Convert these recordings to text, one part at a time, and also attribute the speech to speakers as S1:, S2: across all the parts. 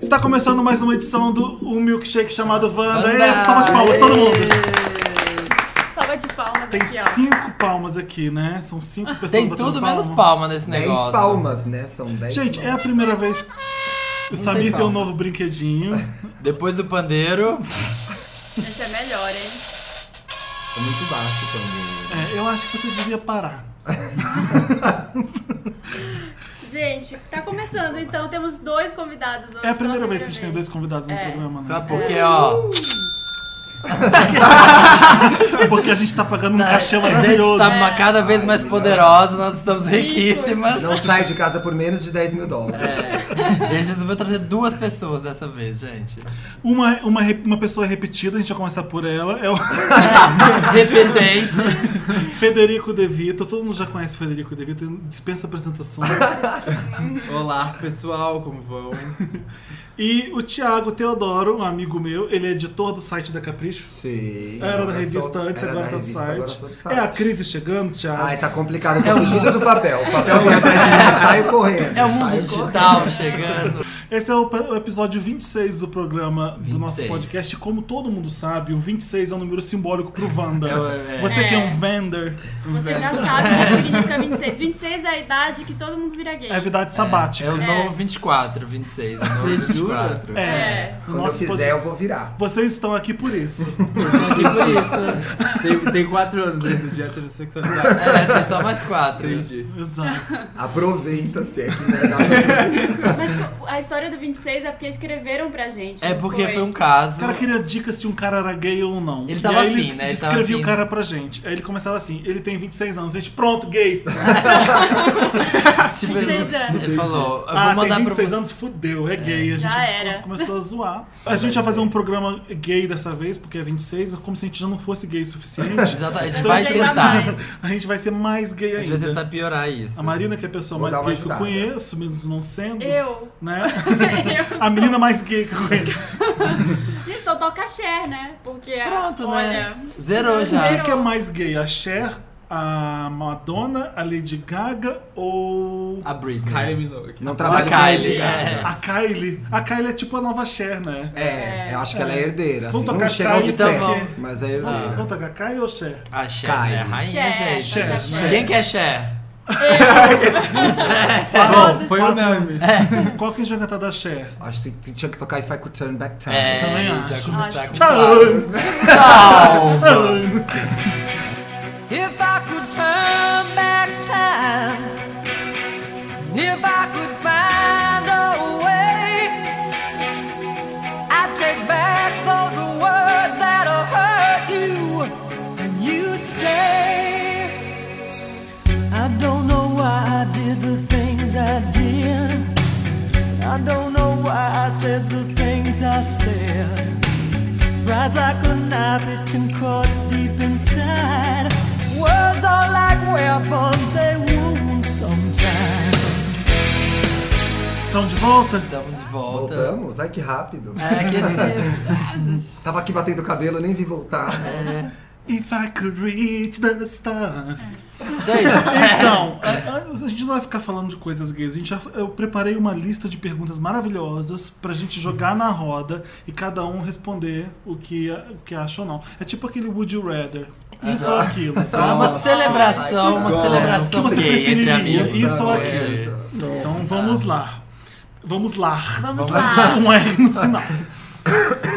S1: Está começando mais uma edição do um Milkshake chamado Wanda.
S2: Wanda!
S1: É, salva de palmas, todo mundo.
S3: Salva de palmas
S1: Tem
S3: aqui, ó.
S1: cinco palmas aqui, né? São cinco pessoas
S2: Tem
S1: batendo
S2: tudo
S1: palma.
S2: menos palma nesse
S4: 10
S2: negócio.
S4: palmas, né? São 10
S1: Gente, é a
S4: palmas.
S1: primeira vez. O Samir tem um
S4: palmas.
S1: novo brinquedinho.
S2: Depois do pandeiro,
S3: Esse é melhor, hein?
S4: É muito baixo quando...
S1: É, eu acho que você devia parar.
S3: Gente, tá começando então, temos dois convidados
S1: É
S3: hoje.
S1: a
S3: pela
S1: primeira vez que a gente tem dois convidados
S2: É.
S1: no programa, né?
S2: sabe por quê, ó?
S1: Porque a gente tá pagando um cachê
S2: A gente tá-
S1: maravilhoso.
S2: está ma- cada vez mais
S5: É.
S2: poderosa, nós estamos riquíssimas.
S4: Não sai de casa por menos de 10 mil
S2: É.
S4: dólares.
S2: E a gente resolveu trazer duas pessoas dessa vez, gente.
S1: Uma, uma, re- uma pessoa repetida, a gente vai começar por ela. É o
S2: Dependente.
S1: Federico De Vito. Todo mundo já conhece o Federico De Vito, dispensa apresentações.
S5: Olá, pessoal, como vão?
S1: e o Thiago Teodoro, um amigo meu, ele é editor do site da Capricho.
S4: Sim.
S1: Era da
S4: olha só,
S1: revista antes,
S4: era
S1: agora
S4: da
S1: tá do
S4: revista, agora só do
S1: site.
S4: site.
S1: É a É crise chegando, Thiago.
S4: Ai, tá complicado, eu tô fugindo do papel. O papel
S1: É
S4: vem atrás de mim, eu saio correndo.
S2: É o mundo
S4: saio
S2: digital chegando.
S1: Esse é o pe- o episódio 26 do programa do nosso
S2: 26.
S1: podcast. E Como todo mundo sabe, o 26 é um número simbólico pro Wanda.
S2: É, é.
S1: Você que é
S3: É.
S1: um vendor,
S3: Você já sabe o que significa 26. 26 é a idade que todo mundo vira gay.
S1: é verdade
S2: É
S1: sabática.
S2: o novo 24, 26. é O novo 24.
S1: É.
S3: É.
S1: No
S4: Quando eu
S1: nosso
S4: quiser,
S1: pod-
S4: eu vou virar.
S1: Vocês estão aqui por isso.
S5: Vocês estão aqui por isso. Tem, tem quatro anos ainda de heterossexualidade.
S2: É, tem só mais quatro.
S5: Entendi.
S1: Exato.
S4: Aproveita-se aqui, né?
S3: Mas co- a história do 26 é porque escreveram pra gente.
S2: É
S3: não
S2: porque foi um caso.
S1: O cara queria dicas se um cara era gay ou não.
S2: Ele
S1: E
S2: tava
S1: aí
S2: afim, né? Ele tava
S1: Descrevia o
S2: afim.
S1: cara pra gente. Aí ele começava assim: ele tem 26 anos. Gente, pronto, gay.
S2: Tipo,
S3: 26
S2: ele,
S3: anos.
S2: ele falou, eu vou
S1: ah,
S2: mandar
S1: tem
S2: pra
S1: 26
S2: você.
S1: anos, fudeu, é gay. A gente
S3: Já era.
S1: começou a zoar. A gente vai fazer um programa gay dessa vez, porque é 26, como se a gente já não fosse gay o suficiente.
S2: Exato, a gente
S1: Então
S2: vai
S1: a gente vai
S2: tentar.
S3: mais.
S1: A gente vai ser mais gay
S2: A
S1: ainda.
S2: gente vai tentar piorar isso.
S1: A Marina, que é a pessoa
S4: Vou dar
S1: mais gay
S4: uma
S1: que eu
S4: ajudada.
S1: conheço, mesmo não sendo.
S3: Eu.
S1: Né?
S3: Eu
S1: A
S3: sou-
S1: menina mais gay que eu conheço.
S3: Gente, então toca Cher, né? Porque a-
S2: Pronto,
S3: olha,
S2: né? Zerou já.
S1: Quem que é mais gay? A Cher, a Madonna, a Lady Gaga ou.
S2: A Britney.
S5: Kylie Minogue.
S4: Não trabalho com
S2: Kylie, É.
S4: Lady Gaga.
S1: A Kylie? A Kylie é tipo a nova Cher, né?
S4: É, eu acho que ela é herdeira. Assim,
S1: Vamos
S4: não
S1: tocar
S4: chega aos
S1: Kylie,
S2: então
S4: pés,
S1: vamos.
S4: mas é
S1: Ah,
S4: herdeira.
S1: Vamos tocar Kylie ou Cher?
S2: A Cher,
S4: Kylie.
S2: é a rainha,
S3: Cher,
S2: gente.
S1: Cher, Cher.
S2: Quem que é Cher?
S5: Bom, foi unânime.
S2: É.
S1: Qual que a gente vai cantar da Cher?
S4: Acho que t- tinha que tocar If I Could Turn Back Time.
S2: É,
S1: também
S2: já
S1: acho.
S2: começar com
S3: Acho.
S2: clássico. Calma.
S6: If I could turn back time, if I could find a way, I'd take back those words that'll hurt you, and you'd stay. I don't know why I did the things I did. I don't know why I said the things I said. Rides like a knife, it can cut deep inside. Words are like weapons, they wound sometimes.
S1: Estão de volta?
S2: Tamo de volta.
S4: Voltamos? Ai, que rápido.
S2: É que esse...
S4: Tava aqui batendo cabelo, nem vi voltar. né?
S1: If I could reach the stars.
S2: Dois.
S1: Então, a, a- a gente não vai ficar falando de coisas gays. A gente já- eu preparei uma lista de perguntas maravilhosas pra gente jogar na roda e cada um responder o que, o que acha ou não. É tipo aquele Would You Rather. Isso ou aquilo, tá?
S2: É
S1: sabe?
S2: uma celebração, uma
S4: Nossa.
S1: O que
S2: celebração
S1: você
S2: gay entre
S1: preferiria?
S2: amigos.
S1: É.
S2: É.
S1: Isso ou
S2: hoje.
S1: aquilo? Então vamos lá. Vamos lá.
S3: Vamos lá.
S1: Um R no final.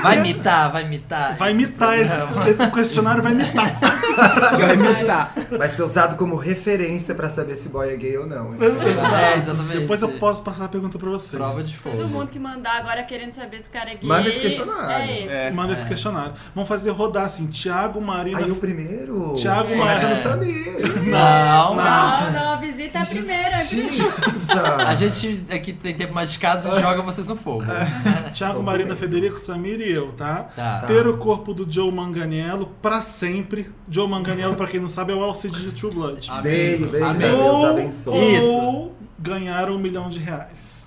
S2: Vai imitar, vai imitar.
S1: Vai imitar esse, esse questionário, vai imitar.
S5: Você vai imitar.
S4: Vai ser usado como referência pra saber se boy é gay ou não.
S2: É, exatamente.
S1: Depois eu posso passar a pergunta pra vocês.
S2: Prova de fogo.
S3: Todo mundo que mandar agora querendo saber se o cara é gay.
S4: Manda esse questionário.
S3: É esse.
S5: É.
S1: Manda esse questionário. Vamos fazer rodar assim, Tiago, Marina...
S4: Aí o primeiro.
S1: Thiago
S4: Mas
S1: Maia.
S4: eu não sabia.
S2: Não,
S3: Não, não, a visita é a primeira. visita.
S2: A
S4: Justiça.
S2: gente aqui tem tempo mais de casa e joga vocês no fogo.
S4: É.
S1: Thiago, Marina, Federico, Samir e eu, tá?
S2: Tá.
S1: Ter o corpo do Joe Manganiello pra sempre. Joe Manganiello, pra quem não sabe, é o Alcide de True Blood.
S4: Dei, bem, a
S5: Amém.
S4: Deus abençoe.
S2: Isso.
S1: ou ganhar um milhão de reais.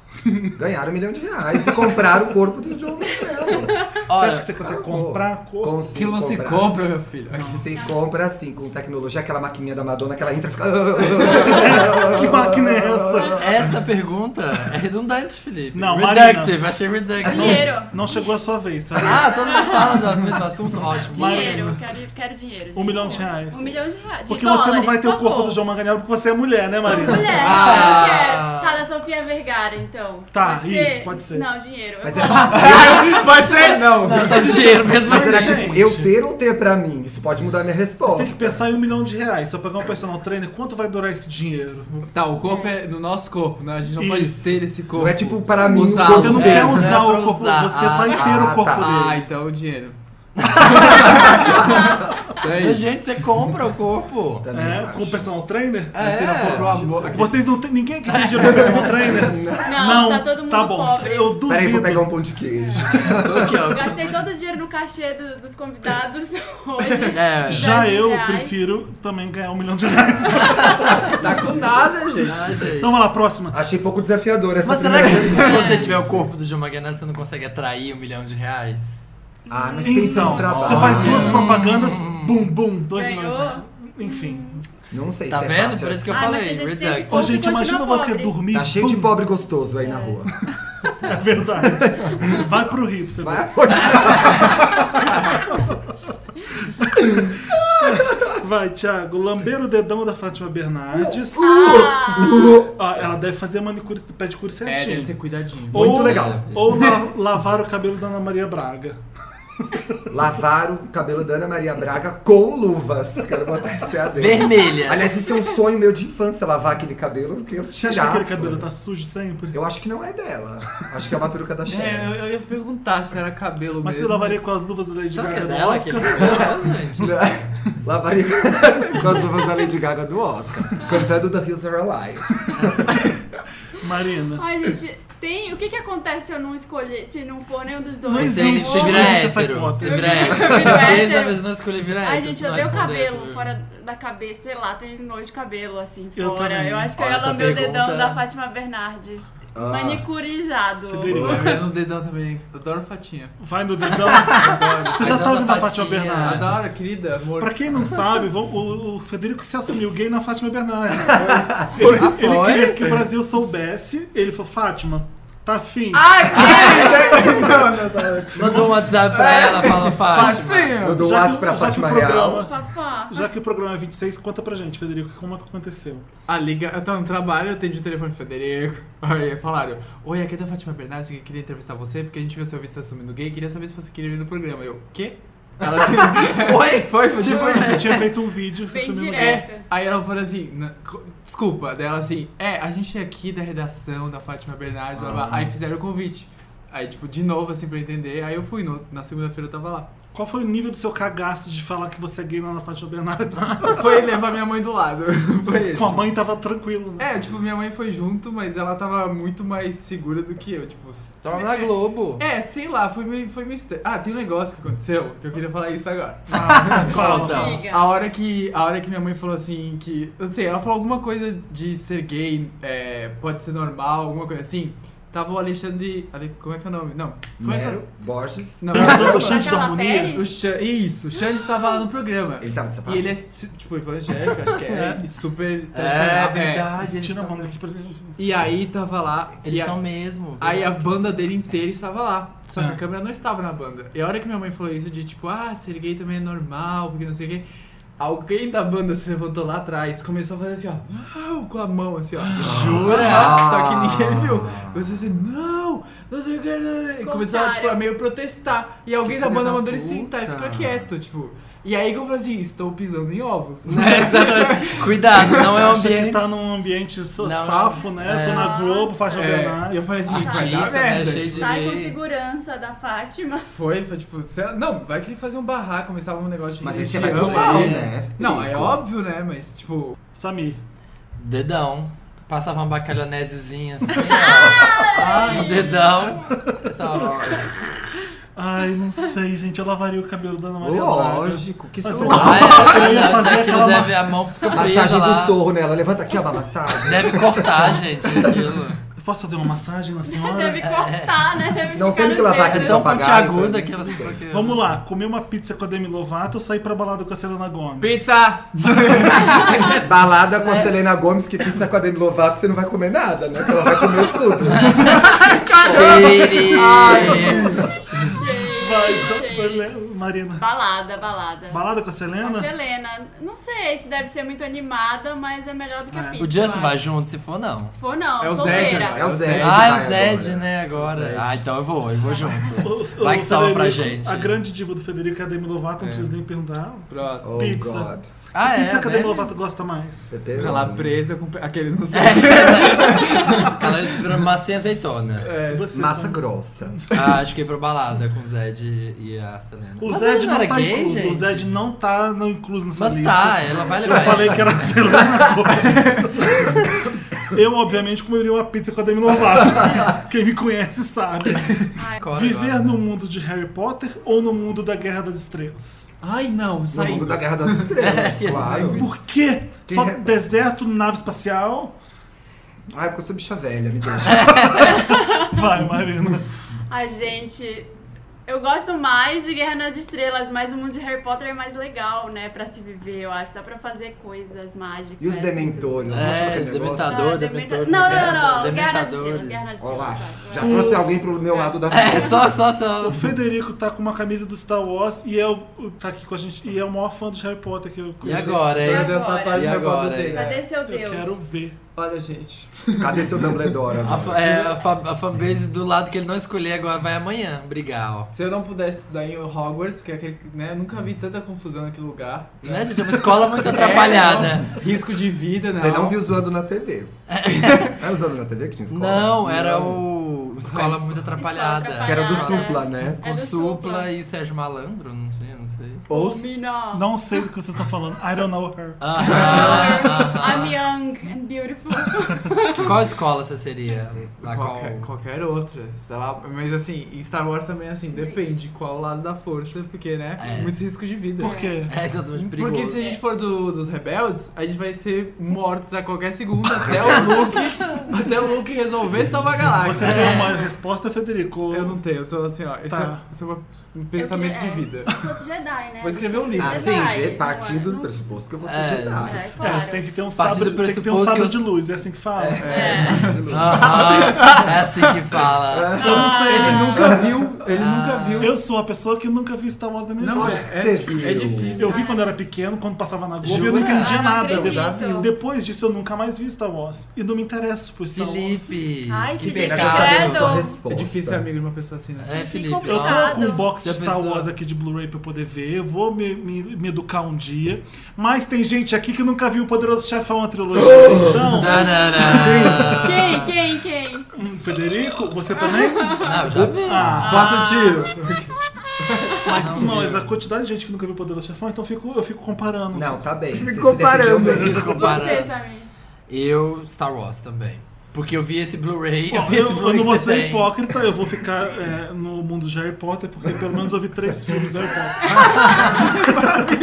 S4: Ganharam um milhão de reais e compraram o corpo do John Manuel.
S1: Você
S2: Olha,
S1: acha que você consegue comprar corpo?
S5: Que não se compra, meu filho.
S4: Se compra assim, com tecnologia, aquela maquininha da Madonna que ela entra e fica.
S1: Que máquina é essa?
S2: essa pergunta é redundante, Felipe.
S1: Não,
S2: reductive, achei reductive.
S3: Dinheiro.
S1: Não chegou a sua vez, sabe?
S2: Ah, todo mundo fala do mesmo assunto? Ótimo.
S3: Dinheiro, quero, quero dinheiro. gente.
S1: Um milhão de reais.
S3: Um milhão de reais. De
S1: Porque
S3: dólares,
S1: você não vai ter o
S3: por
S1: corpo
S3: favor.
S1: do João Manganiello porque você é mulher, né, Marina?
S3: Mulher,
S2: Ah.
S3: eu quero. Tá, da Sofia Vergara, então.
S1: Tá, isso, pode ser.
S3: Não, dinheiro.
S4: Mas
S3: eu
S2: é
S4: era
S3: vou-
S4: tipo,
S5: Pode ser? Não.
S2: Não, tá dinheiro mesmo
S4: mas era
S2: assim.
S4: tipo, eu ter ou ter pra mim? Isso pode mudar minha
S1: Tem que
S4: resposta.
S1: pensar em um milhão de reais. Se eu pagar um personal trainer, quanto vai durar esse dinheiro?
S5: Tá, o corpo é no nosso corpo, né? A gente não
S1: Isso.
S5: pode ter esse corpo.
S4: Não é tipo para mim.
S5: Usar.
S4: o
S1: Você não
S5: É,
S1: quer
S5: não
S2: é
S1: usar
S2: pra
S1: o corpo,
S2: usar.
S1: você vai ter o
S4: Ah,
S1: corpo
S4: tá.
S5: Ah,
S1: dele.
S5: então o dinheiro. Então é
S2: Mas,
S5: isso.
S2: Gente, você compra o corpo.
S4: Também
S1: É, com o
S4: acho.
S1: personal trainer?
S5: Mas será
S2: É.
S5: por um amor- aquele-
S1: Vocês não tem. Ninguém aqui tem dinheiro pra personal trainer?
S3: Não, tá todo mundo
S1: tá bom.
S3: pobre.
S1: Eu duvido.
S4: Peraí, vou pegar um pão de queijo.
S2: Tô aqui, ó.
S3: Gastei todo o dinheiro no cachê do- dos convidados hoje.
S2: É,
S1: Já
S3: Dez
S1: eu
S3: reais.
S1: prefiro também ganhar um milhão de reais.
S5: Tá com nada, gente.
S2: ah, gente.
S1: Então vamos lá, próxima.
S4: Achei pouco desafiador essa
S2: Mas será
S4: primeira.
S2: que
S5: um
S2: se você tiver o corpo do João Magnano, você não consegue atrair um milhão de reais?
S4: Ah, mas pensa
S1: Então,
S4: no trabalho.
S1: você faz duas propagandas, bum, bum, dois
S3: Ganhou.
S1: milhões de reais. Enfim.
S4: Não sei
S2: Tá
S4: se é
S2: vendo?
S4: fácil.
S2: Por isso que
S4: assim.
S2: eu
S3: Ah, mas
S2: falei,
S3: tem gente que tem esse
S2: reductive.
S1: Ô,
S3: Pobre
S1: gente, imagina
S3: continua
S1: você
S3: pobre.
S1: dormir.
S4: Tá cheio de
S1: bum.
S4: pobre gostoso aí na rua.
S1: É verdade. Vai pro Rio pra você
S4: Vai
S1: ver.
S4: acordar.
S1: Vai, Thiago. Lamber o dedão da Fátima Bernardes. Ah, ela deve fazer a manicure e pedicure
S5: É,
S1: certinho.
S5: deve ser cuidadinho.
S1: Ou-
S4: Muito legal.
S1: Ou la- lavar o cabelo da Ana Maria Braga.
S4: Lavar o cabelo da Ana Maria Braga com luvas. Quero botar esse adendo.
S2: Vermelha.
S4: Aliás, isso é um sonho meu de infância, lavar aquele cabelo, porque eu
S1: Você
S4: tinha.
S1: acha que aquele cabelo tá sujo sempre?
S4: Eu acho que não é dela. Acho que é uma peruca da Cher.
S5: É, eu, eu ia perguntar se era cabelo
S1: Mas você
S5: mesmo.
S1: lavaria com as luvas da Lady
S2: Será que
S1: Gaga
S2: é
S1: do
S2: dela
S1: Oscar?
S2: aquele cabelo, gente?
S4: Lavaria com as luvas da Lady Gaga do Oscar, cantando The Hills Are Alive.
S1: Marina.
S3: Ai, gente, tem. O que que acontece se eu não escolher, se não for nenhum dos dois?
S1: Não
S5: é
S2: Você,
S5: um
S1: existe,
S2: você
S1: não
S2: vira
S1: existe essa
S2: hétero. Você
S1: hipótese.
S2: vira hétero.
S3: Eu viro
S2: Vocês
S3: hétero.
S2: da mesma escolha vira hétero.
S3: Ai, gente,
S2: É, então se
S3: eu
S2: não
S3: dei o
S2: responder
S3: cabelo
S2: essa
S3: fora da cabeça, sei lá, tenho nojo de cabelo, assim,
S1: Eu
S3: fora.
S1: também. Ah,
S3: Eu, acho que eu
S2: Olha,
S3: ia
S2: essa
S3: lamber o dedão
S2: pergunta-
S3: da Fátima Bernardes. Manicurizado.
S1: Federico.
S5: Eu ia no dedão também. Adoro fatinha.
S1: Vai no dedão. Você já
S2: Vai
S1: tá
S2: dando
S1: ouvindo a
S2: a
S1: Fátima
S2: fatinha.
S1: Bernardes.
S5: Adoro, querida, amor.
S1: Pra quem não sabe, vão- o, o Federico se assumiu gay na Fátima Bernardes.
S5: Ah,
S1: Ele,
S5: foi?
S1: ele queria que o Brasil soubesse. Ele falou, Fátima, tá afim?
S2: pergunta. Manda um WhatsApp pra ela, fala Fátima.
S4: Eu
S5: Fatinha!
S4: dou um
S1: Já que-
S4: WhatsApp pra
S1: já que o
S4: Fátima
S1: programa-
S4: Real.
S3: Fafá.
S1: Já que o programa é 26, conta pra gente, Federico, como é que aconteceu?
S5: A Ah, liga, eu tava no trabalho, eu atendi o telefone do Federico. Aí falaram: Oi, aqui é da Fátima Bernardes, que queria entrevistar você porque a gente viu seu vídeo se assumindo gay queria saber se você queria vir no programa. Eu, quê? Ela assim, Oi? Foi, foi tipo isso.
S1: Você tinha feito um vídeo, você
S3: Bem
S1: assumiu
S3: direto.
S1: gay.
S5: É, aí ela falou assim, "Na- co- desculpa, daí ela assim, é, a gente é aqui da redação da Fátima Bernardes, blá,
S2: Ah.
S5: blá, blá." aí fizeram o convite. Aí, tipo, de novo, assim, pra eu entender, aí eu fui, no- na segunda-feira eu tava lá.
S1: Qual foi o nível do seu cagaço de falar que você é gay lá na Fátima Bernardes?
S5: Foi levar minha mãe do lado, foi esse.
S1: Com a mãe tava tranquilo, né?
S5: É, tipo, minha mãe foi junto, mas ela tava muito mais segura do que eu, tipo... s-
S2: Toma na Globo.
S5: É, sei lá, foi meio, foi meio estranho. Ah, tem um negócio que aconteceu, que eu queria falar isso agora.
S1: Ah, Fala.
S2: Então.
S3: Diga.
S5: A hora que, a hora que minha mãe falou assim que. Eu não sei, ela falou alguma coisa de ser gay, é, pode ser normal, alguma coisa assim. Tava o Alexandre. Ale- Como é que é o nome? Não. Como é que é o
S4: Nero, Borges.
S5: Não,
S1: Então,
S5: não.
S1: o Xande da
S3: Aquela
S1: Harmonia?
S3: pele?
S5: O Xan- isso, o Xande estava lá no programa.
S4: Ele tava de sapato.
S5: E ele é su- tipo evangélico, acho que é. e super
S2: É
S5: tradicional.
S2: verdade, eles
S1: Tira a
S2: são,
S1: mão daqui pra gente.
S5: E aí tava lá. e
S2: eles
S5: a-
S2: são mesmo.
S5: Aí a banda dele inteira estava lá. Só que
S1: Ah.
S5: a câmera não estava na banda. E a hora que minha mãe falou isso de tipo, ah, ser gay também é normal, porque não sei o quê. Alguém da banda se levantou lá atrás, começou a fazer assim, ó,
S4: Ah.
S5: não, com a mão, assim, ó. Jura? Só que ninguém viu. Você assim, não, não sei o que. E começou a, tipo, a meio protestar. E alguém
S4: Que
S5: da
S4: filha
S5: banda
S4: da
S5: mandou ele
S4: puta.
S5: sentar e ficar quieto, tipo. E aí que eu falei assim: estou pisando em ovos. Né?
S2: É, exatamente. Cuidado, não é um
S1: Acha que
S2: ambiente.
S1: tá num ambiente so-
S2: Não,
S1: safo, né?
S2: é.
S1: Tô na Globo,
S3: Nossa.
S1: faixa
S5: É, e eu
S1: Bernardes.
S5: falei assim: vai
S2: Artista,
S5: dar
S2: né,
S5: merda.
S2: cheio
S5: tipo.
S2: de-
S3: Sai com
S2: Direito.
S3: segurança da Fátima.
S5: Foi, foi tipo, sei lá, não, vai que ele fazia um barraco, começava um negócio de
S4: Mas aí você vai
S5: religião,
S4: pro
S2: mal,
S4: pau,
S5: aí-
S4: né?
S5: Não, é
S4: Rico.
S5: óbvio, né? Mas, tipo,
S1: Samir.
S2: Dedão. Passava uma bacalhonesezinha assim, ó. No dedão. Essa hora.
S1: Ai, não sei, gente. Eu lavaria o cabelo da Ana Maria Braga.
S4: Lógico, que
S1: Mas
S4: suor.
S2: Ah,
S1: Eu
S2: é,
S1: ia
S2: verdade,
S1: fazer
S2: isso aquilo
S1: aquela
S2: deve a mão fica presa
S4: Massagem do
S2: lá.
S4: sorro nela. Levanta aqui, ó, uma massagem.
S2: Deve cortar, gente, aquilo.
S1: Posso fazer uma massagem na senhora?
S3: Deve cortar, né? Deve
S4: Não
S3: ficar
S4: tem
S3: no
S4: que lavar
S3: dedo.
S2: É
S4: aquele
S1: Então-
S2: tão
S4: papagaio,
S2: pontiaguda
S4: né?
S2: aquela que
S1: Vamos lá, comer uma pizza com a Demi Lovato ou sair pra balada com a Selena Gomes?
S5: pizza!
S4: Balada com a
S2: É.
S4: Selena Gomes, que pizza com a Demi Lovato, você não vai comer nada, né? Porque ela vai comer tudo.
S2: Cheire!
S1: Vai,
S3: Gente.
S1: então, Marina.
S3: Balada, balada.
S1: Balada com a
S3: Mas
S1: Selena?
S3: Selena, não sei se deve ser muito animada, mas é melhor do que
S1: É.
S3: a pizza.
S2: O Justin
S3: eu
S2: vai
S3: acho.
S2: junto, se for, não.
S3: Se for, não.
S5: É o
S3: solteira.
S5: Zed agora.
S4: É o Zed.
S2: Ah, é o
S4: vai
S2: Zed,
S4: agora.
S2: né, agora.
S5: Zed.
S2: Ah, então eu vou, eu vou junto.
S1: O-
S2: Vai
S1: o
S2: que salva pra
S1: Federico,
S2: gente.
S1: A grande diva do Federico é a Demi Lovato, não preciso nem perguntar.
S5: Próximo.
S4: Oh,
S1: Pizza.
S4: God.
S2: Ah,
S1: pizza
S2: é,
S1: que a Demi
S2: né?
S1: Lovato gosta mais?
S4: Certeza?
S5: Calabresa com. pe- Aqueles
S4: É.
S5: não sei.
S2: Ela inspirou macia e azeitona.
S5: É.
S1: Você,
S4: Massa
S1: Sam.
S4: grossa.
S2: Ah, acho que ia pra balada com o Zed e a Selena.
S1: O
S2: Mas ela
S1: Zed não,
S2: era
S1: tá
S2: gay,
S1: incluso. O
S2: gente?
S1: Zed não tá não incluso nessa
S2: Mas
S1: lista.
S2: tá, ela vai
S1: Eu
S2: levar.
S1: falei que era a Selena Gomez. Eu, obviamente, comeria uma pizza com a Demi Lovato. Quem me conhece sabe.
S2: Agora, né?
S1: Viver
S2: agora.
S1: no mundo de Harry Potter ou no mundo da Guerra das Estrelas?
S5: Ai, não,
S4: No
S5: saindo.
S4: mundo da Guerra das Estrelas,
S2: É,
S4: claro.
S1: Por quê?
S4: Que
S1: Só
S4: re-
S1: deserto, nave espacial?
S4: Ai, porque eu sou bicha velha, me deixa.
S1: Vai, Marina.
S3: Ai, gente. Eu gosto mais de Guerra nas Estrelas, mas o mundo de Harry Potter é mais legal, né? Pra se viver, eu acho. Dá pra fazer coisas mágicas. assim,
S4: E os dementores? Não acho
S2: É,
S4: aquele negócio.
S2: dementador,
S3: Ah, dementa-
S2: dementor.
S3: Não, não, não. não. Guerra nas Estrelas.
S2: Dementadores.
S3: Guerra nas
S4: Olha
S3: Estrelas.
S4: lá,
S3: vai.
S4: já trouxe alguém pro meu lado da
S2: É,
S4: força.
S2: só, só, só.
S1: O Federico tá com uma camisa do Star Wars e é o, o- tá aqui com a gente e é o maior fã de Harry Potter que eu
S2: E
S1: conheço.
S2: agora,
S5: Saindo
S2: hein?
S5: das tatuagens
S2: E
S5: na
S2: agora,
S5: borda dele.
S3: Cadê seu
S1: Eu
S3: Deus?
S1: quero ver.
S5: Olha, gente.
S4: Cadê seu Dumbledore?
S2: A,
S4: agora?
S2: fa- é, a, fa- a fanbase do lado que ele não escolher agora vai amanhã brigar, ó.
S5: Se eu não pudesse estudar em Hogwarts, que é aquele. Né, eu nunca vi tanta confusão naquele lugar.
S2: Né, gente? É uma escola muito atrapalhada.
S5: É, não. Risco de vida, né?
S4: Você não viu zoando na TV. Era o zoando na TV que tinha escola?
S2: Não, era o. Escola muito atrapalhada.
S3: atrapalhada.
S4: Que era do
S3: Ah,
S4: Supla, né?
S2: Com
S3: É do
S2: Supla
S3: Supla.
S2: e o Sérgio Malandro, não sei, não sei.
S5: Ou se-
S3: Mina.
S1: Não sei do que vocês estão falando. I don't know her.
S3: I'm young and beautiful.
S2: Qual escola você seria? Lá Ah, qual?
S5: Qualquer, qualquer outra, sei lá, mas assim, em Star Wars também assim, depende qual lado da força, porque né,
S2: É.
S5: muito risco de vida.
S1: Por quê?
S2: É exatamente perigoso.
S5: Porque se a gente for do- dos rebeldes, a gente vai ser mortos a qualquer segundo até o Luke, até o Luke resolver salvar a
S1: Você
S2: Ah,
S5: galáxia.
S1: tem uma resposta, Federico?
S5: Eu não tenho, eu tô assim, ó, esse,
S1: Tá.
S5: é, esse é uma- um pensamento
S3: Eu
S5: de
S3: queria-
S5: vida.
S3: é, Se fosse Jedi, né?
S5: Vou escrever um
S3: Se
S5: livro.
S4: Ah,
S3: fosse
S4: sim,
S3: Jedi,
S4: G,
S3: não
S4: partindo
S3: é?
S4: do pressuposto que eu vou ser
S2: É.
S4: Jedi.
S3: É,
S1: É,
S3: claro.
S1: tem que ter um
S2: Partindo
S1: sabre,
S2: do
S1: tem que ter um
S2: pressuposto
S1: sabre
S2: que
S1: de
S2: eu-
S1: luz, é assim que fala.
S3: É.
S2: Aham, é assim que fala.
S1: Eu não sei,
S5: Ele
S4: Ah.
S1: gente.
S5: nunca viu, ele nunca viu.
S1: Eu sou a pessoa que nunca vi Star Wars da minha
S5: Não,
S1: vida.
S4: acho
S5: é,
S4: que
S5: é,
S4: você
S5: di- é
S4: viu.
S5: difícil.
S1: Eu vi quando era pequeno, quando passava na Globo, e
S2: Jura?
S1: eu não entendia
S3: Ah, não
S1: nada.
S3: acredito.
S1: Depois disso, eu nunca mais vi Star Wars. E não me interesso por Star Wars.
S2: Felipe.
S3: Ai,
S2: que
S3: Felipe,
S4: Pena,
S2: pecado.
S4: já sabemos sua
S3: Credo.
S5: É
S4: resposta.
S5: difícil ser amigo de uma pessoa assim, né?
S2: É, Felipe.
S3: complicado.
S1: Eu
S2: ó.
S1: tô
S3: Obrigado.
S1: com um box de
S2: Já
S1: Star
S2: pensou?
S1: Wars aqui de Blu-ray pra eu poder ver. Eu vou me, me- me educar um dia. Mas tem gente aqui que nunca viu o Poderoso Chefão, a trilogia. Então,
S2: Tanana.
S3: Quem, quem, quem?
S1: hum, Federico, você também?
S2: Não, já vi.
S1: Ah,
S5: Bota um tiro.
S1: mas não, mas a quantidade de gente que nunca viu o Poderoso Chefão, então eu fico, eu fico comparando.
S4: Não, tá bem. Você se
S5: comparando.
S4: defendeu bem.
S3: Você,
S2: Comparando.
S3: Samir.
S2: Eu, Star Wars também. Porque eu vi esse Blu-ray.
S1: Bom,
S2: Eu vi
S1: eu,
S2: esse
S1: eu
S2: Blu-ray
S1: não
S2: que
S1: vou
S2: você
S1: ser
S2: tem.
S1: hipócrita, eu vou ficar é, no mundo de Harry Potter, porque pelo menos eu vi três filmes do Harry Potter.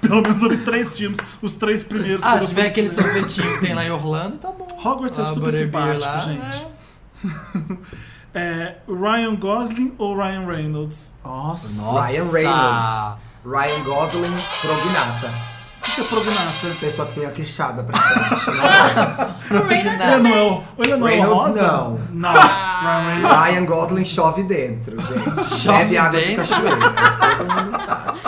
S1: pelo menos eu vi três filmes, os né? três primeiros.
S2: Ah,
S1: quando eu
S2: se tiver
S1: fui
S2: aquele
S1: no cinema.
S2: sorvetinho que tem lá em Orlando, tá bom.
S1: Hogwarts é
S2: Lá,
S1: super
S2: Butterbeer
S1: simpático,
S2: lá,
S1: gente.
S2: é.
S1: É, Ryan Gosling ou Ryan Reynolds?
S5: Nossa.
S4: Ryan Reynolds. Ryan Gosling, prognata.
S1: O que que é prognata?
S4: Pessoa que tem a queixada pra frente. né?
S3: O Reynolds
S1: Ele
S3: também.
S1: não é o- ele não é o
S4: Reynolds,
S1: rosa?
S4: não.
S1: Não.
S3: Ah.
S1: Ryan Reynolds.
S4: Ryan Gosling chove dentro, gente.
S2: Chove
S4: Bebe água de
S2: dentro?
S4: cachoeira. Todo mundo sabe.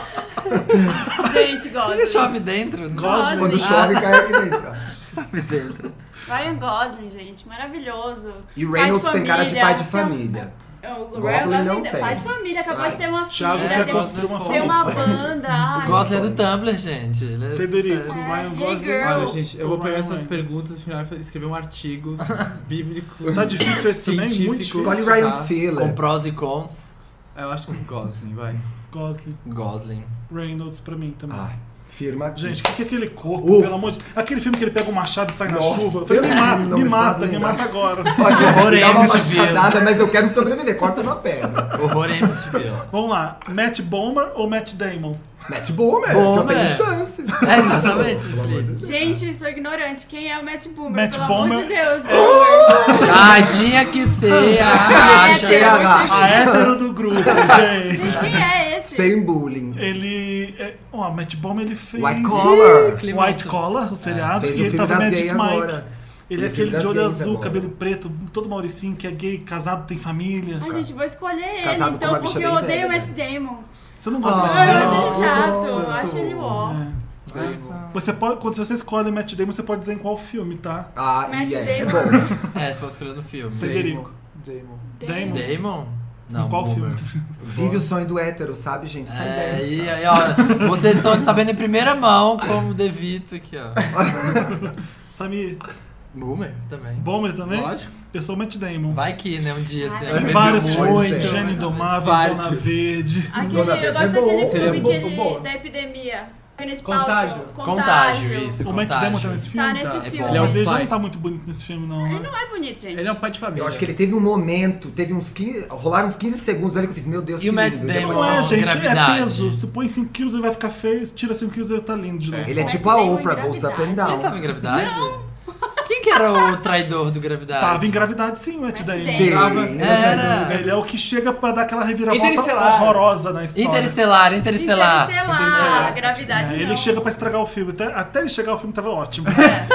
S3: Gente,
S2: Porque
S3: gosta.
S2: chove dentro. né?
S1: Gosling.
S4: Quando chove, cai aqui dentro.
S3: Ryan Gosling, gente, maravilhoso.
S4: E
S3: Pai de
S4: Reynolds tem cara de pai de
S3: fica-
S4: família.
S3: O
S4: Gosling
S3: Ryan
S4: não
S3: Gosling é
S4: tem.
S3: pai de família, acabou de ter uma filha,
S1: Thiago
S2: É,
S1: quer
S3: tem, um-
S1: construir uma
S2: Gosling
S3: tem
S1: família.
S3: uma banda. Ai,
S2: Gosta é do Tumblr, gente. Ele é
S1: Federico,
S2: sucesso.
S1: Ryan
S3: hey
S1: Gosling.
S3: girl.
S5: Olha, gente, eu vou
S1: Ou
S5: pegar
S1: Ryan
S5: essas
S1: Reynolds.
S5: perguntas e no final escrever um artigo bíblico.
S1: Tá difícil esse também?
S5: Científico.
S1: Muito difícil.
S4: Escolhe
S5: Isso,
S4: Ryan
S5: tá.
S2: Com
S4: Phillip.
S2: prós e cons.
S5: Eu acho que é um Gosling, vai.
S1: Gosling,
S2: Gosling.
S1: Reynolds pra mim também.
S4: Ai, firma aqui.
S1: Gente, o que, que é aquele corpo,
S4: Ah. Uh.
S1: pelo amor de Aquele filme que ele pega o machado e sai
S4: Nossa,
S1: na chuva. Eu falei, me,
S4: pelo
S1: ma-
S4: amor, não
S1: me
S4: me faz
S1: mata, me
S4: lembrar.
S1: mata agora.
S4: Olha, dá uma
S2: Horrendo de ver.
S4: machadada, mas eu quero sobreviver. Corta na perna.
S2: Horror MTV.
S1: Vamos lá, Matt Bomer ou Matt Damon?
S4: Matt Boomer,
S2: Boomer.
S4: que eu tenho chances.
S2: É, exatamente,
S4: Pelo amor de Deus.
S3: Gente, eu sou ignorante. Quem é o Matt Boomer?
S1: Matt
S3: Pelo
S1: Bomer.
S3: amor de Deus,
S4: Uh!
S3: Boomer.
S2: Ah, tinha que ser ah, a
S3: Tinha que
S2: Racha.
S3: ser.
S1: A hétero do grupo, gente.
S3: Gente, quem é esse?
S4: Sem bullying.
S1: Ele. é- Ó, Matt Bomer ele fez.
S4: White collar. É,
S1: White Collar, o seriado.
S4: Fez
S1: e
S4: o
S1: ele
S4: filme
S1: tava
S4: das
S1: Magic
S4: gays
S1: Mike.
S4: agora.
S1: Ele é
S4: Ele fez
S1: aquele
S4: das
S1: de olho
S4: gays
S1: azul,
S4: agora.
S1: cabelo preto, todo mauricinho, que é gay, casado, tem família.
S3: Ah, gente, vou escolher
S4: Casado
S3: ele
S4: com
S3: então,
S4: uma bicha
S3: porque
S4: bem
S3: eu odeio
S4: velha, né? Ah,
S3: o Matt
S4: mas-
S3: Damon.
S1: Você não gosta
S3: Eu
S1: do Matt
S3: acho
S1: Damon?
S3: ele chato, eu
S4: Nossa.
S3: acho ele ó.
S1: É. Você pode, quando você escolhe Matt Damon, você pode dizer em qual filme, tá?
S4: Ah,
S3: Matt
S4: e é, é
S3: Damon.
S4: bom.
S2: É, você pode escolher no filme.
S1: Federico.
S5: Damon.
S1: Damon.
S2: Damon? Não,
S1: Em qual
S2: Boomer.
S1: filme?
S4: Vive o sonho do hétero, sabe, gente? Sai
S2: É,
S4: dessa.
S2: e aí, ó, vocês estão sabendo em primeira mão como o Devito aqui, ó.
S1: Samir,
S2: Boomer também.
S1: Bomer também?
S3: Né?
S2: Lógico.
S1: Eu sou o Matt Damon.
S2: Vai que, né, um dia assim.
S3: Ai,
S2: ó, bebeu
S1: Vários
S4: Bebeu
S2: muito,
S4: muito,
S1: filmes,
S4: é.
S1: Gênio Indomável,
S5: Vários.
S1: Zona Verde.
S3: Aquele,
S4: Zona
S3: eu
S4: Verde
S3: gosto
S4: é bom.
S3: daquele
S5: Seria
S3: filme
S5: bom,
S3: que ele-
S5: bom.
S3: da epidemia. Gwyneth
S5: Contágio.
S3: Paltrow.
S2: Contágio, isso,
S1: O Matt Damon tá
S2: contágio.
S1: nesse filme?
S3: Tá nesse
S1: Tá.
S2: É
S3: filme.
S2: bom.
S1: Ele é um
S5: Ele
S1: já
S5: pai.
S1: não tá muito bonito nesse filme, não.
S3: Ele
S1: né?
S3: não é bonito, gente.
S5: Ele é um pai de família.
S4: Eu acho que ele teve um momento, teve uns 15. Rolaram uns 15 segundos ali que eu fiz, meu Deus,
S2: E
S4: que
S2: o Matt
S4: lindo.
S2: Damon?
S4: Depois-
S1: Não é,
S2: Nossa,
S1: gente,
S2: gravidade.
S1: é peso. Você põe 5 quilos, ele vai ficar feio. Tira 5 quilos, ele tá lindo de novo.
S4: Ele é
S3: Matt
S4: tipo a
S3: Damon
S4: Oprah,
S3: em
S4: bolsa up and
S3: gravidade.
S4: down.
S2: Ele tava em gravidade? Quem que era o traidor do
S4: tá
S2: gravidade?
S1: Tava em gravidade sim, o Matt
S3: Matt
S1: Damon.
S3: Damon.
S2: Era.
S1: Ele é o que chega pra dar aquela reviravolta
S5: Interestelar.
S1: horrorosa na história.
S2: Interestelar, Interestelar.
S3: Interestelar. Gravidade
S1: É,
S3: não.
S1: ele chega pra estragar o filme. Até, até ele chegar, o filme tava ótimo.
S4: É,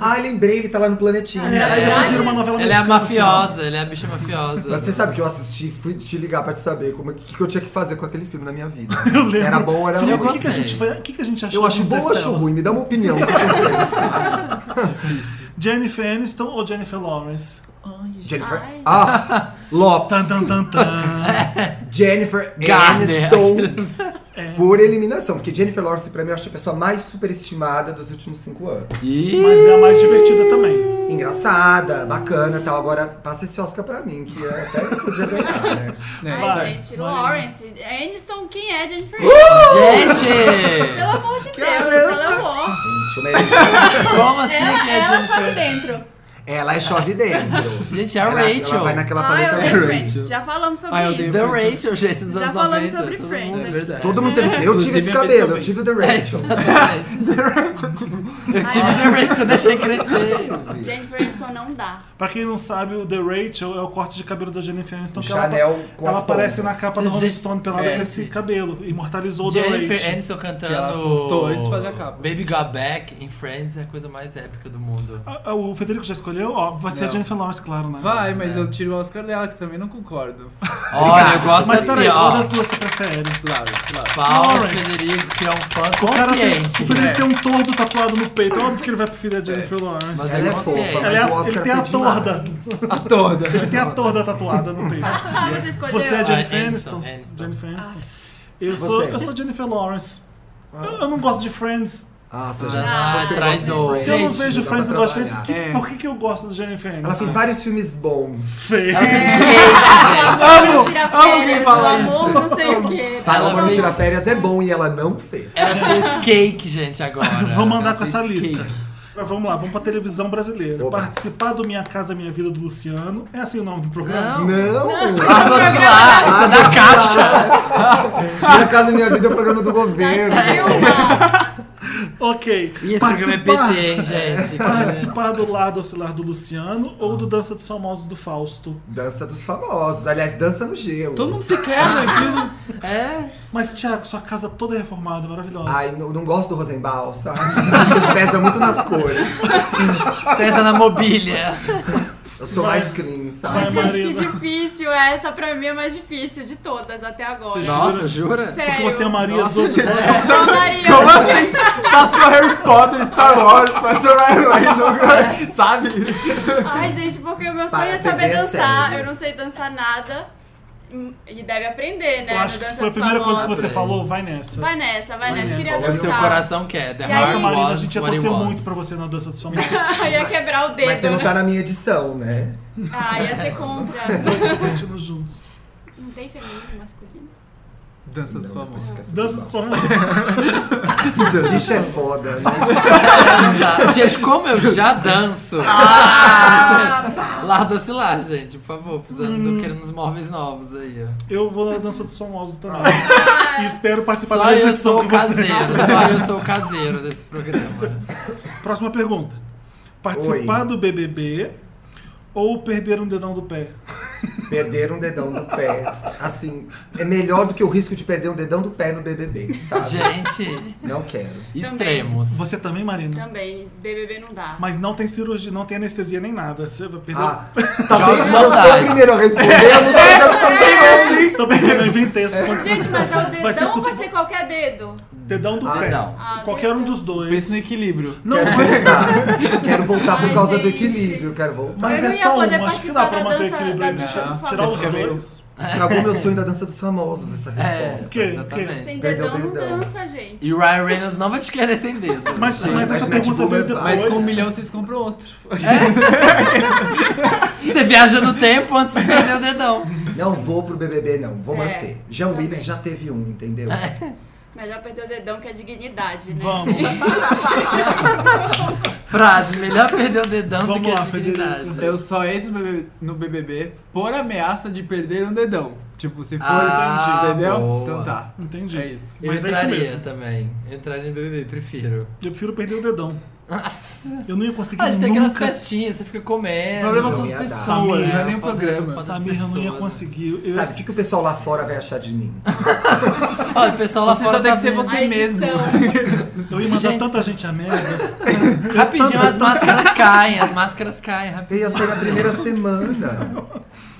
S4: Ah, lembrei, ele tá lá no planetinha.
S1: É, aí depois vira uma novela
S2: Ele é a
S1: mexicana no final.
S2: mafiosa, ele é a bicha mafiosa.
S4: Mas você sabe que eu assisti, fui te ligar pra te saber como o que, que eu tinha que fazer com aquele filme na minha vida.
S1: Eu
S4: Se
S1: lembro.
S4: era bom ou era
S1: Filho,
S4: ruim.
S1: o que, que a gente foi- o que, que a gente achou?
S4: Eu acho
S1: do
S4: bom ou acho
S1: Interstellar?
S4: ruim? Me dá uma opinião. o que que eu sei?
S1: Jennifer Aniston ou Jennifer Lawrence?
S4: Jennifer.
S3: Ai.
S4: Ah! Lopes.
S1: Tan, tan, tan, tan.
S4: Jennifer
S2: Garner.
S4: Aniston
S1: É,
S4: por eliminação. Porque Jennifer Lawrence, pra mim, eu acho a pessoa mais superestimada dos últimos cinco anos.
S1: Mas é a mais divertida também.
S4: Engraçada, bacana e tal. Agora, passa esse Oscar pra mim, que eu até podia ganhar, né?
S5: Né?
S3: Ai,
S1: Vai,
S3: gente,
S1: vai.
S3: Lawrence, Aniston, quem é Jennifer?
S2: Gente!
S3: Pelo amor de Deus,
S4: Caramba.
S3: ela é o
S4: Gente, eu mereço.
S2: Como assim
S3: Ela,
S2: que é
S3: ela só que
S2: Jennifer?
S3: dentro.
S4: Ela é chove dentro.
S2: Gente, é a
S4: Ela, ela tá
S2: Rachel.
S4: vai naquela
S3: Ai,
S4: paleta
S3: eu
S4: Rachel.
S3: odeio Friends. Já falamos sobre
S5: Ai, eu odeio
S3: isso.
S2: The Rachel, gente, dos
S3: Já
S2: anos 90.
S3: falamos sobre
S2: todo
S3: Friends né?
S2: mundo-
S5: É verdade.
S4: Todo mundo teve esse. Eu tive
S5: Inclusive,
S4: esse
S5: minha
S4: cabelo, eu
S5: vez que
S4: tive o The
S2: É,
S4: Rachel.
S2: exatamente. Eu tive The Rachel, eu deixei crescer.
S3: Jennifer Aniston não dá.
S1: Pra quem não sabe, o The Rachel é o corte de cabelo da Jennifer Aniston. Que
S4: Chanel
S1: ela,
S4: com
S1: ela
S4: as
S1: aparece
S4: pontas.
S1: na capa do
S2: Gente,
S1: Rolling Stone pelada
S2: é,
S1: com esse
S2: sim.
S1: cabelo. Imortalizou o The
S2: Jennifer é-
S1: Rachel.
S2: Aniston
S5: Que ela
S2: cantando
S5: cantou antes de fazer a capa.
S2: Baby Got Back em Friends é a coisa mais épica do mundo.
S1: Ah, ah, O Federico já escolheu? Ó, vai ser a
S5: Não.
S1: Jennifer Lawrence, claro, né?
S5: Vai, mas eu tiro o Oscar dela, que também não concordo.
S2: Olha, eu gosto
S1: Mas
S2: assim,
S1: peraí, qual das
S2: ó.
S1: duas você prefere?
S5: Lawrence, Lawrence.
S2: Paulo
S1: Lawrence.
S2: Federico, que é um fã
S1: O cara tem, o
S2: consciente. né?
S1: Felipe
S5: É.
S1: tem um tordo tatuado no peito. É Óbvio que ele vai preferir a Jennifer Lawrence.
S2: Mas
S4: Ela
S2: eu
S4: é
S2: não sei.
S4: fofa,
S1: Ela é
S4: mas o
S1: a-
S4: Oscar
S1: ele tem a
S4: foi demais.
S1: torda.
S5: A toda.
S1: Ele tem a torda tatuada no peito.
S3: Ah, você escolheu.
S1: Você é Jennifer
S2: Aniston,
S1: Aniston?
S2: Aniston.
S1: Jennifer Aniston. Eu sou,
S4: Ah. Você. Ah.
S1: eu sou Jennifer Lawrence. Eu, eu não gosto de Friends.
S4: Nossa, já
S2: Ah,
S4: se você gosta de
S2: traidor.
S4: Friends,
S1: Se eu não
S2: Gente,
S1: vejo
S4: dá
S1: Friends e
S4: pra
S1: não gosto de Friends,
S4: trabalhar.
S1: que-
S5: É.
S1: por que, que eu gosto de Jennifer Aniston?
S4: Ela fez vários filmes bons.
S1: feia.
S3: Amo, tirar
S5: amo quem
S3: férias, o
S5: fala
S3: amor não sei o quê.
S2: Ela
S4: Ela Tá, Amor
S2: fez-
S4: não Tira Férias é bom e ela não fez.
S2: Ela fez cake, gente, agora.
S1: Vamos andar
S2: Ela
S1: com
S2: fez
S1: essa
S2: cake.
S1: lista. Agora vamos lá, vamos pra televisão brasileira.
S4: Opa.
S1: Participar do Minha Casa Minha Vida do Luciano. É assim o nome do programa?
S2: Não.
S4: Não!
S2: Ah, vamos lá, isso é da caixa.
S4: Minha Casa Minha Vida é o programa do governo.
S3: Dilma.
S1: Ok.
S2: E esse programa é PT, hein, gente?
S1: Participar do lado oscilar do Luciano ou do Dança dos Famosos do Fausto.
S4: Dança dos famosos. Aliás, dança no gelo.
S5: Todo mundo se quebra aquilo.
S2: É.
S1: Mas, Thiago, sua casa toda é reformada, maravilhosa.
S4: Ai, não, não gosto do Rosenbaum, sabe? Acho que pesa muito nas cores.
S2: Pensa na mobília.
S4: Eu sou
S1: Vai.
S4: mais clean, sabe?
S1: Vai,
S3: Gente, que
S1: Marina.
S3: difícil. Essa pra mim é a mais difícil de todas até agora.
S1: Você
S2: Nossa, jura?
S3: Sério.
S1: Porque você é amaria as
S2: Nossa,
S1: outras.
S2: gente.
S3: Eu sou a Maria.
S5: Como assim? Passou Harry Potter, Star Wars, passou Ryan Reynolds, sabe?
S3: Ai, gente, porque o meu sonho
S4: Para,
S3: é saber
S4: TV é
S3: dançar.
S4: sério.
S3: Eu não sei dançar nada. Hum, E deve aprender, né?
S1: Eu
S3: no
S1: acho que
S3: Dança
S1: se foi a
S3: dos
S1: primeira coisa que
S3: Famosos.
S1: você falou, vai nessa.
S3: Vai nessa, vai
S1: Vai
S3: nessa.
S1: nessa.
S3: Queria
S2: É o que seu
S3: dançar.
S2: coração quer. The
S3: E aí-
S1: Nossa,
S2: heart
S3: Ai,
S1: Marina, a
S2: wants
S1: gente ia
S2: what he
S1: torcer
S2: wants.
S1: muito pra você na dança dos famosos.
S3: Ai, ia quebrar o dedo.
S4: Mas você não
S3: né?
S4: tá na minha edição, né?
S3: Ah, ia ser contra.
S1: Continuamos juntos.
S3: Não tem feminino, masculino.
S5: Dança dos
S4: Não, depois
S5: famosos.
S4: fica tudo
S1: Dança
S4: bom.
S1: dos famosos.
S5: Então.
S4: Bicho é foda, né?
S2: Tá, Gente, como eu já danço.
S1: Ah!
S2: Lá doce lá, gente, por favor. Precisando, tô querendo uns móveis novos aí, ó.
S1: Eu vou na dança dos famosos também. E espero participar
S2: Só
S1: da
S2: eu
S1: edição
S2: sou
S1: com
S2: o
S1: você.
S2: caseiro, só eu sou o caseiro desse programa.
S1: Próxima pergunta. Participar
S4: Oi.
S1: do BBB ou perder um dedão do pé?
S4: Perder um dedão do pé. Assim, é melhor do que o risco de perder um dedão do pé no BBB, sabe?
S2: Gente,
S4: Não quero.
S2: extremos.
S1: Você também, Marina?
S3: Também, BBB não dá.
S1: Mas não tem cirurgia, não tem anestesia nem nada. Você vai perder.
S4: Ah, talvez
S2: Jogos
S4: porque eu sou
S2: mortais.
S4: o primeiro a responder, eu não sei das
S3: É,
S4: condições.
S1: Também não inventei essa condição.
S3: Gente, mas é o
S1: Vai ser
S3: dedão ou
S1: tudo-
S3: pode ser qualquer dedo?
S1: Dedão do
S4: Ah,
S1: pé.
S2: não.
S3: Ah,
S1: Qualquer um
S3: dedão.
S1: dos dois.
S5: Pensa no equilíbrio.
S1: Não,
S4: Quero
S1: mas-
S4: voltar. Quero voltar por
S3: Ai,
S4: causa do
S3: gente.
S4: equilíbrio, quero voltar.
S1: mas
S3: Eu
S1: é
S3: não ia
S1: só um.
S3: poder
S1: Acho que
S3: participar
S1: dá pra
S3: da
S1: manter o
S3: dança-
S1: equilíbrio
S3: da
S1: aí. né?
S3: dança dos
S1: Tirar os
S5: famosos.
S1: dois.
S4: Estragou meu sonho da dança dos famosos, essa
S2: É,
S4: resposta.
S1: Que-
S2: exatamente.
S3: Sem
S4: Perdeu
S3: dedão não
S4: o dedão.
S3: dança, gente.
S2: E o Ryan Reynolds não vai te querer sem dedo.
S1: Mas,
S2: gente.
S1: mas essa
S4: Mas Matt
S1: pergunta veio
S4: Boomer
S1: depois.
S4: vai.
S5: Mas com um milhão vocês compram outro.
S2: Você viaja no tempo antes de perder o dedão.
S4: Não vou pro BBB, não. Vou
S3: É,
S4: manter. Jean
S3: também. É.
S4: Willis já teve um, entendeu?
S3: Melhor perder o dedão que a dignidade, né?
S1: Vamos.
S2: Frase, melhor perder o dedão do
S1: Vamos
S2: que a
S1: lá,
S2: dignidade.
S5: Eu só entro no BBB, no BBB por ameaça de perder um dedão. Tipo, se for,
S2: Ah,
S5: entendi, entendeu?
S2: boa.
S5: Então tá.
S1: Entendi.
S5: É isso.
S2: Eu
S1: Mas é isso
S2: entraria
S1: mesmo.
S2: também. Eu entraria no BBB, prefiro.
S1: Eu prefiro perder o dedão.
S2: Nossa.
S1: Eu não ia conseguir
S2: Ah, a gente tem aquelas
S1: nunca.
S2: festinhas, você fica comendo.
S5: O problema
S4: não
S5: são as
S4: ia dar.
S5: pessoas, não
S1: Samir,
S5: é nem o
S2: foda-
S5: programa.
S2: foda-
S1: A Mirra não ia
S5: né?
S2: pessoas.
S1: conseguir. Eu ia assim,
S4: Sabe, o que, que o pessoal lá fora vai achar de mim?
S2: Olha, o pessoal lá
S5: Você
S2: fora
S5: só tem
S2: tá
S5: que ser
S2: vendo.
S5: você
S3: A
S5: mesmo.
S3: edição.
S5: tipo,
S1: Eu ia mandar
S2: Gente-
S1: tanta gente a merda.
S2: Rapidinho as máscaras caem, as máscaras caem rapidinho.
S4: Eu ia ser na primeira semana.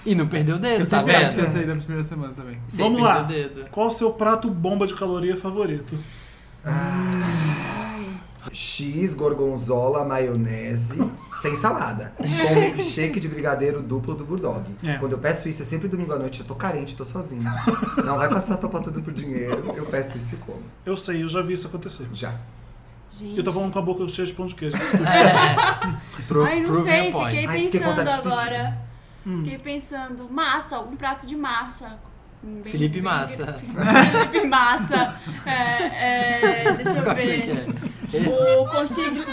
S2: E não perdeu o dedo,
S5: Eu
S2: tá
S5: sempre acho que
S2: vendo?
S5: eu saí da primeira semana também.
S2: Sem
S1: Vamos
S2: perder
S1: lá.
S2: o dedo.
S1: Qual o seu prato bomba de caloria favorito?
S4: X, gorgonzola, maionese, sem salada. Com milkshake de brigadeiro duplo do Bulldog.
S1: É.
S4: Quando eu peço isso, é sempre domingo à noite. Eu tô carente, tô sozinho. Não vai passar topa tudo por dinheiro. Eu peço isso e como.
S1: Eu sei, eu já vi isso acontecer.
S4: Já.
S3: Gente,
S1: Eu tô falando com a boca cheia de pão de queijo. desculpa.
S2: Pro,
S3: ai, não
S2: prove your
S3: sei,
S2: point.
S3: fiquei
S4: Ai, fiquei com
S3: pensando
S4: vontade de pedir.
S3: agora.
S1: Hum.
S3: Fiquei pensando, massa, algum prato de massa. Hum, Bem-
S2: Felipe
S3: bem-
S2: Massa.
S3: Felipe Massa. É, é, deixa eu
S2: Qual você quer?
S3: ver. O conchigli...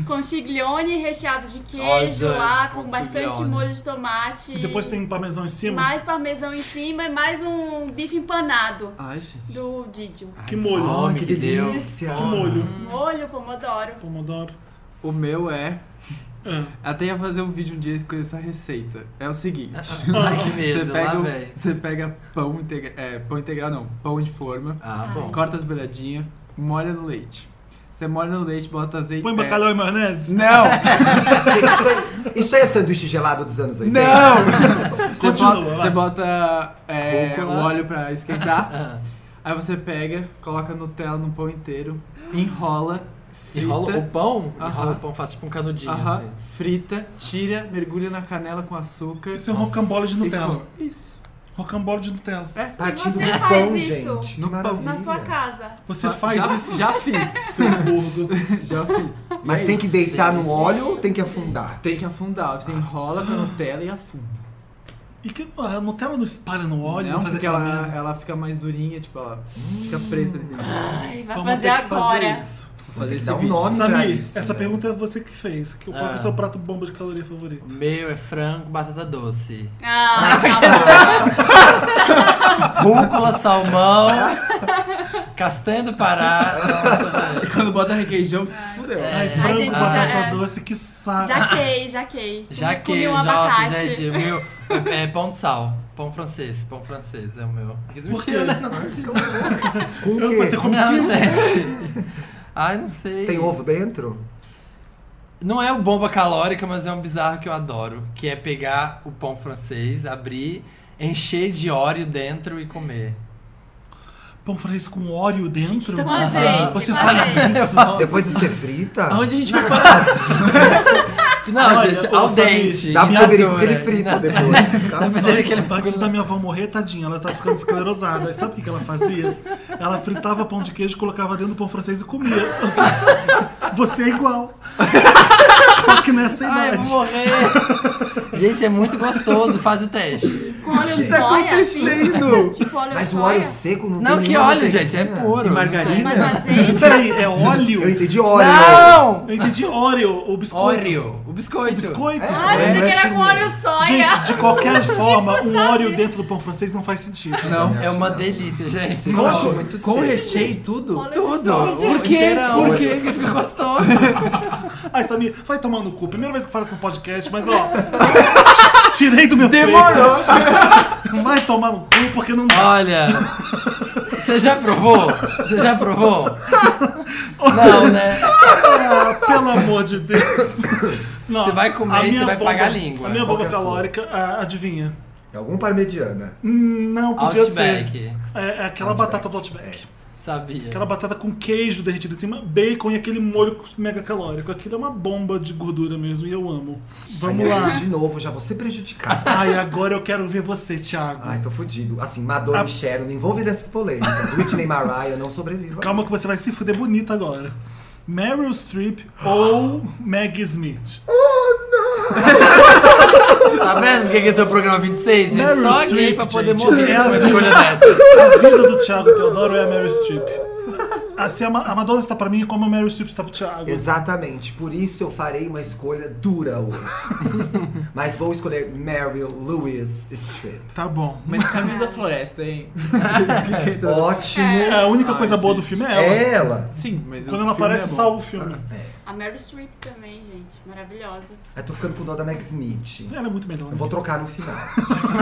S3: conchiglione recheado de queijo
S2: Olha,
S3: lá,
S2: gente,
S3: com bastante
S2: conchiglione.
S3: molho de tomate.
S1: E Depois tem um parmesão em cima.
S3: Mais parmesão em cima e mais um bife empanado
S5: Ai, gente.
S3: do Didio.
S1: Que molho.
S2: Ai,
S4: Ai,
S2: Fome
S4: que
S2: que deu.
S4: delícia!
S1: Que molho.
S3: Molho, pomodoro.
S1: Pomodoro.
S5: O meu é.
S1: Ah,
S5: Até ia fazer um vídeo um dia com essa receita. É o seguinte.
S2: Ai, que medo,
S5: Você pega,
S2: É
S5: um-
S2: lá
S5: o-
S2: vem.
S5: você pega pão integral. É, pão integral não, pão de forma.
S2: Ah, bom.
S5: Corta as beiradinhas, molha no leite. Você molha no leite, bota azeite.
S1: Põe
S5: é,
S1: bacalhau e maionese?
S5: Não!
S4: Isso aí, isso aí é sanduíche gelado dos anos 80?
S5: Não! Você
S1: Continua,
S5: bota,
S1: vai.
S5: você bota, é, o
S2: Rúcula.
S5: óleo pra esquentar.
S2: Ah,
S5: aí você pega, coloca Nutella no pão inteiro, enrola, frita.
S2: enrola o pão?
S5: Aham.
S2: Enrola o pão, faz tipo um canudinho,
S5: aham,
S2: assim.
S5: frita, tira, mergulha na canela com açúcar.
S1: Isso é um rocambole de
S5: E
S1: Nutella.
S5: come. Isso.
S1: Rocambole de Nutella.
S5: É.
S4: Partindo
S3: Você
S4: do
S3: faz
S4: pão,
S3: isso
S4: gente.
S5: no
S4: que
S5: pão.
S4: maravilha.
S3: Na sua casa.
S1: Você faz
S5: Ah, já,
S1: isso,
S5: Já fiz.
S1: seu gordo.
S5: Já fiz.
S4: Mas
S5: E é
S4: tem que
S5: isso.
S4: deitar no óleo ou tem que afundar?
S5: Tem que afundar. Você enrola pra Nutella e afunda.
S1: E que a Nutella não espalha no óleo?
S5: não,
S1: fazer
S5: porque
S1: aquela
S5: ela,
S1: merda?
S5: ela fica mais durinha, tipo, ela fica presa ali dentro.
S3: Ai, vai
S1: Vamos
S3: fazer
S1: ter que
S3: agora.
S1: Fazer isso.
S5: Vou
S4: Tem
S5: fazer
S4: que
S5: esse
S4: dar um
S5: vídeo.
S4: nome pra
S1: Samir,
S4: isso.
S1: essa
S4: né?
S1: pergunta é você que fez. Que qual que é
S5: Ah.
S1: o seu prato bomba de caloria favorito?
S2: O meu é frango, batata doce.
S3: Ah, calma.
S2: Rúcula, salmão, castanha do Pará. Nossa, né?
S5: Quando bota requeijão, fudeu.
S1: Ai,
S3: Ai,
S1: frango,
S3: gente, já-
S1: batata
S3: é.
S1: doce, que saco.
S3: Jaquei, jaquei.
S2: Já
S3: Comi-
S2: que,
S3: comi um
S2: nossa,
S3: abacate.
S2: gente, o meu é pão de sal. Pão francês, pão francês é o meu.
S1: Por quê?
S2: Mentira, né? Não,
S4: Com o
S1: Eu- mas você
S4: quê?
S1: come
S2: não,
S1: fio?
S2: gente. Ai, não sei.
S4: Tem ovo dentro?
S2: Não é o bomba calórica, mas é um bizarro que eu adoro. Que é pegar o pão francês, abrir, encher de óleo dentro e comer.
S1: Pão francês com óleo dentro?
S3: tá com
S1: Ah,
S3: azeite,
S1: Você
S3: com
S1: faz
S3: azeite.
S1: isso?
S4: Depois você frita.
S2: Aonde a gente vai parar? Não,
S1: Olha,
S2: gente,
S1: ô,
S2: ao
S1: Samir,
S2: dente.
S4: Dá pro
S2: Minha
S4: Federico
S2: dor, é
S4: que ele
S2: né?
S4: frita depois.
S2: Dá pro Federico que ele
S1: Antes da minha avó morrer, tadinha, ela tá ficando esclerosada. Sabe o que que ela fazia? Ela fritava pão de queijo, colocava dentro do pão francês e comia. Você é igual. Só que nessa
S2: Ai, eu
S1: idade.
S2: vou morrer. gente, é muito gostoso. Faz o teste.
S3: Com óleo
S4: Gente,
S3: soja,
S4: tá acontecendo?
S3: assim. Tipo óleo
S4: Mas o
S3: soja.
S4: óleo seco não,
S2: Não,
S4: tem
S2: que
S4: nenhuma
S2: óleo, gente. É
S4: proteína.
S2: puro.
S5: E margarina?
S3: Mas azeite.
S1: Peraí, é óleo?
S4: Eu entendi óleo.
S2: Não!
S1: Eu entendi Oreo, o biscoito.
S2: Óleo. O biscoito.
S1: O biscoito.
S3: Ah,
S4: É,
S3: pensei
S4: não é
S3: que era com
S4: chinês.
S3: óleo soja.
S1: Gente, de qualquer forma, um
S3: sabe?
S1: óleo dentro do pão francês não faz sentido.
S2: Não,
S4: Também
S2: é
S4: acho
S2: uma
S4: não.
S2: delícia, gente.
S4: Eu acho muito
S5: Com
S4: seco.
S5: recheio e tudo?
S3: Olha
S2: Tudo.
S3: só, gente.
S2: Por quê?
S5: Inteirão.
S2: Por quê? Porque fica gostoso.
S1: Ai, Samir, vai tomar no cu. Primeira vez que falo isso no podcast, mas ó. Tirei do meu
S5: Demorou!
S1: peito. Vai tomar no cu porque não dá.
S2: Olha, você já provou? Você já provou? Não, né?
S1: Ah, pelo amor de Deus. Não,
S2: Você vai comer
S1: a
S2: e
S1: minha
S2: você vai
S1: bomba-
S2: pagar a língua.
S1: A minha
S4: Qual
S1: bomba
S4: que é a sua?
S1: calórica, ah, adivinha?
S4: É algum parmegiana.
S1: Hum, Não, podia ser.
S2: Outback.
S1: É, é aquela batata do Outback.
S2: Sabia.
S1: Aquela batata com queijo derretido em cima, bacon e aquele molho mega calórico. Aquilo é uma bomba de gordura mesmo e eu amo. Vamos
S4: Ai,
S1: lá.
S4: De novo, já vou ser prejudicada.
S1: Ai, agora eu quero ver você, Thiago.
S4: Ai, tô fudido. Assim, Madonna
S1: Ah.
S4: e Sharon, me envolve nessas polêmicas. Whitney Mariah, eu não sobrevivo. a
S1: Calma que
S4: isso.
S1: você vai se fuder bonita agora. Meryl Streep ou Maggie Smith?
S2: Tá vendo porque que esse é o programa 26, gente?
S1: Meryl
S2: Só gay
S1: Streep,
S2: pra poder
S1: gente.
S2: morrer
S1: É
S2: com uma
S1: a
S2: escolha
S1: vida.
S2: dessa.
S1: A vida do Thiago Teodoro é a Meryl Streep. Ah, Se a Ma- a Madonna está pra mim, como a Meryl Streep está pro Thiago.
S4: Exatamente, por isso eu farei uma escolha dura hoje. Mas vou escolher Meryl Lewis Streep.
S1: Tá bom.
S5: Mas caminho da floresta, hein?
S4: Ótimo.
S1: É, a única
S5: Ai,
S1: coisa boa do
S5: gente.
S1: filme é ela.
S4: É ela.
S5: Sim, mas
S1: Quando
S5: o
S1: ela
S5: filme
S1: aparece,
S5: é bom.
S1: salva o filme.
S3: A Meryl Streep também, gente. Maravilhosa.
S4: Eu tô ficando com dó da Meg Smith.
S1: Ela é muito melhor.
S4: Ah. Eu vou trocar no final.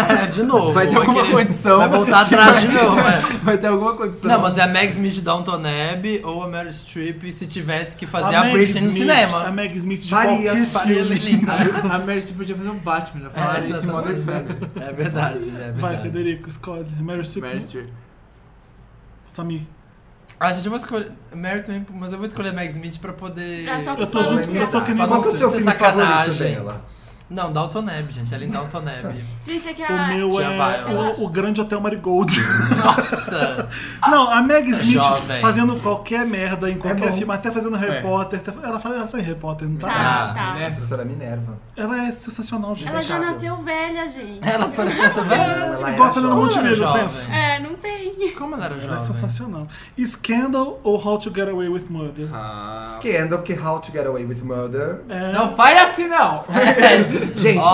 S2: É, de novo.
S5: Vai ter
S2: Vou
S5: alguma condição.
S2: Vai voltar atrás de novo. é.
S5: Vai ter alguma condição.
S2: Não, mas é a Meg Smith Downton Abbey ou a Meryl Streep se tivesse que fazer a,
S1: Meg
S2: Britney no
S1: Smith- A
S2: cinema.
S1: Meg Smith de
S4: Faria,
S1: qualquer
S2: Faria
S1: filme.
S2: lindo.
S5: A, a Mary Streep podia fazer um Batman, já falaram
S2: É,
S5: isso em Modern Family.
S2: É verdade, é verdade.
S1: Vai, Federico, escolhe. Meryl Streep.
S5: Mary Streep.
S1: Samir.
S2: A Ah, gente vai escolher. Meryl também, mas eu vou escolher a Meg Smith pra poder.
S3: Pra só
S1: Eu tô junto, eu tô que nem
S2: Pra não
S4: Qual que é o
S1: você.
S4: seu
S2: ser
S4: filme favorito
S2: sacanagem.
S4: dela?
S2: Não, Dalton Abbey, gente. Ela em Dalton Abbey.
S3: Gente, é que
S1: O
S3: a.
S1: meu
S2: Tia
S1: é
S2: vai,
S1: o,
S2: ela-
S1: o Grande Hotel Marigold.
S2: Nossa!
S1: Não, a Meg Smith
S2: Jovem.
S1: fazendo qualquer merda em qualquer
S4: bom.
S1: filme, até fazendo Harry
S5: É.
S1: Potter. até- Ela, faz, ela tá em Harry Potter, não tá?
S3: Tá,
S2: Ah,
S3: tá.
S5: Maléfica.
S4: Professora Minerva.
S1: Ela é sensacional, gente.
S3: Ela já
S4: Impecável.
S3: nasceu velha, gente.
S2: Ela parece velha.
S4: Ela
S1: Igual a
S4: era
S2: Como
S1: Fernanda
S4: jovem.
S2: ela era
S1: Montenegro, eu
S2: jovem?
S1: penso.
S3: É, não tem.
S2: Como ela era
S1: Ela é
S2: jovem?
S1: sensacional. Scandal ou How to Get Away with Murder?
S4: Scandal, porque How to Get Away with Murder.
S1: É,
S5: Não faz assim, não!
S4: Gente, se a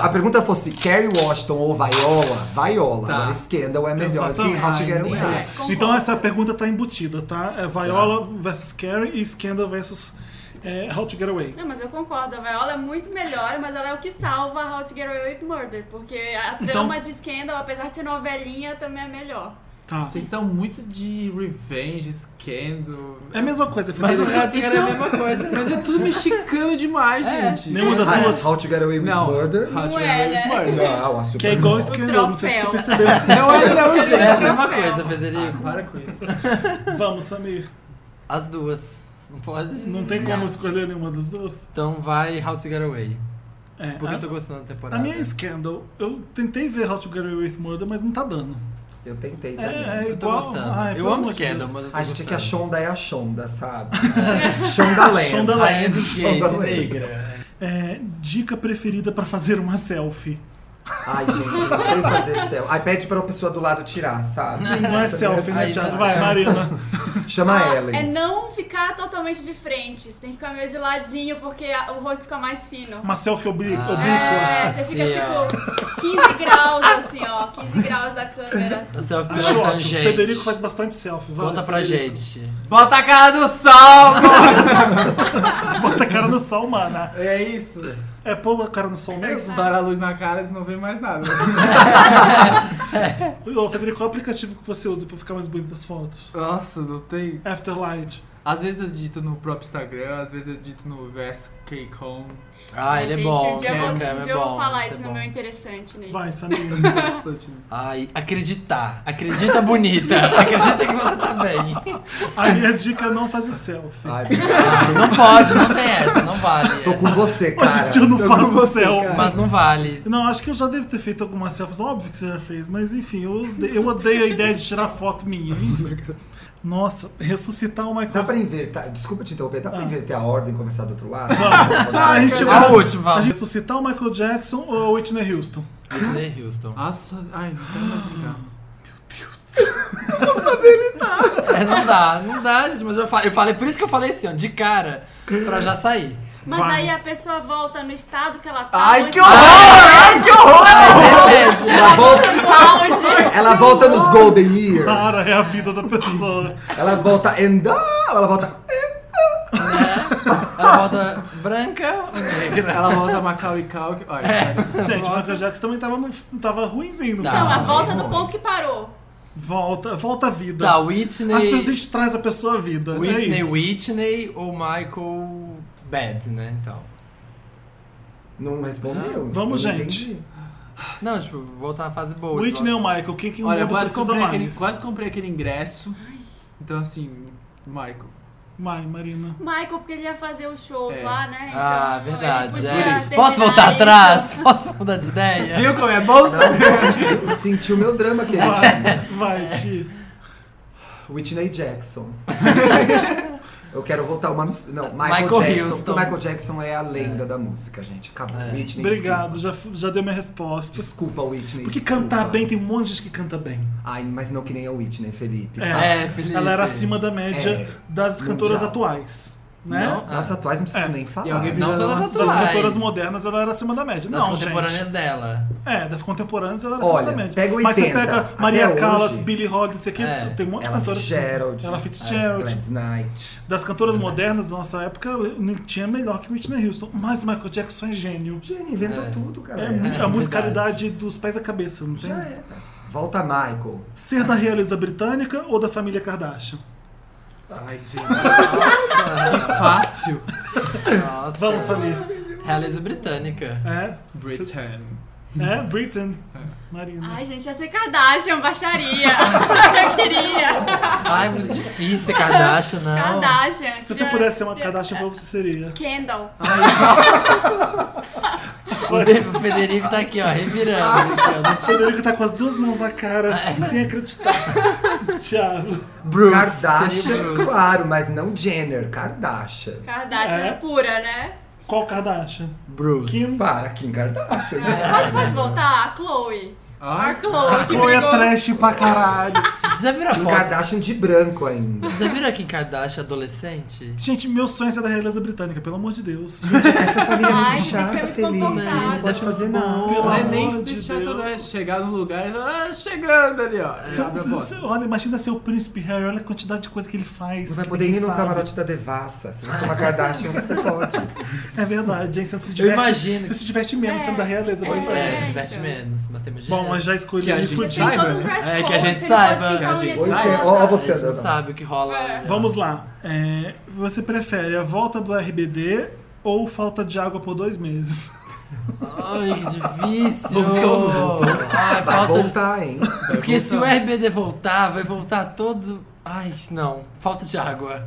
S2: Olha!
S4: pergunta fosse Kerry Washington ou Viola, Viola.
S5: Tá.
S4: Agora Scandal é melhor
S1: Exatamente.
S4: que How to Get Away.
S2: Ai,
S3: É, concordo.
S1: Então essa pergunta tá embutida, tá? É Viola versus Carrie e Scandal versus é, How to Get Away.
S3: Não, mas eu concordo. A Viola é muito melhor, mas ela é o que salva How to Get Away with Murder. Porque a
S1: Então-
S3: trama de Scandal, apesar de ser novelinha, também é melhor.
S1: Tá.
S5: Vocês são muito de revenge, esquendo.
S1: É a mesma coisa,
S2: Mas o
S1: Federico.
S2: Rato era a mesma coisa.
S1: né?
S5: Mas é tudo mexicano demais,
S2: É,
S5: gente.
S1: Nenhuma das
S4: Ah,
S1: duas.
S4: How to Get Away with
S5: Não.
S4: Murder?
S5: How to
S3: Não
S5: Get
S3: é,
S5: Away with
S3: né?
S5: Murder.
S4: Não, a
S1: Que é
S4: Super
S1: igual
S4: Bowl.
S1: Scandal, não sei se você
S3: troféu.
S1: percebeu.
S5: Não é, não, gente.
S2: É a mesma coisa, Federico.
S5: Ah, para com isso.
S1: Vamos, Samir.
S2: As duas. Não pode.
S1: Não tem como escolher nenhuma das duas.
S2: Então vai How to Get Away.
S1: É,
S2: Porque
S1: a-
S2: eu tô gostando da
S1: A
S2: temporada.
S1: minha é Scandal. Eu tentei ver How to Get Away with Murder, mas não tá dando.
S4: Eu tentei
S1: É,
S4: também.
S1: é
S2: Eu tô
S1: igual.
S2: gostando.
S1: Ai,
S2: eu
S1: pelo
S2: amo
S1: amor de
S2: Scandal,
S1: Deus.
S2: mas eu tô
S4: A gente aqui é a
S2: gostando.
S4: Shonda é a Shonda, sabe? Shonda Land.
S1: Shonda-
S2: Rainha do
S4: Shonda
S2: skate
S4: Land.
S2: negra.
S1: É, dica preferida pra fazer uma selfie.
S4: Ai, gente, eu não sei fazer selfie. Ai, pede pra pessoa do lado tirar, sabe?
S1: Não é
S4: Essa
S1: selfie,
S4: minha-
S1: né,
S2: Aí,
S1: Thiago?
S2: mas-
S1: Vai, Marina.
S4: Chama
S3: Ah,
S4: Ellen.
S3: É não ficar totalmente de frente. Você tem que ficar meio de ladinho, porque a- o rosto fica mais fino.
S1: Uma selfie obli-
S2: Ah.
S1: oblíqua.
S3: É,
S2: Ah,
S3: você fica
S2: assim, ó.
S3: tipo 15 graus assim, ó. 15 graus da câmera.
S2: O selfie
S1: Acho
S2: pela
S1: ótimo. O Federico
S2: tangente.
S1: faz bastante selfie. Vai,
S2: tá Conta pra
S1: Federico.
S2: gente.
S5: Bota a cara no sol!
S1: Bota a cara no sol, mana.
S5: é isso.
S1: É pôr a cara no sol
S5: É isso,
S1: mesmo?
S5: dar a luz na cara e não vê mais nada.
S1: Ô, Federico, qual é o aplicativo que você usa pra ficar mais bonito das fotos?
S5: Nossa, não tem.
S1: Afterlight.
S5: Às vezes é dito no próprio Instagram, às vezes é dito no VSKCon.
S2: Ah, ele
S3: gente,
S2: é bom.
S3: Um dia,
S2: esse
S3: eu, vou,
S2: cara
S3: um
S2: é
S3: dia eu vou
S2: bom,
S3: falar
S2: esse
S3: isso
S2: é
S3: no
S2: bom.
S3: meu interessante, né? Ney.
S1: Vai, Samir.
S5: Bastante.
S2: Ai, acreditar. Acredita bonita. Acredita que você tá bem.
S1: A minha dica é não fazer selfie.
S4: Ai,
S2: Ah, não pode, não tem essa, não vale.
S4: tô com
S2: essa.
S4: você,
S1: Hoje
S4: cara.
S1: em dia eu não
S4: Tô com
S1: faço
S4: você,
S1: selfie.
S4: cara.
S2: Mas não vale.
S1: Não, acho que eu já devo ter feito algumas selfies, óbvio que você já fez, mas enfim, eu, ode- eu odeio a ideia de tirar foto minha. Nossa, ressuscitar o Michael.
S4: Dá pra inverter, desculpa te interromper, dá pra inverter a ordem e começar do outro lado?
S1: Ah, a gente
S2: É o último,
S1: a gente
S2: vamos.
S1: ressuscitar o Michael Jackson ou a Whitney Houston?
S2: Whitney Houston.
S5: Nossa, ai, não quero mais brincar.
S2: É, não dá, não dá, gente. Mas eu falei, eu falei, por isso que eu falei assim, ó, de cara, pra já sair.
S3: Mas
S1: Vai.
S3: aí a pessoa volta no estado que ela tá.
S4: Ai,
S3: no
S4: que
S3: estado
S4: horror!
S2: Depende.
S4: Ela volta,
S3: do auge.
S4: ela volta nos Golden Years.
S1: Cara, é a vida da pessoa.
S4: Ela volta and ah, ela volta.
S2: Ela volta branca ou negra?
S5: Ela volta Macau e Cal. Olha,
S1: Gente, o Michael Jackson também tava, no, tava ruimzinho. no
S2: Tá.
S3: Não,
S1: final.
S3: a volta
S4: bem
S3: do
S4: ruim.
S3: povo que parou.
S1: Volta, volta à vida.
S2: Da
S1: Às vezes a
S2: Tá, Whitney.
S1: gente traz a pessoa à vida. é
S2: Whitney,
S1: isso.
S2: Whitney ou Michael Bad, né? Então.
S4: Não respondeu.
S1: Vamos,
S4: Eu não
S1: gente.
S4: entendi.
S2: Não, tipo, voltar à fase boa.
S1: Whitney
S2: tipo,
S1: ou Michael? Quem que o
S5: olha eu
S1: mundo
S5: quase
S1: precisa
S5: comprei,
S1: mais?
S5: aquele, quase comprei aquele ingresso. Então, assim, Michael.
S1: Vai, Marina.
S3: Michael, porque ele ia fazer os shows
S5: É.
S3: lá, né?
S2: Ah,
S3: Então, ele
S2: verdade.
S3: podia
S2: É.
S3: terminar
S2: Posso voltar
S3: isso.
S2: atrás? Posso mudar de ideia?
S5: Viu como é bom?
S4: Não, eu senti o meu drama, querido.
S1: Vai, vai, Ti.
S4: Whitney Jackson. Eu quero voltar uma mistura. Não, Michael,
S2: Michael
S4: Jackson.
S2: Houston.
S4: porque O Michael Jackson é a lenda da música, gente. Acabou.
S2: É.
S4: Whitney.
S1: Obrigado, já, já deu minha resposta.
S4: Desculpa, desculpa Whitney.
S1: Porque
S4: desculpa.
S1: cantar bem, tem um monte de gente que canta bem.
S4: Ai, mas não que nem a Whitney, Felipe.
S1: É.
S2: É, Felipe.
S1: Ela era acima da média
S4: É.
S1: das cantoras
S4: Mundial.
S1: atuais. Né?
S4: Não, das atuais não preciso
S1: É.
S4: nem
S5: E
S4: falar.
S5: alguém
S2: Não só das
S1: Das
S2: atuais.
S1: cantoras modernas, ela era acima da média.
S2: Das
S1: não,
S2: contemporâneas
S1: gente.
S2: dela.
S1: É, das contemporâneas, ela era
S4: Olha,
S1: acima da média.
S4: pega o
S1: Mas você
S4: 80,
S1: pega
S4: até
S1: Maria
S4: hoje.
S1: Callas, Billie Holiday, isso aqui,
S2: É.
S1: tem um monte de
S4: Ela
S1: cantoras.
S4: Fitzgerald. É
S1: Ela é Fitzgerald.
S4: Gladys Knight.
S1: Das cantoras modernas da nossa época, não tinha melhor que Whitney Houston. Mas o Michael Jackson é gênio.
S4: Gênio, inventou tudo,
S1: É,
S4: galera.
S1: mu- a
S2: verdade.
S1: musicalidade dos pés à cabeça, não tem?
S4: Já é. era. Volta Michael.
S1: Ser da realeza britânica ou da família Kardashian?
S5: Ai, gente. que fácil.
S2: Nossa.
S1: Vamos, Samir.
S2: Realeza britânica.
S1: É,
S5: Britain.
S1: é, Britain.
S2: É.
S1: Marina.
S3: Ai, gente, ia ser Kardashian, baixaria. Eu queria.
S2: Ai, muito difícil, Kardashian, não.
S3: Kardashian.
S1: Se você pudesse ser
S2: é.
S1: uma Kardashian, qual você seria?
S3: Kendall.
S2: O David- O Federico tá aqui, ó, revirando. brincando.
S1: Federico tá com as duas mãos na cara, sem acreditar. Thiago.
S2: Bruce. seria o
S4: Kardashian,
S2: Bruce.
S4: claro, mas não Jenner. Kardashian.
S3: Kardashian
S1: É.
S3: é pura, né?
S1: Qual Kardashian?
S2: Bruce.
S1: Kim. É.
S4: Para, Kim Kardashian.
S3: Pode, pode voltar? A Chloe.
S2: Ah,
S3: A
S5: Ai,
S3: Chloe, que
S1: Chloe é
S3: brigou.
S1: trash pra caralho.
S2: Vocês já viram a
S4: Kim
S2: foto?
S4: Kardashian de branco ainda.
S2: Vocês já viram a Kim Kardashian adolescente?
S1: Gente, meu sonho é ser da realeza britânica, pelo amor de Deus.
S4: Essa família é
S3: Ai,
S4: muito
S3: tem que ser
S4: chata,
S3: muito
S4: Felipe.
S3: comportada.
S4: Não pode fazer
S1: Pelo
S5: não
S4: nada.
S5: é nem
S1: amor de
S5: se chato,
S1: Deus.
S5: não é chegar num lugar e falar, ah, chegando ali, ó.
S1: Você-
S5: É, abre a
S1: você-
S5: porta.
S1: olha, imagina ser o príncipe Harry, olha a quantidade de coisa que ele faz.
S4: Você vai
S1: que
S4: poder
S1: ninguém
S4: ir no
S1: sabe. Ah.
S4: camarote da Devassa. Se você é uma Kardashian, você pode.
S1: É verdade, hein? Você se diverte,
S2: imagino.
S1: Você se diverte mesmo
S3: É.
S1: sendo da realeza
S2: Pois
S1: britânica.
S2: é,
S3: então.
S2: se veste menos, mas temos dinheiro.
S1: Bom, mas já
S5: Que
S1: escolhi
S5: a
S1: me
S5: gente
S1: fudi.
S3: Tem todo um
S5: Saiba,
S3: dress
S2: é, que a
S3: code,
S2: gente
S3: ele pode
S2: saiba,
S3: ficar
S5: que a gente
S4: Pois é,
S3: unisex.
S4: ó, ó você
S2: Eles não
S4: andando.
S2: sabe o que rola.
S3: É.
S1: Vamos lá. É, você prefere a volta do RBD ou falta de água por dois meses?
S2: Ai, que difícil.
S5: Voltou, voltou.
S2: Ai,
S4: Vai
S2: falta de
S4: voltar, hein?
S2: Porque se o RBD voltar, vai voltar todo. Ai, não. Falta de água.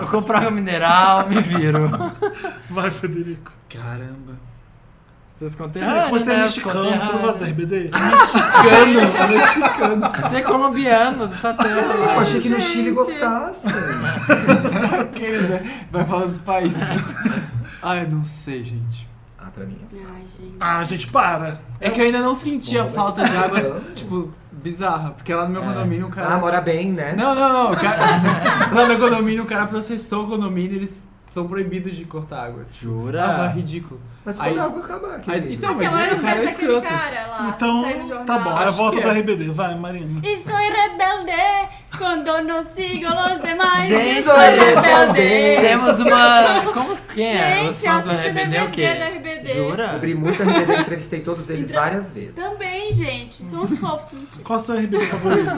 S2: Eu compro água mineral, me viro.
S1: Vai, Federico.
S5: Caramba.
S2: Vocês
S1: Federico,
S2: conterrâneos,
S1: você é
S2: né? Os
S1: mexicano, você não gosta do
S2: conterrâneos.
S1: RBD?
S5: Cano, mexicano.
S2: Você é colombiano, do satélite.
S4: Eu achei que no Chile gostasse.
S5: Aquele, né? Vai falar dos países. Ai, eu não sei, gente.
S4: Ah, pra mim.
S3: Ai, gente.
S1: Ah, gente, para!
S5: É que eu ainda não senti a
S4: Bom,
S5: falta de água,
S4: Amo.
S5: tipo, bizarra. Porque lá no meu
S2: É.
S5: condomínio o cara.
S4: Ah, mora bem, né?
S5: Não, não, não. o cara- lá no condomínio o cara processou o condomínio eles são proibidos de cortar água. Ah,
S2: Jura?
S5: ridículo.
S4: Mas quando
S5: Aí-
S4: a água acabar,
S5: aí-
S4: querido.
S5: então,
S3: Você
S5: mas ele,
S3: olha
S5: o
S3: no
S5: cara
S3: cara
S5: é
S3: daquele
S5: escroto.
S3: cara lá.
S1: Então,
S3: sai no jornal.
S1: tá bom, a
S5: Acho
S1: volta
S5: que
S1: do
S5: é.
S1: RBD. Vai, Marina.
S3: Y soy rebelde cuando no sigo los demás.
S4: Gente,
S3: Y soy rebelde.
S2: Temos uma. Como que é?
S3: Gente,
S2: Os fãs do
S3: assisti o
S2: RBD o quê?
S3: DVD do RBD.
S2: Jura?
S4: Cobri muito RBD, entrevistei todos eles várias vezes.
S3: Também, gente. São
S1: é
S3: os fofos, mentira.
S1: Qual o seu RBD favorito?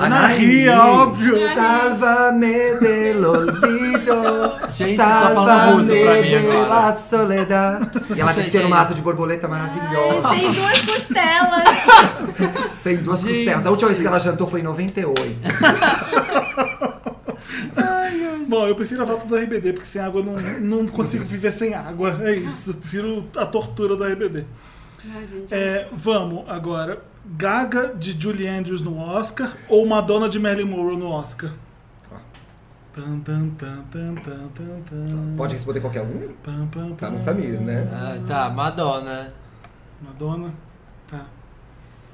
S1: Anaí,
S4: Anaí,
S1: óbvio!
S4: Salva-me de olvido.
S2: Gente, tá falando russo pra mim agora.
S4: la soledad. E ela
S2: Sei quem.
S4: descia
S5: é.
S4: numa asa de borboleta maravilhosa.
S3: Ai, sem duas costelas.
S4: Sem duas costelas. A última vez que ela jantou foi em 98.
S1: Bom, eu prefiro a volta do RBD, porque sem água eu não, não consigo viver sem água. É isso. Prefiro a tortura do RBD.
S3: Ai, gente.
S1: É, vamos agora. Gaga de Julie Andrews no Oscar ou Madonna de Marilyn Monroe no Oscar?
S5: Tá.
S1: Tan, tan, tan, tan, tan, tan,
S5: Tá,
S1: tan.
S4: Pode responder qualquer um?
S1: Pam, pam,
S4: Tá
S1: pam.
S4: no Samir, né?
S2: Ah, tá, Madonna.
S1: Madonna. Tá.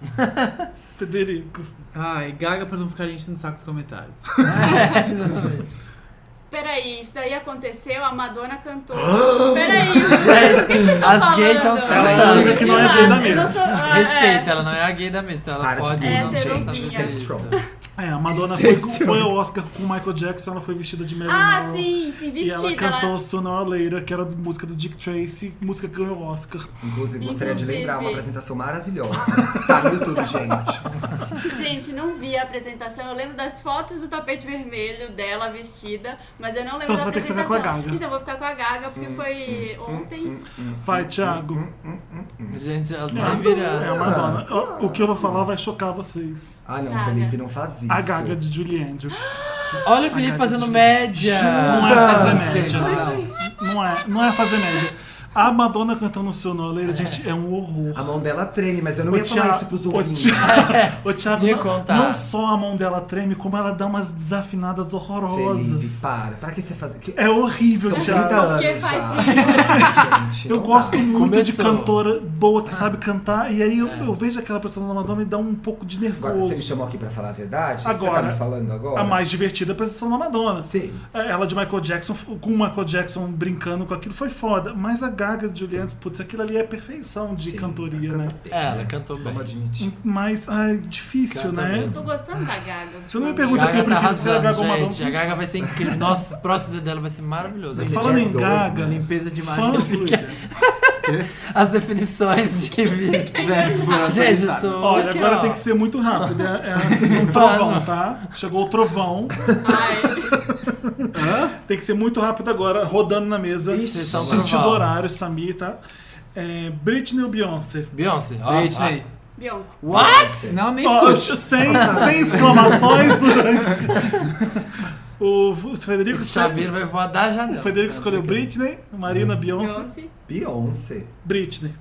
S1: Federico.
S5: Ai, gaga pra não ficar enchendo o saco dos comentários.
S3: Peraí, isso daí aconteceu, a Madonna cantou. Peraí, gente, o que que vocês estão
S2: as
S3: falando?
S2: gays estão
S1: Ela diga que não é gay da mesa.
S3: Eu sou- ah, É,
S2: Respeita, ela não é a gay da mesa, então ela
S1: tipo,
S4: Para de
S2: pode
S4: bullying,
S2: não
S3: gente,
S2: gostar
S3: stay
S2: disso.
S4: strong.
S1: É, a Madonna foi,
S4: Gente,
S1: foi ao Oscar com o Michael Jackson, ela foi vestida de Marilyn
S3: Ah,
S1: Monroe.
S3: sim, sim,
S1: E ela
S3: vestida.
S1: cantou Sooner or Later, que era música do Dick Tracy, música que ganhou o Oscar.
S4: Inclusive, gostaria de
S3: Inclusive.
S4: lembrar uma apresentação maravilhosa. Tá no YouTube, gente.
S3: Gente, não vi a apresentação. Eu lembro das fotos do tapete vermelho dela vestida, mas eu não lembro
S1: Então
S3: da
S1: você vai ter que ficar
S3: apresentação.
S1: com a Gaga.
S3: Então eu vou ficar com a Gaga, porque
S2: Hum,
S3: foi ontem.
S1: Vai, Thiago.
S2: Gente, ela tá
S1: Madonna. É a
S2: virando.
S1: Madonna. O- O que eu vou falar vai chocar vocês.
S4: Ah, não,
S3: Gaga.
S4: Felipe, não faz isso.
S1: A Gaga de Julie Andrews.
S2: Olha o Felipe fazendo média.
S1: Não é fazer média.
S2: Sensacional.
S1: Não é, não é fazer média. A Madonna cantando o seu Noleiro, gente, é um horror.
S4: A mão dela treme, mas eu não
S1: O
S4: ia falar
S1: Thia-
S4: isso pros
S1: o
S4: ouvintes.
S1: Thia- O Thiago,
S2: Me
S1: não-
S2: contar.
S1: não só a mão dela treme, como ela dá umas desafinadas
S4: Felipe,
S1: horrorosas.
S4: para. Pra que você faz? Que...
S1: É horrível,
S4: São 30
S1: Thiago.
S3: Por que
S4: anos
S3: faz
S4: já. Gente,
S1: Eu
S4: não
S1: gosto
S4: dá.
S1: muito de
S2: Começou. É.
S1: cantora boa que sabe cantar, e aí eu, eu vejo aquela pessoa da Madonna e dá um pouco de
S4: Agora, você me
S1: nervoso.
S4: chamou aqui pra falar a verdade? você tá
S1: Agora,
S4: me falando agora?
S1: A mais divertida é a apresentação da Madonna. É,
S4: Sim.
S1: Ela de Michael Jackson, com o Michael Jackson brincando com aquilo, foi foda. Mas a Gaga de Julian, putz, aquilo ali é perfeição de
S4: Sim,
S1: cantoria,
S4: ela
S1: né?
S4: canta bem,
S2: É, ela
S4: né?
S2: cantou bem.
S4: Vamos admitir.
S1: Mas, ai, difícil,
S2: Canta
S1: né?
S2: mesmo.
S3: Tô gostando da Gaga.
S1: Você não me
S3: ultimamente.
S1: pergunta
S2: Gaga
S1: quem é eu
S2: tá
S1: prefiro ser a
S2: arrasando,
S1: Gaga ou Madonna.
S2: gente. A Gaga vai ser incrível. Nossa, o próximo dela vai ser maravilhoso.
S4: Vai ser
S1: Falando em
S4: Jazz dois,
S1: Gaga,
S4: né?
S5: Limpeza de imagem.
S1: fãs,
S5: fluida.
S2: As definições de
S1: é.
S5: Por
S2: Gente, eu
S5: atualizar.
S2: tô.
S1: tá olha,
S2: aqui,
S1: agora
S2: ó.
S1: tem que ser muito rápido. É, é a sessão trovão, tá? Chegou o trovão.
S3: Ai,
S1: Tem que ser muito rápido agora, rodando na mesa.
S2: Ixi, sessão
S1: Sentido
S2: trovão.
S1: horário, Samir, tá? É, Britney ou Beyoncé?
S2: Beyoncé, ó.
S5: Britney.
S3: Beyoncé.
S2: ó. What?
S5: Não, nem
S1: Ó,
S5: discute.
S1: sem, sem exclamações durante. O Federico
S2: Esse é
S1: escolheu-
S2: chaveiro vai voar da janela.
S1: O Federico escolheu Britney, Marina,
S2: Hum.
S1: Beyoncé.
S3: Beyoncé.
S4: Beyoncé.
S1: Britney.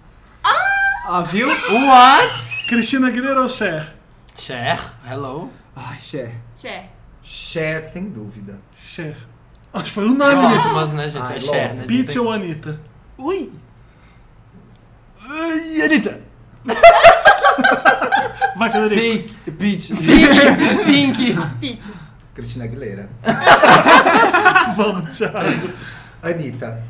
S5: Ah, viu?
S2: What?
S1: Cristina Aguilera ou Cher?
S2: Cher, hello.
S5: Ai, Cher.
S3: Cher.
S4: Cher, sem dúvida.
S1: Cher. Acho que foi unânime.
S2: Nossa, mas né, gente?
S4: Ai,
S2: é Cher,
S4: Lorde.
S2: né?
S1: Pitty ou Anitta?
S2: Ui. Ui, Anitta.
S1: Vai, Federico.
S5: Pink, Peach.
S2: Pink, Pink.
S3: Pitty.
S4: Cristina Aguilera.
S1: Vamos, Thiago.
S4: Anitta.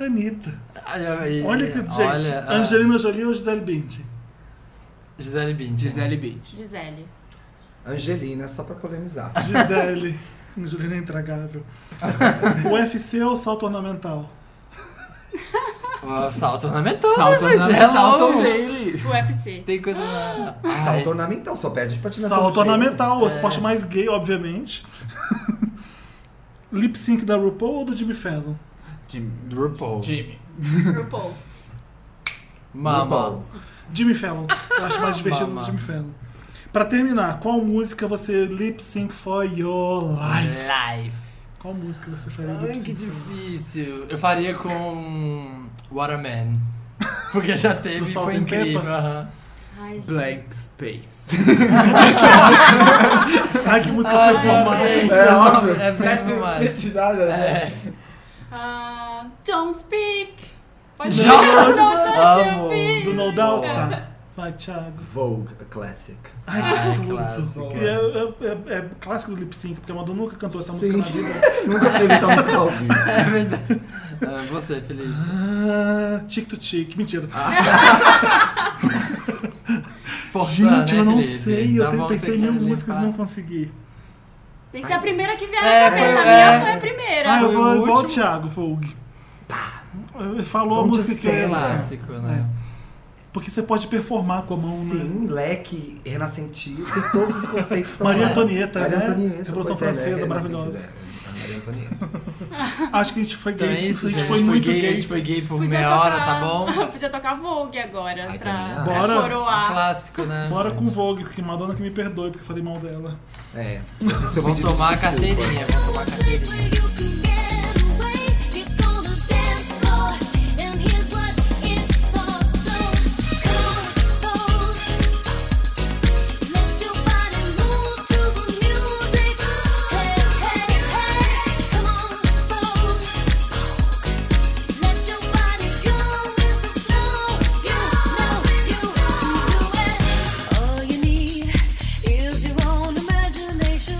S1: Anitta.
S2: Olha aí.
S1: Olha que gente.
S2: Olha, ah,
S1: Angelina Jolie ou Gisele Bündchen?
S2: Gisele Bündchen.
S5: Gisele Beach.
S3: Gisele.
S4: Angelina, só pra polemizar.
S1: Gisele. Angelina é intragável. UFC ou é salto ornamental?
S2: Ó, salto ornamental,
S5: Salto
S2: né, gente?
S5: ornamental
S2: Hello.
S5: dele.
S3: UFC.
S2: Tem coisa...
S1: Ah,
S2: na- Ai,
S4: Salto ornamental, só perde de
S2: é
S4: patinação.
S1: Salto
S4: ligeira.
S1: ornamental, o esporte mais gay, obviamente. Lip sync da RuPaul ou do Jimmy Fallon?
S5: Jimmy.
S2: do RuPaul.
S5: Jimmy.
S3: RuPaul.
S2: Mama.
S4: Bom,
S1: Jimmy Fallon. Eu acho mais divertido do
S2: Mamãe.
S1: Jimmy Fallon. Pra terminar, qual música você lip sync for your life?
S2: Life.
S1: Qual música você faria
S2: É. Ai,
S1: lip
S2: que
S1: sync?
S2: difícil. Eu faria com What a Man. Porque já teve,
S1: Do Salt
S2: foi
S1: and
S2: incrível.
S1: Pepper?
S2: aham.
S3: Ai, gente.
S5: Blank Space.
S1: Ai, que música
S2: Ai,
S1: performática.
S2: gente,
S4: É
S2: é,
S4: óbvio.
S2: é performático. É.
S3: Ah, don't speak. Pode
S2: Não.
S3: ser. Don't
S2: Amo.
S1: Do
S3: speak.
S1: No Doubt, tá? Vai, Thiago.
S4: Vogue, a classic.
S1: Ai, que
S2: Ah,
S1: tudo.
S2: clássico.
S1: E é, é- é- é clássico do lip sync, porque a Madonna nunca cantou essa música
S4: Sim.
S1: na vida.
S4: Nunca teve tão musical ao vivo.
S2: É verdade. Ah, você, Felipe.
S1: Ah, tic to tic, mentira.
S2: Força,
S1: Gente,
S2: né,
S1: eu não
S2: Felipe?
S1: sei,
S2: Tá
S1: eu
S2: bom,
S1: tenho, pensei
S2: você
S1: em mil
S2: quer
S1: músicas e
S2: limpar.
S1: não consegui.
S3: Tem que ser a primeira que vier na
S2: É,
S3: cabeça.
S2: foi-
S3: a
S2: é.
S3: minha foi a primeira.
S1: Ah, eu
S2: Foi
S1: vou
S2: o
S1: igual o
S2: último.
S1: Thiago Vogue. Ele Falou a
S4: Don't
S1: música
S4: just
S1: que é.
S4: stand lá.
S2: Clássico, né?
S1: Porque você pode performar com a mão, né?
S4: Sim, leque, renascentil, tem todos os conceitos. estão
S1: Maria
S4: lá.
S1: Antonieta,
S4: Maria
S1: né?
S4: Antonieta.
S1: Revolução
S4: pois é, né?
S1: Francesa,
S4: Renascentista
S1: maravilhosa.
S4: dela. Maria Antonieta.
S1: Acho que a gente foi
S2: Então
S1: gay.
S2: é isso,
S1: a
S2: gente.
S1: gente foi muito gay.
S2: A gente foi gay por
S3: Podia
S2: meia
S3: tocar-
S2: hora, tá bom?
S3: Podia tocar Vogue agora
S4: Ai, também
S3: pra
S4: acho.
S1: Bora.
S3: coroar.
S2: Clássico, né?
S1: Bora com Vogue, porque Madonna que me perdoe, porque eu falei mal dela.
S4: É, esse é seu
S2: Vão
S4: pedido de
S2: tomar a
S4: desculpas.
S2: carteirinha, vão tomar a carteirinha.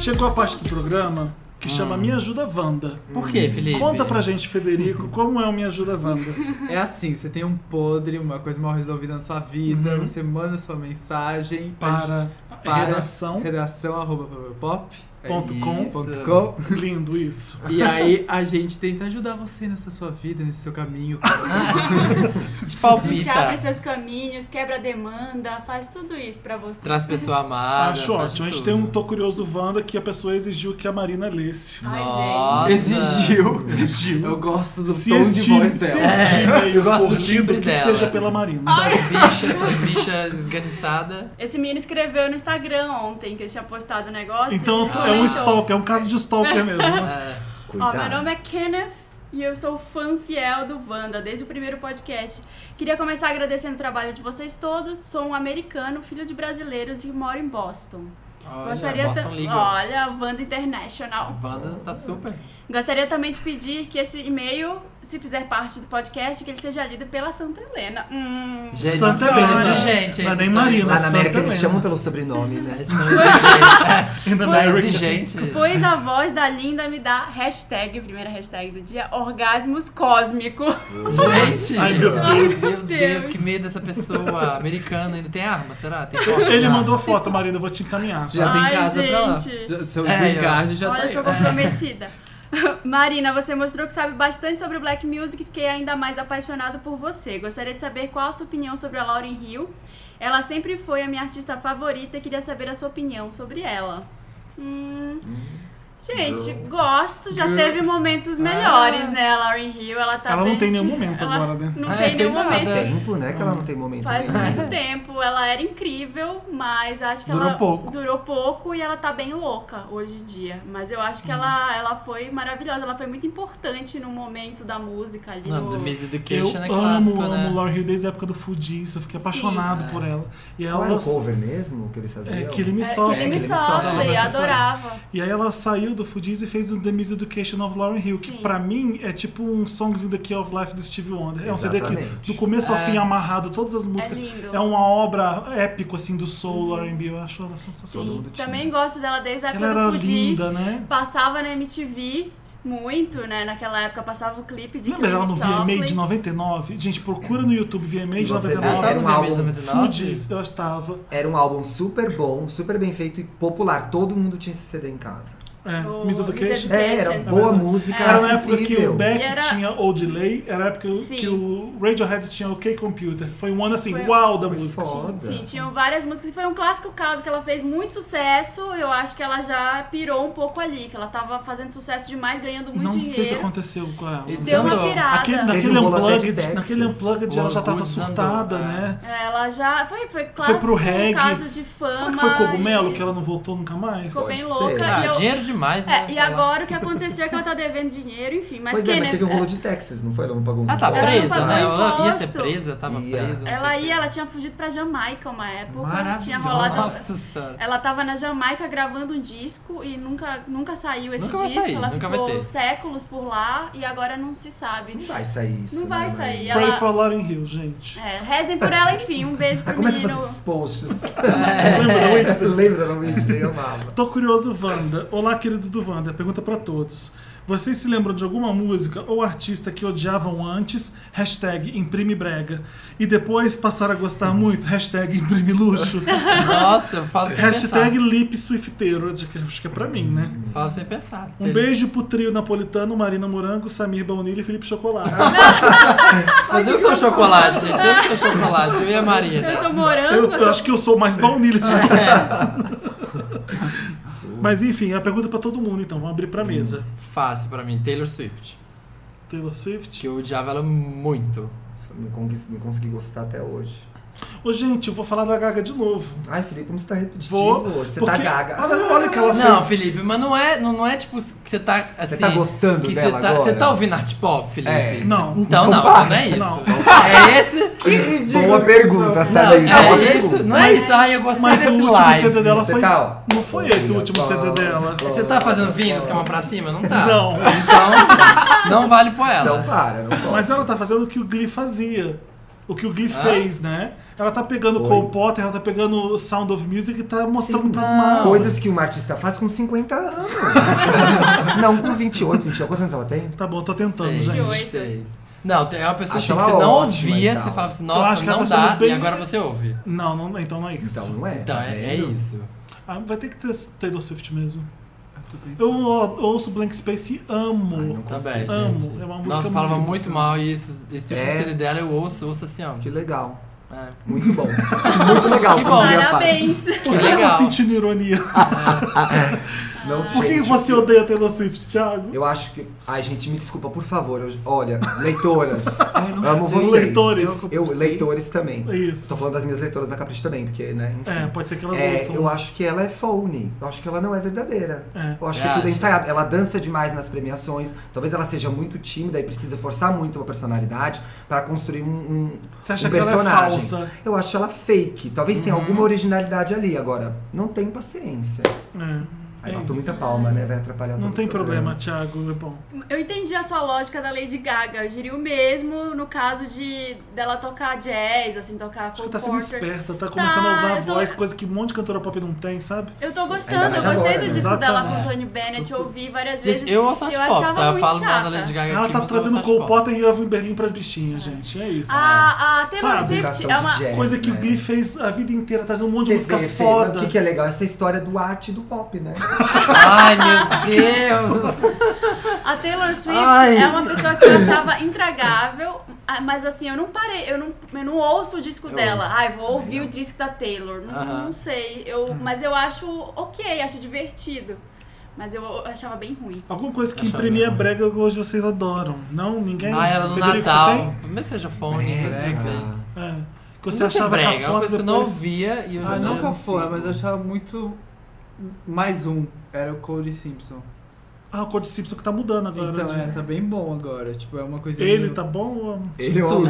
S1: Chegou a parte do programa que chama Me Ajuda Wanda.
S2: Ah. Por quê, Felipe?
S1: Conta pra gente, Federico, como é o Me Ajuda Wanda.
S5: É assim, você tem um podre, uma coisa mal resolvida na sua vida, você manda sua mensagem
S1: Para,
S5: para
S1: redação.
S5: redação arroba papelpop, é
S1: Ponto
S5: isso.
S1: com.
S5: Ponto com.
S1: Lindo isso.
S5: E aí a gente tenta ajudar você nessa sua vida, nesse seu caminho.
S2: Te
S3: A gente abre
S2: palpita.
S3: seus caminhos, quebra a demanda, faz tudo isso pra você.
S2: Traz pessoa amada.
S1: Acho
S2: faz
S1: ótimo. A gente
S2: tudo.
S1: tem um Tô Curioso Wanda que a pessoa exigiu que a Marina lesse.
S3: Ai,
S2: Nossa.
S5: Exigiu. Eu
S1: Exigiu.
S5: gosto do
S1: Se
S5: tom de
S1: estime,
S5: voz
S1: se
S5: dela.
S1: estime aí,
S2: eu gosto do
S1: fornido,
S2: timbre
S1: que
S2: dela.
S1: seja pela Marina.
S2: Das bichas, essas bichas esganiçadas.
S3: Esse menino escreveu no Instagram ontem que eu tinha postado o negócio.
S1: Então
S3: e
S1: é um
S3: comentou,
S1: stalker, é um caso de stalker mesmo. né?
S2: É.
S3: Ó, meu
S4: Cuidado.
S3: nome é Kenneth e eu sou fã fiel do Wanda desde o primeiro podcast. Queria começar agradecendo o trabalho de vocês todos. Sou um americano, filho de brasileiros e moro em Boston.
S2: Olha,
S3: Gostaria
S2: Boston
S3: tam-
S2: Legal.
S3: Olha, Wanda
S2: A
S3: International.
S2: banda tá super.
S3: Gostaria também de pedir que esse e-mail, se fizer parte do podcast, que ele seja lido pela Santa Helena. Hum.
S2: Gente,
S1: Santa
S2: vocês
S1: Helena.
S2: são exigentes,
S1: Não é
S2: vocês
S1: nem
S2: estão-
S1: Marina.
S4: Lá na América
S1: Santa
S4: eles
S1: Helena.
S4: chamam pelo sobrenome, né?
S2: Vocês estão exigentes.
S1: In
S2: Tá
S1: America.
S2: exigente.
S3: Pois a voz da Linda me dá hashtag, primeira hashtag do dia, orgasmos cósmico.
S2: Gente!
S1: Ai, meu
S3: Deus.
S2: Meu Deus,
S3: Deus.
S2: que medo dessa pessoa americana. Ainda tem arma, será? Tem corte de
S1: Ele
S2: arma?
S1: mandou foto, Marina, eu vou te encaminhar.
S5: Você já tem
S3: Ai,
S5: casa pra lá.
S3: gente.
S5: Já- Seu
S2: É,
S5: green
S2: ó.
S5: card já
S3: Olha, eu
S5: tá
S3: sou
S5: aí.
S3: comprometida. Marina, você mostrou que sabe bastante sobre o Black Music e fiquei ainda mais apaixonado por você. Gostaria de saber qual a sua opinião sobre a Lauren Hill. Ela sempre foi a minha artista favorita e queria saber a sua opinião sobre ela. Hum. Gente, gosto. Já
S5: Girl.
S3: teve momentos melhores, né? A Lauren Hill, ela tá
S1: Ah. Ela
S3: bem...
S1: não tem nenhum momento
S3: Ela
S1: agora, né?
S3: Não
S2: É,
S3: tem
S2: tem
S3: nenhum
S2: nada.
S3: momento.
S2: É.
S4: Tempo, né? Que ela não tem momento.
S3: Faz
S4: nenhum.
S3: muito tempo. Ela era incrível, mas acho que
S2: Durou
S3: ela
S2: pouco.
S3: durou pouco e ela tá bem louca hoje em dia. Mas eu acho que ela, ela foi maravilhosa, ela foi muito importante no momento da música ali.
S2: Não,
S3: no-
S2: do Miss
S1: Eu
S2: Education é
S1: amo,
S2: clássico, né?
S1: amo Lauryn Hill desde a época do Fudice, eu fiquei apaixonado
S2: é.
S1: por ela. E
S4: Qual
S1: ela
S4: era o cover mesmo que eles faziam?
S1: é, Killing Me
S3: É,
S1: Softly.
S3: Killing Me
S4: Killing Me
S3: Softly,
S1: Softly.
S3: adorava.
S1: E aí ela saiu do Fudice e fez o The Miss Education of Lauryn Hill, que
S3: Sim.
S1: pra mim é tipo um Songs in the Key of Life do Stevie Wonder. É um CD que
S4: Exatamente.
S1: do começo ao
S2: É.
S1: fim é amarrado, todas as músicas.
S3: lindo. Uhum.
S1: É uma obra épico assim do soul, Lauryn Hill, eu acho ela sensacional.
S3: Sim,
S4: mundo tinha.
S3: também gosto dela desde a época
S1: Ela era
S3: do Fudiz.
S1: linda, né?
S3: Passava na MTV muito, né? Naquela época passava o clipe de
S1: Lembra
S3: Killing
S1: ela
S3: Me
S1: no VMA de
S3: Softly.
S1: 99? Gente, procura no YouTube VMA de
S4: E você vê,
S2: Ela tá
S4: Era
S1: 99.
S2: no
S4: um
S2: Vermelho
S4: álbum
S2: 99?
S1: Fudice, eu estava.
S4: Era um álbum super bom, super bem feito e popular. Todo mundo tinha esse CD em casa.
S1: É,
S3: O
S1: Miss
S3: Miss
S1: Education.
S4: É, era
S3: Education.
S4: boa música,
S1: Era na época que o
S4: acessível.
S1: Beck
S3: E era-
S1: tinha Old Delay, era a época
S3: Sim.
S1: que o Radiohead tinha OK Computer. Foi um ano assim,
S3: Foi-
S1: uau da
S4: Foi
S1: música.
S4: foda.
S3: Sim, tinham várias músicas. e Foi um clássico caso que ela fez muito sucesso. Eu acho que ela já pirou um pouco ali, que ela tava fazendo sucesso demais, ganhando muito
S1: Não sei o que
S3: dinheiro.
S1: aconteceu com ela.
S2: E
S3: Deu uma
S2: Não,
S3: pirada.
S1: Aquele,
S4: Teve
S1: naquele,
S4: um bolo até de
S1: unplugged,
S4: Texas.
S1: naquele unplugged
S2: O
S1: ela já tava
S2: Orgulho desandou,
S1: surtada,
S2: é.
S1: né?
S3: Ela já. Foi, foi clássico um
S1: pro reggae.
S3: caso de fama.
S1: Será que foi cogumelo
S3: e
S1: que ela não voltou nunca mais?
S3: Ficou bem
S4: Pode
S3: louca.
S4: ser.
S2: Ah,
S3: e eu-
S2: dinheiro demais, né?
S3: é, e
S2: sei lá.
S3: agora o que aconteceu é que ela tá devendo dinheiro, enfim. Mas
S4: pois
S3: que,
S4: é,
S3: né, Ah,
S4: mas teve o rolo de Texas, não foi? Ela não pagou uns
S2: Ela tá
S3: Ela
S4: impostos.
S3: não
S2: presa,
S3: pagou
S2: né? Ela ia ser
S3: imposto.
S2: presa, tava
S4: Ia.
S2: presa. não
S3: Ela
S2: sei o quê.
S3: ia, ela tinha fugido pra Jamaica uma época. Tinha rolado.
S2: Nossa senhora.
S3: Ela tava na Jamaica gravando um disco e nunca, nunca saiu esse
S2: Nunca vai
S3: disco.
S2: sair,
S3: ela
S2: nunca vai
S3: ficou
S2: ter.
S3: séculos por lá e agora não se sabe.
S4: Não vai sair isso.
S3: Não
S4: né,
S3: vai
S4: mãe?
S3: sair.
S1: Pray
S3: Ela,
S1: for Lauren Hill, gente.
S3: é, rezem por ela, enfim. Um beijo
S4: Aí
S3: pro
S4: Ah, começa a
S3: menino.
S4: fazer esses posts.
S1: Lembra da Whitney?
S4: Lembra da Whitney? Eu amava.
S1: Tô curioso, Wanda. Olá, queridos do Wanda. Pergunta pra todos. Vocês se lembram de alguma música ou artista que odiavam antes? Hashtag imprime brega. E depois passaram a gostar muito? Hashtag imprime luxo.
S2: Nossa, eu falo sem
S1: Hashtag
S2: pensar.
S1: lip suifteiro. Acho que é pra mim, né?
S2: Falo sem pensar.
S1: Um beijo pro trio napolitano, Marina Morango, Samir Baunilha e Felipe Chocolate.
S2: Mas eu que sou chocolate, gente. Eu que sou chocolate. Eu e a Maria.
S3: Eu
S2: né?
S3: sou
S1: Eu,
S3: morango, eu
S1: eu
S3: sou
S1: acho que eu sou mais baunilha de
S2: É.
S1: Mas enfim, a pergunta pra todo mundo, então. Vamos abrir pra mesa.
S2: Fácil pra mim, Taylor Swift.
S1: Taylor Swift.
S2: Que eu odiava ela muito.
S4: Não consegui, não consegui gostar até hoje.
S1: Ô, gente, eu vou falar da Gaga de novo.
S4: Ai, Felipe, como você tá repetitivo
S1: Vou.
S4: hoje. Você
S1: porque-
S4: tá gaga.
S1: Olha, olha o que ela
S2: Não,
S1: fez.
S2: Felipe, mas não é, não, não é tipo que você tá assim.
S4: tá gostando
S2: que
S4: dela
S2: você tá,
S4: agora?
S2: Você tá ouvindo art pop, Felipe?
S4: É.
S1: Não.
S2: Então não,
S4: Compara.
S2: não é isso.
S1: Não.
S2: É esse.
S1: Que ridículo.
S4: Boa pergunta,
S2: Não,
S4: Sarah. boa
S2: é
S4: pergunta.
S2: isso, não é isso. Ai, eu gostei
S1: Mas o
S2: desse
S1: último
S2: live.
S1: CD dela
S4: Você
S1: foi.
S4: tá, ó.
S1: Não foi esse o último CD dela.
S2: Você tá fazendo Vênus, que é uma pra cima? Não tá.
S1: Não.
S2: Então, não vale por ela.
S4: Então para, não pode.
S1: Mas ela tá fazendo o que o Glee fazia. O que o Glee
S2: Ah?
S1: fez, né? Ela tá pegando
S4: Oi.
S1: Cole Potter, ela tá pegando o Sound of Music e tá mostrando
S4: Sim.
S1: pras massas.
S4: Coisas que uma artista faz com 50 anos. não, com 28, 28. Quantos anos ela tem?
S1: Tá bom, tô tentando,
S2: Sei,
S1: gente.
S3: gente.
S2: sei. Não, tem uma pessoa
S4: Acho
S2: assim que
S4: ela
S2: você não
S4: ótima
S2: ouvia,
S4: e tal.
S2: você falava assim,
S1: Eu
S2: nossa,
S1: acho que ela
S2: não
S1: tá sendo
S2: dá,
S1: bem-
S2: e agora você ouve.
S1: Não, não, então não é isso.
S4: Então não é.
S2: Então,
S4: tá
S2: é, é
S4: vendo?
S2: isso.
S1: Ah, vai ter que ter Taylor Swift mesmo.
S2: É
S5: tô
S1: Eu
S5: pensando.
S1: ou- ouço Blank Space e amo.
S2: Tá bem,
S1: Amo,
S2: gente.
S1: é uma música
S2: Nossa, falava
S1: muito-
S2: muito mal e esse, esse último
S4: É.
S2: CD dela eu ouço, ouço assim, ó.
S4: Que legal.
S2: É.
S4: Muito bom. Muito legal.
S2: Que
S4: como
S2: bom.
S4: diria a Fátima.
S3: Parabéns!
S1: Por que eu
S2: legal.
S1: não sentindo ironia?
S4: Não,
S1: Por que
S4: gente,
S1: você odeia Taylor Swift, Thiago?
S4: Eu acho que. Ai, gente, me desculpa, por favor. Eu- Olha, leitoras.
S5: não
S4: amo
S5: sei.
S4: vocês.
S1: Leitores.
S4: Eu, leitores também.
S1: É Isso.
S4: Tô falando das minhas leitoras na Capricho também, porque, né? enfim.
S1: É, pode ser que elas
S4: É,
S1: ouçam.
S4: eu acho que ela é phone. Eu acho que ela não é verdadeira.
S1: É.
S4: Eu acho
S2: Você
S4: que tudo é
S2: acha?
S4: ensaiado. Ela dança demais nas premiações. Talvez ela seja muito tímida e precisa forçar muito uma personalidade pra construir um, um,
S1: Você acha
S4: um
S1: que ela é
S4: personagem.
S1: falsa?
S4: Eu acho ela fake. Talvez tenha alguma originalidade ali. Agora, não tem paciência.
S1: É,
S4: Aí
S1: é
S4: bateu
S1: isso.
S4: muita palma, né? Vai atrapalhar
S1: Não
S4: todo
S1: tem
S4: o
S1: problema, Thiago, é bom.
S3: Eu entendi a sua lógica da Lady Gaga. Eu diria o mesmo no caso de dela tocar jazz, assim, tocar
S1: Acho
S3: Cole
S1: que tá sendo
S3: Porter.
S1: esperta, tá começando a usar a
S3: eu tô-
S1: voz, coisa que um monte de cantora pop não tem, sabe?
S3: Eu tô
S4: Ainda
S3: gostando, eu
S4: mais
S3: gostei
S4: agora,
S3: do
S4: né?
S3: disco dela com
S2: Exatamente.
S3: o Tony Bennett, eu ouvi várias vezes.
S2: Gente, eu ouço as pop,
S3: achava
S2: tá? Eu
S3: muito
S2: falo mal
S3: chata.
S2: da Lady Gaga
S1: Ela
S2: aqui,
S1: tá
S2: mas eu
S1: trazendo
S2: ouço as
S1: Cole
S2: pop.
S1: Potter e Evan Berlim pras bichinhas, gente. É isso.
S3: A, a Taylor
S1: Sabe?
S3: Swift é
S4: Educação
S3: uma.
S4: de jazz,
S1: Coisa que o
S4: né?
S1: Glee fez a vida inteira, trazendo um monte de
S4: Você
S1: música
S4: vê, Fê,
S1: foda.
S4: O que, que é legal? Essa história do arte e do pop, né?
S2: Ai, meu Deus.
S3: A Taylor Swift
S2: Ai.
S3: é uma pessoa que eu achava intragável, ah, mas assim, eu não parei, eu não, eu não ouço o disco
S2: Eu
S3: dela. Ai, vou ouvir o disco da Taylor. Não,
S2: Aham.
S3: não sei. Eu, mas eu acho ok, acho divertido. Mas eu, eu achava bem ruim.
S1: Alguma coisa
S4: Tá
S1: que
S2: Achava
S1: imprimia
S2: bom.
S1: brega hoje vocês adoram. Não? Ninguém?
S2: Ah, ela no
S1: Federico,
S2: Natal.
S1: Você tem?
S2: Mas seja fone, brega.
S1: É. Que você
S2: Você
S1: achava
S2: brega, é uma
S1: cafona
S2: coisa que você
S1: depois...
S2: não ouvia e eu
S5: Ah,
S2: já
S5: não
S2: não
S5: cafona, mas eu achava muito. Mais um. Era o Cody Simpson.
S1: Ah, o Cody Simpson que tá mudando agora.
S5: Então,
S1: né?
S5: é, tá bem bom agora. Tipo, é uma coisa.
S1: Ele
S5: meio-
S1: tá bom? ou-
S4: Ele é um...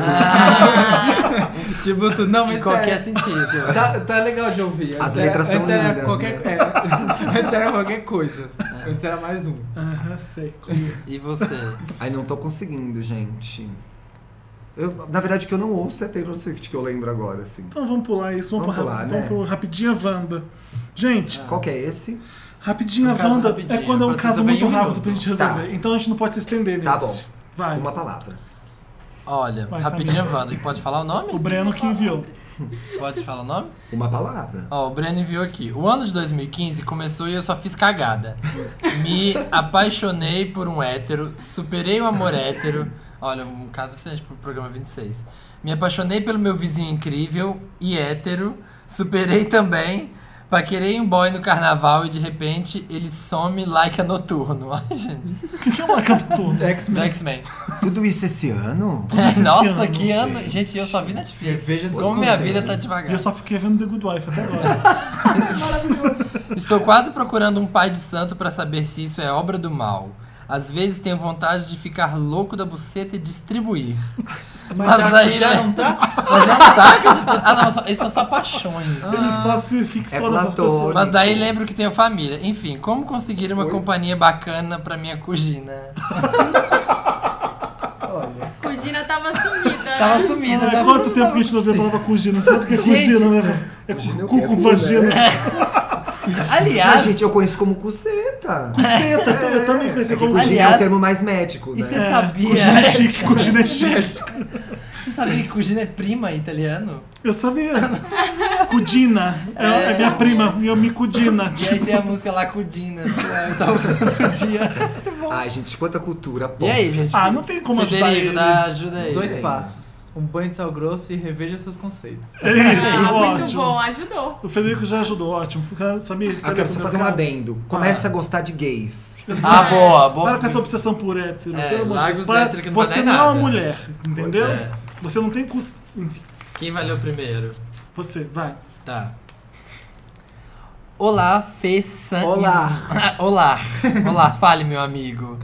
S5: Tipo, tu- não,
S2: Em
S5: mas
S2: qualquer
S3: é.
S5: sério.
S2: sentido.
S5: Tá, tá legal de ouvir.
S4: As
S5: Antes era-
S4: letras são
S5: antes era
S4: lindas,
S5: Qualquer,
S4: né?
S5: é, antes era qualquer coisa. Antes era mais um.
S1: Aham, sei.
S2: E você?
S4: Ai, não tô conseguindo, gente. Eu, na verdade, o que eu não ouço é Taylor Swift, que eu lembro agora, assim.
S1: Então vamos pular isso. Vamos,
S4: Vamos
S1: pra-
S4: pular,
S1: vamos
S4: né?
S1: pro Rapidinha Wanda. Gente,
S4: Qual que é esse?
S1: Rapidinha
S2: Ah. Um caso
S1: Wanda
S2: rapidinho,
S1: é quando é um
S2: pra
S1: caso
S2: resolver em
S1: muito
S2: um
S1: rápido
S2: minuto.
S1: pra gente resolver.
S4: Tá.
S1: Então a gente não pode se estender nesse.
S4: Tá bom.
S1: Vai.
S4: Uma palavra.
S2: Olha,
S1: Vai,
S2: rapidinho, Wanda, que pode falar o
S1: O
S2: nome?
S1: Breno que enviou.
S2: Pode falar o nome?
S4: Uma palavra.
S2: Ó, o Breno enviou aqui. O ano de 2015 começou e eu só fiz cagada. Me apaixonei por um hétero, superei o amor hétero. Olha, um caso excelente pro programa 26. Me apaixonei pelo meu vizinho incrível e hétero, superei também. Paquerei um boy no carnaval e de repente ele some like a noturno. Ai, gente.
S1: tá
S5: X-Men.
S2: X-Men.
S4: Tudo isso esse ano?
S1: esse
S2: Nossa,
S1: ano,
S2: que ano. Gente, eu só vi Netflix.
S5: Veja seus
S2: Como minha
S5: conselhos.
S2: vida tá
S1: E
S2: devagar.
S1: eu só fiquei vendo The Good Wife até agora.
S2: Estou quase procurando um pai de santo pra saber se isso é obra do mal. Às vezes tenho vontade de ficar louco da buceta e distribuir. Mas, aí já não tá? Mas já não tá? que isso- Ah, não, só- isso são só paixões.
S1: Ele só se fixou
S4: É
S1: nessas
S4: platônico.
S1: pessoas.
S2: Ah. Mas daí lembro que tenho família. Enfim, como conseguir uma
S4: Oi?
S2: companhia bacana pra minha cugina?
S4: Olha.
S2: Tá.
S3: Cugina tava sumida.
S2: Tava sumida,
S1: Há
S2: né?
S1: quanto tempo que a gente não vê a palavra cugina? Sabe o que é
S2: Gente.
S1: cugina, né? É
S4: Cugina
S1: cu
S4: é o quê? É
S1: com
S4: cu,
S1: vagina.
S4: Mas,
S2: Aliás,
S4: gente, eu conheço como cuceta.
S1: Senta, eu também conheci
S4: É que
S1: como
S4: cugina é
S2: Aliás-
S4: o termo mais médico,
S2: e
S4: né?
S2: você
S1: É, Cugina
S2: sabia?
S1: é chique, cugina é chique.
S2: Você sabia que cugina é prima em italiano?
S1: Eu sabia. Cudina. É, é
S2: É.
S1: minha prima, minha micudina.
S2: E aí tem a música lá cugina. que Eu tava ouvindo outro dia.
S4: Ai, gente, quanta cultura.
S2: é E
S4: pô.
S2: aí, gente?
S1: Ah, não tem como ajudar
S2: Federico,
S1: ele.
S2: dá ajuda aí.
S5: Dois
S4: Sim.
S5: passos. um banho de sal grosso e reveja seus conceitos.
S1: É isso,
S2: tá
S3: Ah, muito
S1: ótimo.
S3: bom, ajudou.
S1: O Federico já ajudou, ótimo. Fica- Samir,
S4: Ah, quero só
S1: é
S4: fazer um adendo. Começa
S1: Começa
S4: a gostar de gays.
S2: Ah, boa, boa.
S1: Para com essa obsessão por hétero.
S2: É,
S1: pelo amor de
S2: larga
S1: Deus.
S2: os
S1: Para-
S2: hétero que não vai
S1: Você
S2: dar em
S1: não é uma
S2: nada.
S1: mulher, entendeu?
S2: Pois é.
S1: Você não tem curso.
S2: Quem vai ler o primeiro?
S1: Você, vai.
S2: Tá. Olá, Fessan. e-
S5: Olá.
S2: Olá. Olá, fale, meu amigo.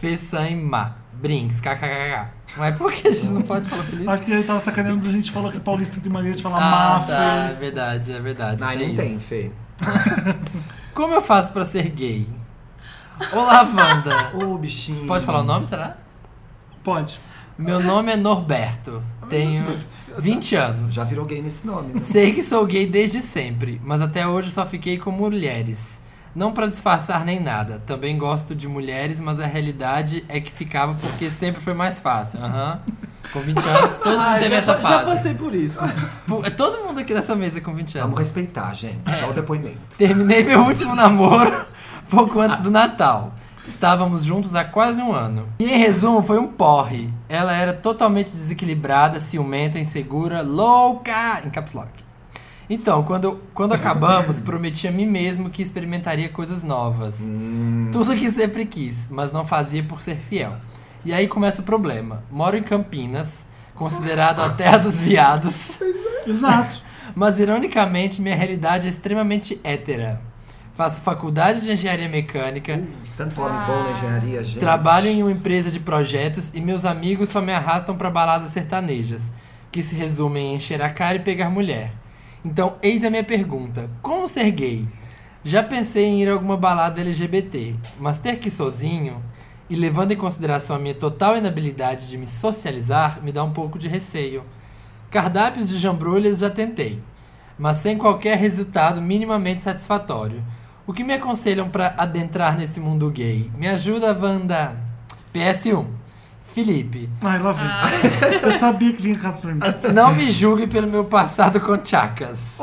S2: Fessan e Ma. Brinks, kkkk. Não é porque a gente não pode falar apelido.
S1: Acho que ele tava sacaneando, a gente falou que paulista tem mania de falar
S2: tá, é
S1: máfia.
S2: verdade, é verdade.
S4: Ai, não
S2: isso.
S4: tem, Fê.
S2: Como eu faço pra ser gay? Olá, Wanda.
S4: Ô, bichinho.
S2: Pode falar o nome, será?
S1: Pode.
S2: Meu nome é Norberto. Tenho 20 anos.
S4: Já virou gay nesse nome, né?
S2: Sei que sou gay desde sempre, mas até hoje só fiquei com mulheres. Não pra disfarçar nem nada. Também gosto de mulheres, mas a realidade é que ficava porque sempre foi mais fácil. Aham. Com 20 anos, todo mundo teve
S5: Ah, já, tá,
S2: essa
S5: já
S2: fase.
S5: passei por isso.
S2: Pô, é Todo mundo aqui nessa mesa com 20
S4: Vamos
S2: anos.
S4: respeitar, gente. Só
S1: É.
S4: o depoimento.
S2: Terminei meu último namoro pouco antes do Natal. Estávamos juntos há quase um ano. E em resumo, foi um porre. Ela era totalmente desequilibrada, ciumenta, insegura, louca! Em caps lock. Então, quando, quando acabamos, prometi a mim mesmo que experimentaria coisas novas. Tudo que sempre quis, mas não fazia por ser fiel. E aí começa o problema. Moro em Campinas, considerado a terra dos viados.
S1: Exato.
S2: Mas ironicamente, minha realidade é extremamente hétera. Faço faculdade de engenharia mecânica,
S4: Tanto homem
S1: Ah.
S4: bom na engenharia, Uh, gente.
S2: trabalho em uma empresa de projetos e meus amigos só me arrastam pra baladas sertanejas, que se resumem em encher a cara e pegar mulher. Então, eis a minha pergunta: como ser gay? Já pensei em ir a alguma balada LGBT, mas ter que ir sozinho e levando em consideração a minha total inabilidade de me socializar, me dá um pouco de receio. Cardápios de jambrulhas já tentei, mas sem qualquer resultado minimamente satisfatório. O que me aconselham para adentrar nesse mundo gay? Me ajuda, Wanda. PS1. Felipe,
S1: Ai, lá vem.
S3: Ah.
S1: Eu sabia que vinha em casa pra mim.
S2: não me julgue pelo meu passado com chacas.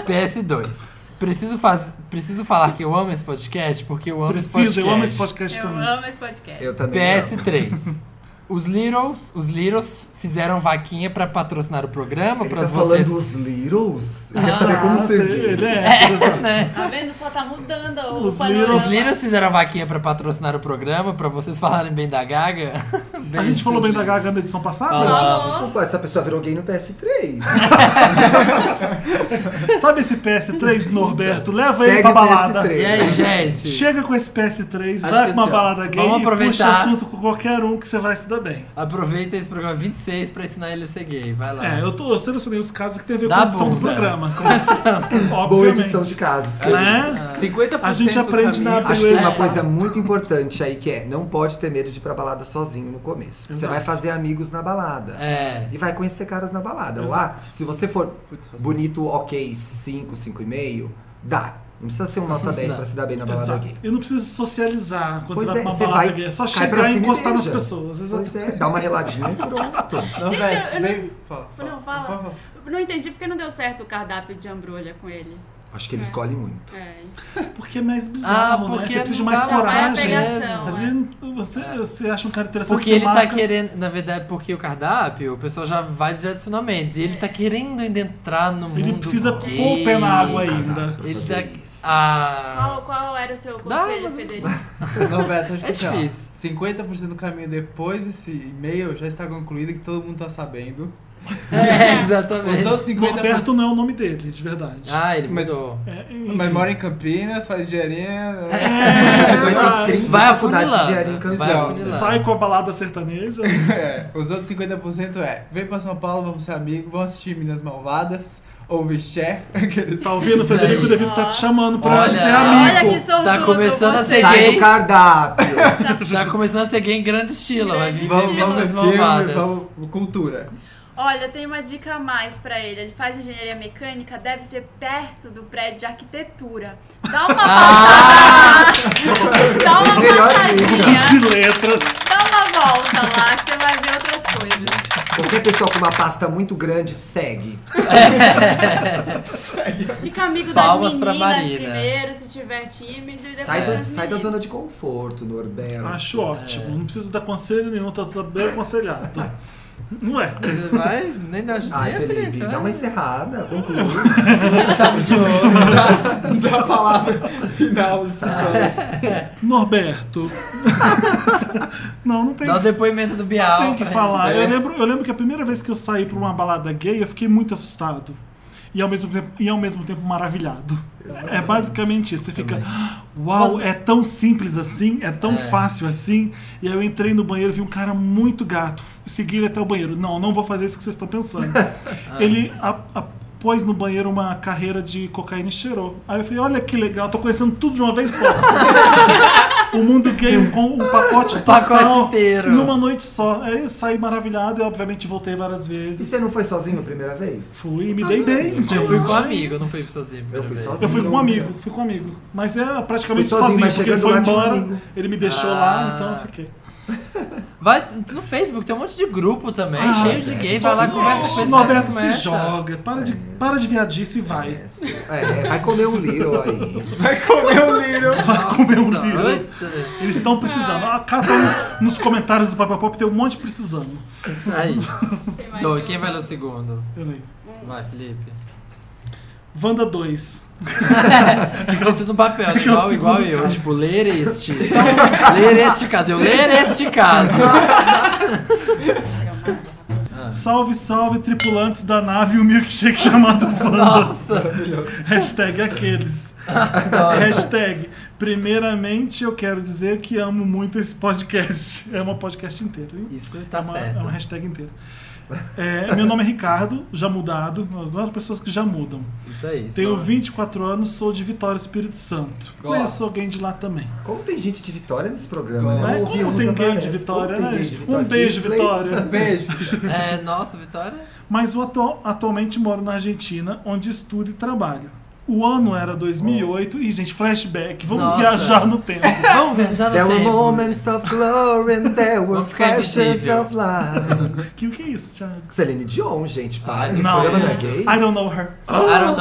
S2: PS2. Preciso, faz... Preciso falar que eu amo esse podcast porque eu amo esse
S1: Preciso,
S2: podcast.
S1: eu amo esse podcast
S3: Eu
S1: também. né?
S3: amo esse podcast.
S4: Eu também. amo.
S2: PS3. Os Littles, os Littles fizeram vaquinha pra patrocinar o programa,
S4: Ele
S2: para
S4: tá
S2: vocês.
S4: falando os Littles? Ele quer saber como ser gay.
S1: Ah, Ele é. exato.
S2: né?
S7: Tá vendo? Só tá mudando o
S1: Os
S7: panorama.
S2: Os Littles fizeram vaquinha pra patrocinar o programa, pra vocês falarem bem da Gaga.
S1: A gente falou bem da Gaga na edição passada?
S2: Falou.
S4: Desculpa, essa pessoa virou gay no PS3.
S1: Sabe esse PS3, Norberto? Leva ele
S4: Segue
S1: pra
S4: o
S1: balada.
S4: PS3.
S2: E aí, gente?
S1: Chega com esse PS3,
S5: Acho
S1: vai pra
S5: que
S1: uma
S5: assim, ó,
S1: balada gay
S2: vamos
S1: e
S2: aproveitar.
S1: puxa assunto com qualquer um que você vai se dar bem.
S2: Aproveita esse programa 26 pra ensinar ele a ser gay. Vai lá.
S1: É, eu, tô, eu selecionei os casos que tem a ver com
S2: Da
S1: a edição do
S2: bunda.
S1: programa. Começando.
S4: Boa
S1: Obviamente.
S4: edição de casos.
S1: Né?
S5: 50%
S1: A gente
S5: do
S1: aprende na
S5: caminho-
S4: Acho que tem
S1: Beleza.
S4: uma coisa muito importante aí que é: não pode ter medo de ir pra balada sozinho no começo. Você
S1: Exato.
S4: vai fazer amigos na balada.
S2: É.
S4: E vai conhecer caras na balada. Lá, se você for
S5: Putz, faz-
S4: bonito, ok, 5, 5,5, dá. Não precisa ser um nota 10 pra se dar bem na balada
S1: Exato.
S4: gay.
S1: E não precisa se socializar quando
S4: Pois
S1: você vai
S4: é,
S1: pra uma
S4: você
S1: balada
S4: vai,
S1: gay. É só
S4: cai pra
S1: chegar e
S4: cima e
S1: encostar nas
S4: beija.
S1: pessoas. Exato.
S4: Pois é, dá uma reladinha e pronto.
S3: Gente,
S5: Norberto,
S3: eu não-
S5: vem, Fala, fala,
S3: Não, fala.
S5: fala, fala.
S3: Não entendi porque não deu certo o cardápio de jambrolha com ele.
S4: Acho que ele escolhe muito.
S3: É.
S1: Porque é mais bizarro,
S2: Ah,
S1: né?
S2: porque
S1: Você precisa de
S2: não
S1: mais
S2: dá pra
S1: coragem.
S3: pegação,
S1: Às
S3: é.
S1: vezes você, você acha um cara interessante
S2: Porque
S1: você
S2: ele tá
S1: marca-
S2: querendo, na verdade, porque o cardápio, o pessoal já vai direto aos finalmente. E ele tá querendo ainda entrar no um mundo.
S1: Ele precisa pôr
S2: gay.
S1: o pé na água ainda.
S4: Pra
S2: Ele
S4: fazer
S2: tá.
S4: isso.
S2: Ah.
S3: Qual, qual era o seu
S2: Dá,
S3: conselho,
S2: mas-
S3: Federico?
S5: Norberto, acho
S2: É
S5: que assim, ó,
S2: difícil.
S5: 50% do caminho depois desse e-mail já está concluído, que todo mundo tá sabendo.
S2: É,
S5: Os outros
S2: exatamente.
S5: 50%.
S1: Norberto não é o nome dele, de verdade.
S2: Ah, ele
S5: Mas-
S2: mudou.
S1: É,
S5: Mas mora em Campinas, faz dinheirinho.
S4: Aguenta
S5: né?
S1: é,
S4: 30
S2: Vai
S4: faculdades de
S2: afunilando.
S4: engenharia em Campinas.
S2: Vai
S5: Não,
S2: afunilando.
S1: sai com a balada sertaneja.
S5: É, os outros 50% é: vem pra São Paulo, vamos ser amigos, vamos assistir Minas Malvadas, ouvir Cher. Aqueles...
S1: Tá ouvindo? O
S2: Isso aí.
S1: Federico Devito tá te chamando pra
S2: Olha,
S1: ser amigo.
S3: Olha que sortudo
S2: Tá começando a
S3: você.
S2: ser
S4: Sai
S2: gay.
S4: do cardápio.
S2: Tá começando a ser gay em grande estilo. Vai vir
S5: Vamos, vamos ver
S2: Minas
S5: filme,
S2: Malvadas.
S5: vamos cultura.
S3: Olha, eu tenho uma dica a mais pra ele. Ele faz engenharia mecânica, deve ser perto do prédio de arquitetura. Dá uma passada. Dá uma
S4: Ah! Melhor
S1: De
S3: passadinha.
S1: letras.
S3: Dá uma volta lá que você vai ver outras coisas.
S4: Qualquer pessoa com uma pasta muito grande segue.
S3: Fica amigo
S2: Palmas pra
S3: das meninas
S2: Marina.
S3: primeiro, se tiver tímido. E depois
S4: Sai, do-
S3: das
S4: sai da
S3: meninas.
S4: zona de conforto, Norberto.
S1: Acho ótimo. Não preciso dar conselho nenhum, tá tudo bem aconselhado. Ué,
S2: Você vai, nem dá jeito.
S1: é
S4: Ai, Felipe, dá uma encerrada, conclui.
S2: chave de ouro.
S5: Da palavra final, sabe?
S1: Norberto. não, não tem.
S2: Dá o depoimento do Bial.
S1: Tem que
S2: pra
S1: falar.
S2: gente
S1: Eu
S2: ver.
S1: lembro, eu lembro que a primeira vez que eu saí pra uma balada gay, eu fiquei muito assustado. E ao mesmo tempo, e ao mesmo tempo maravilhado. É basicamente isso. Você fica, uau, é tão simples assim, é tão
S2: É.
S1: fácil assim. E aí eu entrei no banheiro, vi um cara muito gato. Segui ele até o banheiro. Não, não vou fazer isso que vocês estão pensando.
S2: Ah.
S1: Ele a- a- pôs no banheiro uma carreira de cocaína e cheirou. Aí eu falei, olha que legal, tô conhecendo tudo de uma vez só. o mundo gay, um, com- um pacote total.
S2: pacote inteiro.
S1: Numa noite só. Aí eu saí maravilhado e obviamente voltei várias
S4: E
S1: vezes.
S4: você não foi sozinho a primeira vez?
S1: Fui e me dei bem.
S2: Eu fui com um amigo, eu não fui sozinho.
S4: Eu fui sozinho.
S1: Eu fui com um amigo, fui com um amigo. Mas é praticamente
S4: Fui sozinho,
S1: sozinho,
S4: mas
S1: porque ele
S4: chegando
S1: foi
S4: lá tinha um
S1: embora,
S4: amigo.
S1: ele me deixou lá,
S2: Ah.
S1: então eu fiquei.
S2: Vai no Facebook, tem um monte de grupo também,
S1: Ah,
S2: cheio de
S1: gente,
S2: gay. Vai lá, conversa com
S1: Nossa,
S2: eles.
S1: Norberto se
S2: conversa.
S1: joga, para de, para de viadice e vai.
S4: É, vai comer um Little aí.
S5: Vai comer o Little.
S1: Vai comer um
S2: Nossa,
S1: livro.
S2: eita.
S1: Eles estão precisando. Ah, Cada um nos comentários do Papel Pop tem um monte precisando.
S2: Aí.
S7: Tem mais
S2: Então,
S7: um.
S2: quem vai ler o segundo?
S1: Eu leio.
S2: Vai, Felipe.
S1: Wanda 2.
S2: Tem que ser tudo no papel, né?
S1: Aquele
S2: igual,
S1: segundo
S2: igual eu.
S1: caso.
S2: Tipo, ler este. ler este caso. Eu ler este caso.
S1: Salve, salve, tripulantes da nave e o milkshake chamado Wanda.
S2: Nossa.
S1: Hashtag aqueles. Hashtag, primeiramente eu quero dizer que amo muito esse podcast. É um podcast inteiro. hein?
S2: Isso tá
S1: é uma,
S2: certo.
S1: É uma hashtag inteira. É, meu nome é Ricardo, já mudado. Eu Adoro pessoas que já mudam.
S2: Isso aí.
S1: Tenho
S2: só-
S1: 24 anos, sou de Vitória, Espírito Santo. Conheço alguém de lá também.
S4: Como tem gente de Vitória nesse programa, né?
S1: Mas
S4: Não
S1: como
S4: ouvimos,
S1: tem gay de
S4: aparece.
S1: Vitória,
S4: Como
S1: né?
S4: tem gay de Vitória?
S1: Um beijo,
S4: Disney.
S1: Vitória.
S5: Beijo.
S2: É, nossa, Vitória?
S1: Mas o atual- atualmente moro na Argentina, onde estudo e trabalho. O ano era 2008 e, gente, flashback. Vamos
S2: Nossa.
S1: viajar no tempo.
S2: Vamos viajar no
S4: There were
S2: tempo.
S4: moments of glory and there were
S2: Vamos ficar
S4: flashes
S2: invisível.
S4: of light.
S1: que, o que é isso, Thiago?
S4: Celine Dion, gente, para.
S2: Ai,
S4: esse
S2: não.
S4: programa não é gay?
S1: I don't know her.
S4: Ah,
S2: I don't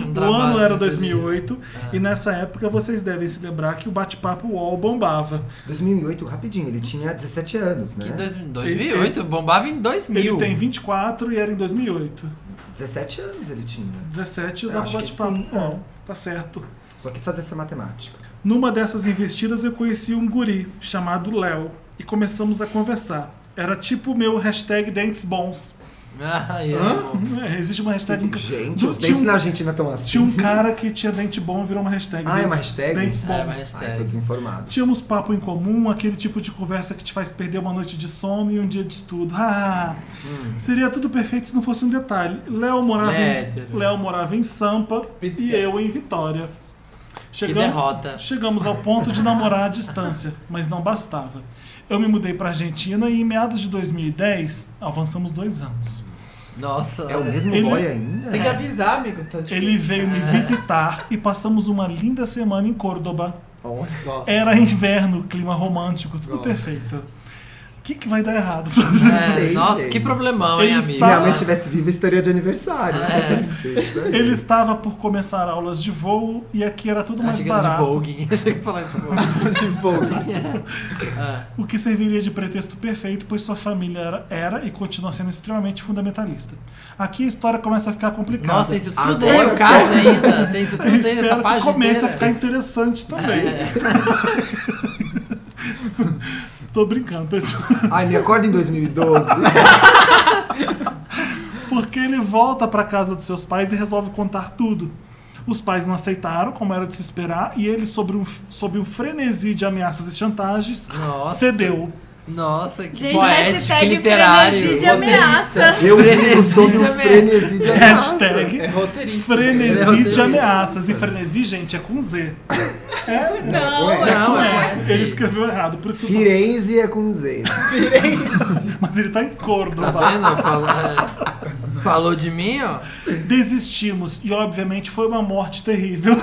S2: know. Um
S1: O
S2: trabalho,
S1: ano era
S2: não sabia.
S1: 2008
S4: Ah.
S1: e nessa época vocês devem se lembrar que o bate-papo UOL bombava.
S4: 2008, rapidinho, ele tinha 17 anos, né?
S2: Que dois- 2008, bombava em 2000.
S1: Ele tem 24 e era em 2008.
S4: 17 anos ele tinha.
S1: 17
S4: Eu
S1: usava o
S4: acho que
S1: bate-papo
S4: sim, é.
S1: UOL. Tá certo.
S4: Só quis fazer essa matemática.
S1: Numa dessas investidas eu conheci um guri chamado Léo e começamos a conversar. Era tipo o meu hashtag dentes bons.
S2: Ah, eu amo.
S1: É, existe uma hashtag.
S4: Gente,
S1: Tinha
S4: os dentes
S1: um-
S4: na Argentina estão assim.
S1: Tinha um cara que tinha dente bom e virou uma hashtag.
S4: Ah, é uma
S1: dentes-
S4: hashtag?
S1: Dentes
S2: É, uma
S1: bons.
S4: Ai, tô
S2: hashtag.
S4: desinformado.
S1: Tínhamos papo em comum, aquele tipo de conversa que te faz perder uma noite de sono e um dia de estudo. Ah,
S4: Hum.
S1: Seria tudo perfeito se não fosse um detalhe. Léo morava, em,
S2: Hétero.
S1: Léo morava em Sampa e
S5: Vitória.
S1: eu em Vitória.
S2: Que
S1: Chegam-
S2: derrota.
S1: chegamos ao ponto de namorar à distância, mas não bastava. Eu me mudei para Argentina e em meados de 2010 avançamos dois anos.
S2: Nossa.
S4: É o mesmo É.
S1: Ele-
S4: boy ainda?
S5: Você tem que avisar, amigo. Tá difícil.
S1: Ele veio me visitar e passamos uma linda semana em Córdoba,
S4: Olha.
S1: Era inverno, clima romântico, tudo perfeito. O que, que vai dar errado?
S2: É,
S4: Sei,
S2: nossa,
S4: sei.
S2: que problemão, hein,
S1: Ele
S2: amigo?
S4: Se minha
S1: sabe-
S4: mãe estivesse viva, estaria de aniversário. Né? Isso aí.
S1: Ele estava por começar aulas de voo e aqui era tudo mais
S2: Achei que era de
S1: barato.
S2: Vogue. Achei que falava de Vogue.
S5: de Vogue.
S1: O que serviria de pretexto perfeito, pois sua família era, era e continua sendo extremamente fundamentalista. Aqui a história começa a ficar complicada.
S2: Nossa, tem isso tudo
S4: Agora
S2: aí em casa ainda. Tem isso tudo
S1: Eu
S2: aí nessa
S1: espero que
S2: página
S1: comece
S2: inteira.
S1: a ficar interessante também. Tô brincando, pessoal.
S4: Ai, me acorda em 2012.
S1: Porque ele volta pra casa dos seus pais e resolve contar tudo. Os pais não aceitaram, como era de se esperar, e ele, sobre um, sob um frenesi de ameaças e chantagens,
S2: Nossa.
S1: cedeu.
S2: Nossa, que
S3: Gente,
S2: poético, que
S3: hashtag
S2: literário.
S3: frenesi de
S2: roteirista.
S3: ameaças.
S4: Eu vivo sob um
S2: Frenesi de
S4: frenesi de ameaças.
S1: Hashtag
S5: É roteirista.
S2: Ele é
S1: frenesi de
S2: roteirista.
S1: ameaças. E frenesi, gente, é com Z.
S3: Não,
S4: Ué,
S3: é
S2: Não,
S3: com
S2: é.
S3: S.
S2: Sim.
S1: Ele escreveu errado, por isso que eu
S4: Firenze é com Z.
S1: tô... Mas ele tá em
S2: Tá
S1: Córdoba.
S2: vendo? Falou, é. Falou de mim, ó.
S1: Desistimos, e obviamente foi uma morte terrível.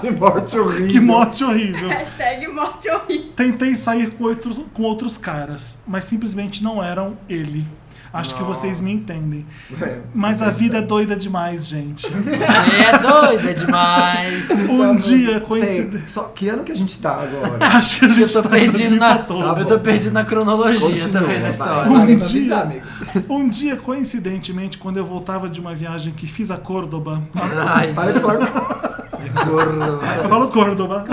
S4: Que morte horrível.
S1: Que morte horrível.
S3: é Hashtag morte horrível.
S1: Tentei sair com outros, com outros caras, mas simplesmente não eram ele. Acho que vocês me entendem.
S4: É.
S1: Mas a vida é doida demais, gente.
S2: Você é doida demais.
S1: Um dia,
S4: Tá Sei.
S1: coincidência.
S4: Só que ano que a gente tá agora?
S1: Acho que a gente
S2: Tô
S1: tá em
S2: perdido na,
S1: 2014.
S2: eu tô perdido na cronologia
S4: Continua,
S2: também da
S4: vai.
S2: história.
S1: Um
S5: Parei pra
S1: dia.
S5: avisar, amigo.
S1: Um dia, coincidentemente, quando eu voltava de uma viagem que fiz a Córdoba.
S2: Ai,
S4: Para de falar
S1: Eu falo Córdoba.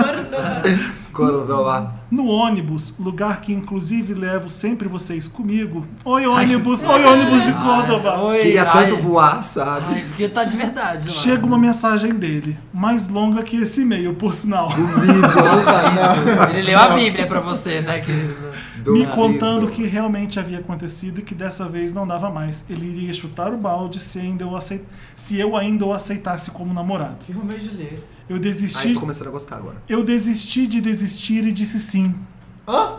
S4: Cordova.
S1: No ônibus, lugar que inclusive levo sempre vocês comigo. Oi, ônibus! Oi, ônibus de Córdoba!
S2: Oi,
S4: Queria
S2: ai,
S4: tanto voar, sabe?
S2: Ai, porque tá de verdade lá.
S1: Chega uma mensagem dele, mais longa que esse e-mail, por sinal.
S2: Ele leu a Bíblia pra você, né, querido?
S1: Me
S4: Duvido.
S1: contando o que realmente havia acontecido e que dessa vez não dava mais. Ele iria chutar o balde se, ainda eu, acei- se eu ainda o aceitasse como namorado.
S2: um
S5: Que Romeu e Julieta.
S1: Eu
S4: Aí
S1: desisti.
S4: tô começando a gostar agora.
S1: Eu desisti de desistir e disse sim.
S5: Hã?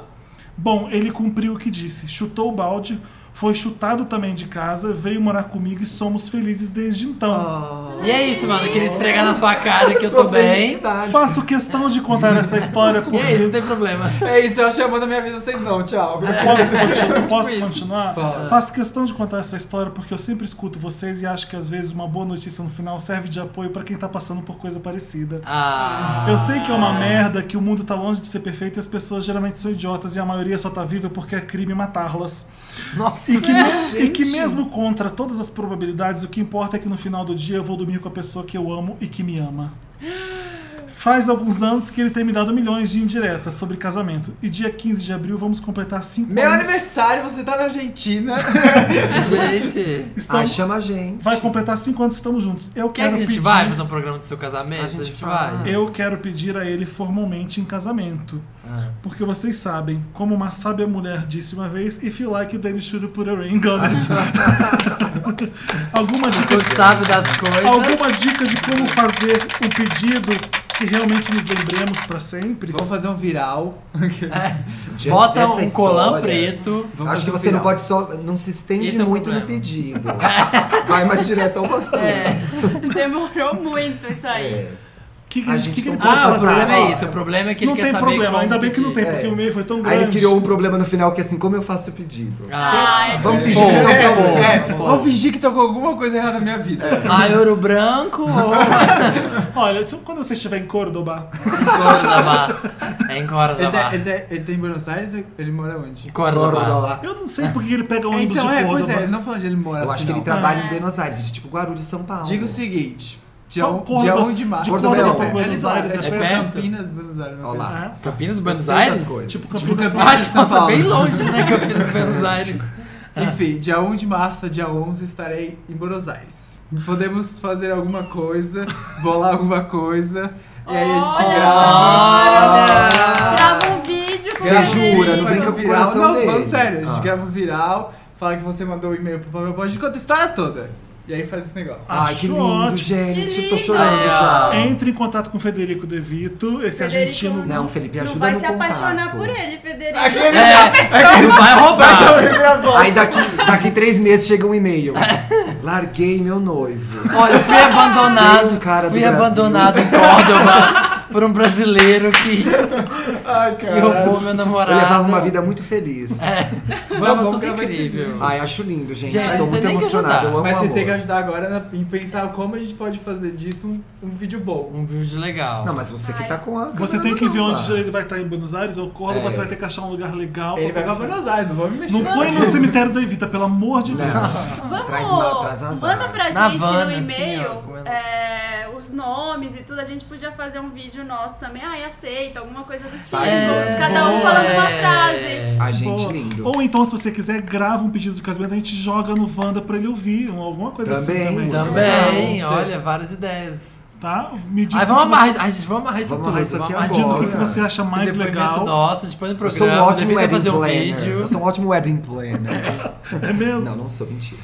S1: Bom, ele cumpriu o que disse, chutou o balde, foi chutado também de casa, veio morar comigo e somos felizes desde então.
S2: E é isso, mano. Eu queria esfregar na sua cara que eu
S4: Sua
S2: tô bem.
S4: felicidade.
S1: Faço questão de contar essa história
S2: E é isso, não
S1: porque.
S2: tem problema.
S5: É isso, eu achei a mão da minha vida, vocês não, tchau.
S1: Posso, continuar? Posso continuar?
S5: É tipo Fala.
S1: Faço questão de contar essa história porque eu sempre escuto vocês e acho que às vezes uma boa notícia no final serve de apoio pra quem tá passando por coisa parecida.
S2: Ah.
S1: Eu sei que é uma merda, que o mundo tá longe de ser perfeito e as pessoas geralmente são idiotas e a maioria só tá viva porque é crime matá-las.
S2: Nossa,
S1: E que, me- e que mesmo contra todas as probabilidades, o que importa é que no final do dia eu vou dormir com a pessoa que eu amo e que me ama. Faz alguns anos que ele tem me dado milhões de indiretas sobre casamento. E dia 15 de abril vamos completar 5
S5: Meu
S1: anos.
S5: aniversário, você tá na Argentina.
S2: gente.
S4: Ai,
S1: Estamos,
S4: Ah, chama a gente.
S1: vai completar 5 anos que estamos juntos. Eu
S2: Quer
S1: quero
S2: que a gente
S1: pedir.
S2: vai fazer um programa do seu casamento?
S4: A
S2: A
S4: gente
S2: gente,
S4: faz.
S2: vai.
S1: Eu quero pedir a ele formalmente em casamento. Porque vocês sabem, como uma sábia mulher disse uma vez, if you like it, then you should put a ring on it. Alguma dica
S2: Você sabe das coisas.
S1: Alguma dica de como fazer um pedido que realmente nos lembremos pra sempre?
S5: Vamos fazer um viral.
S4: Gente,
S2: Bota
S4: essa
S2: um colã
S4: história-
S2: preto.
S5: Vamos
S4: Acho
S5: fazer
S4: que
S5: um
S4: você não
S5: viral.
S4: pode só. Não se estende
S2: Esse é o
S4: muito no
S2: problema. É.
S4: pedido. Vai mais direto ao assunto.
S3: Demorou muito isso
S2: É.
S4: É.
S3: aí.
S1: Que que
S4: A
S1: ele-
S4: gente
S1: que que
S4: não
S1: ele
S4: pode
S1: pode
S2: Ah, o
S4: fazer.
S1: fazer?
S2: problema é isso. O problema é que ele
S1: Não
S2: quer
S1: tem
S2: saber
S1: problema,
S2: como
S1: ainda bem que não
S2: pedir.
S1: tem, porque
S4: É.
S1: o meio foi tão grande.
S4: Aí ele criou um problema no final que é assim, como eu faço o pedido?
S2: Ah.
S3: Ah, é
S4: Vamos
S2: É.
S4: fingir que isso
S2: Pô,
S4: é um
S2: pô.
S4: problema.
S5: É, vamos fingir que tô com alguma coisa errada na minha vida.
S2: Ai, ouro branco ou
S1: Olha, se- quando você estiver em Córdoba,
S2: em Córdoba? É em
S5: Ele,
S2: Córdoba.
S5: tá, ele, tá- ele tá em Buenos Aires, ele mora onde?
S2: Em Córdoba.
S4: Córdoba.
S1: eu não sei por que ele pega ônibus
S5: então,
S1: de
S5: é,
S1: Córdoba.
S5: pois é, ele não falou onde ele mora.
S4: Eu acho que ele
S5: afinal.
S4: trabalha
S3: É.
S4: em Buenos Aires, gente, tipo Guarulhos, São Paulo.
S5: Diga o seguinte: dia
S1: Qual
S5: 1
S1: Córdoba?
S5: de março.
S1: De
S4: Córdoba
S5: Córdoba
S4: pra
S5: perto.
S1: Buenos Aires,
S5: é
S1: é
S5: perto.
S2: perto?
S5: Campinas, Buenos Aires.
S4: Olha lá.
S1: É.
S2: Campinas,
S4: Eu
S2: Buenos
S4: sei
S2: Aires? Ah,
S4: das coisas.
S1: Tipo,
S5: Tipo,
S1: Campinas
S5: Campinas.
S1: Ai,
S2: Ai, nossa,
S5: Paulo.
S2: bem longe, né? Campinas, Buenos Aires.
S5: É. Enfim, dia 1 de março a dia 11 estarei em Buenos Aires. Podemos fazer alguma coisa, bolar alguma coisa, e aí a gente
S3: Olha!
S5: grava.
S3: Grava um vídeo com
S4: Você
S3: ele.
S4: jura? Não
S5: Faz
S4: brinca
S5: um
S4: com o
S5: viral.
S4: coração
S5: Não,
S4: dele.
S5: falando sério, a gente
S4: Ah.
S5: grava um viral, fala que você mandou um e-mail pro Pavel Pode, conta a história toda. E aí faz esse negócio.
S4: Ai, que
S1: Acho
S4: lindo,
S1: ótimo.
S4: gente.
S3: Que
S4: Tô
S3: lindo.
S4: chorando já.
S1: Entre em contato com o Federico De Vito, esse
S3: Federico
S1: argentino.
S4: Não, Felipe,
S3: Não
S4: ajuda
S3: vai
S4: no
S3: se apaixonar
S4: contato.
S3: por ele, Federico.
S5: Aquele
S2: É, não vai roubar.
S4: Aí daqui, daqui três meses chega um e-mail. Larguei meu noivo.
S2: Olha, eu fui abandonado.
S4: um Tem um cara do
S2: fui
S4: Brasil.
S2: abandonado em Córdoba por um brasileiro que,
S5: Ai,
S2: que roubou meu namorado.
S4: Eu levava uma vida muito feliz.
S2: Tava
S5: Vamos
S2: tudo
S5: gravar esse
S2: incrível.
S4: Ai, acho lindo, gente.
S2: Gente,
S4: Tô
S2: você
S4: muito
S2: tem que
S4: emocionado.
S2: ajudar.
S4: Eu amo
S5: Mas vocês
S4: amor.
S5: têm que ajudar agora na- em pensar como a gente pode fazer disso um, um vídeo bom.
S2: Um vídeo legal.
S4: Não, mas você que tá com a.
S1: Você
S4: câmera
S1: tem
S4: na
S1: que ver
S4: mão lá.
S1: onde ele vai estar em Buenos Aires ou Córdoba,
S4: É.
S1: você vai ter que achar um lugar legal.
S5: Ele vai pra Buenos Aires, não vamos me mexer.
S1: Não põe no cemitério da Evita, pelo amor de Deus.
S3: Vamos,
S4: Traz ma- traz azar.
S3: manda pra
S2: Na
S3: gente
S2: Havana,
S3: no
S2: assim,
S3: e-mail
S2: ó, comendo.
S3: é, os nomes e tudo. A gente podia fazer um vídeo nosso também. Ai, aceita, alguma coisa do tipo.
S4: É,
S3: Cada um
S2: né? boa.
S3: falando uma
S2: É.
S3: frase.
S4: Ai, Ah, gente,
S1: Boa.
S4: lindo.
S1: Ou então, se você quiser, grava um pedido de casamento, a gente joga no Wanda pra ele ouvir, ou alguma coisa
S4: Também,
S1: assim também.
S2: Também,
S4: Você-
S2: olha, várias ideias.
S1: Tá? Me diz
S2: Ai,
S1: o que
S2: vamos
S1: você-
S2: amarrar isso. Ai, gente, vamos amarrar isso
S4: Vamos
S2: tudo.
S4: amarrar isso aqui é
S1: me diz o que, que
S4: Bora.
S1: você acha mais
S2: depoimento
S1: legal.
S2: nosso, depois no
S4: um Eu sou um
S2: programa,
S4: ótimo
S2: depois
S4: wedding
S2: vai fazer um
S4: planner.
S2: vídeo.
S4: Eu sou um ótimo wedding planner.
S1: É mesmo?
S4: não, não sou, mentira.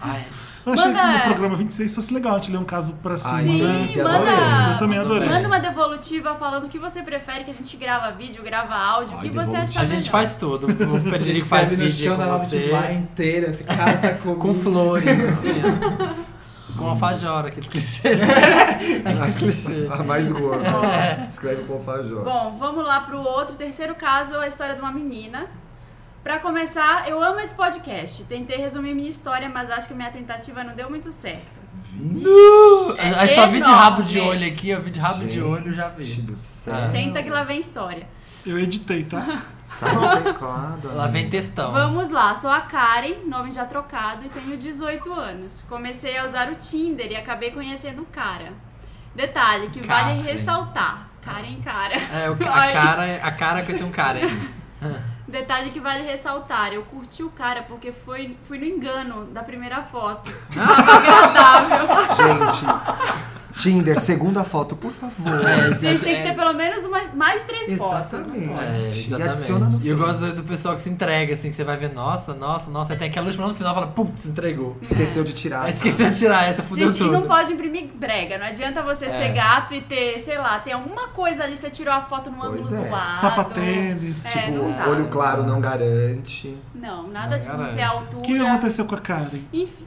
S2: Ai,
S1: Eu achei que
S3: Manda-
S1: no programa 26 fosse legal, te ler um caso pra cima. né?
S4: Ai,
S3: Sim,
S4: eu
S3: manda.
S4: adorei.
S1: Eu também adorei.
S3: Manda uma devolutiva falando o que você prefere, que a gente grava vídeo, grava áudio, o
S4: Ai,
S3: que você
S4: devolutiva.
S3: achar
S2: a gente
S3: melhor.
S2: faz tudo. O Frederico
S5: Faz
S2: faz
S5: no
S2: vídeo
S5: chão da
S2: com
S5: Lava de Bar
S2: você.
S5: inteira, se casa comigo.
S2: Com flores, assim, ó. Com alfajora, aquele clichê.
S4: A mais gorda.
S2: É.
S4: Escreve com o Fajor.
S3: Bom, vamos lá pro outro. Terceiro caso é a história de uma menina. Pra começar, eu amo esse podcast. Tentei resumir minha história, mas acho que minha tentativa não deu muito certo.
S2: Aí só vi de rabo de
S3: enorme.
S2: olho aqui, ó. Vi de rabo de
S4: Gente
S2: olho, já vi.
S4: do céu.
S2: Ah.
S3: Senta que lá vem história.
S1: Eu editei, tá?
S4: Sai do teclado.
S2: Lá vem
S4: amiga.
S2: textão.
S3: Vamos lá, sou a Karen, nome já trocado, e tenho 18 anos. Comecei a usar o Tinder e acabei conhecendo um cara. Detalhe que vale
S2: Karen.
S3: ressaltar. Karen, cara.
S2: É, o- a
S3: Ai.
S2: cara, a cara conheceu um cara aí.
S3: Detalhe que vale ressaltar, eu curti o cara porque foi, fui no engano da primeira foto.
S4: Gente, Tinder, segunda foto, por favor.
S2: É,
S3: Gente, tem que
S2: é-
S3: ter pelo menos umas, mais de três
S2: É,
S3: fotos.
S4: Exatamente. E adiciona no
S2: exatamente. E eu
S4: Face.
S2: gosto do pessoal que se entrega, assim, que você vai ver, nossa, nossa, nossa, até aquela última no final fala, putz, entregou.
S4: Esqueceu de tirar.
S2: Aí É, esqueceu de tirar essa, fudeu
S3: Gente, e
S2: tudo. É.
S3: não pode imprimir brega. Não adianta você ser gato e ter, sei lá, ter alguma coisa ali, você tirou a foto num
S4: Pois
S3: ângulo
S4: é.
S3: zoado.
S1: Sapatênis.
S3: Ah, É,
S1: tipo,
S3: não dá.
S4: O olho claro não garante.
S3: Não, nada disso, não
S2: garante.
S3: ser a
S1: o
S3: altura.
S1: que é? aconteceu com a Karen?
S3: Enfim.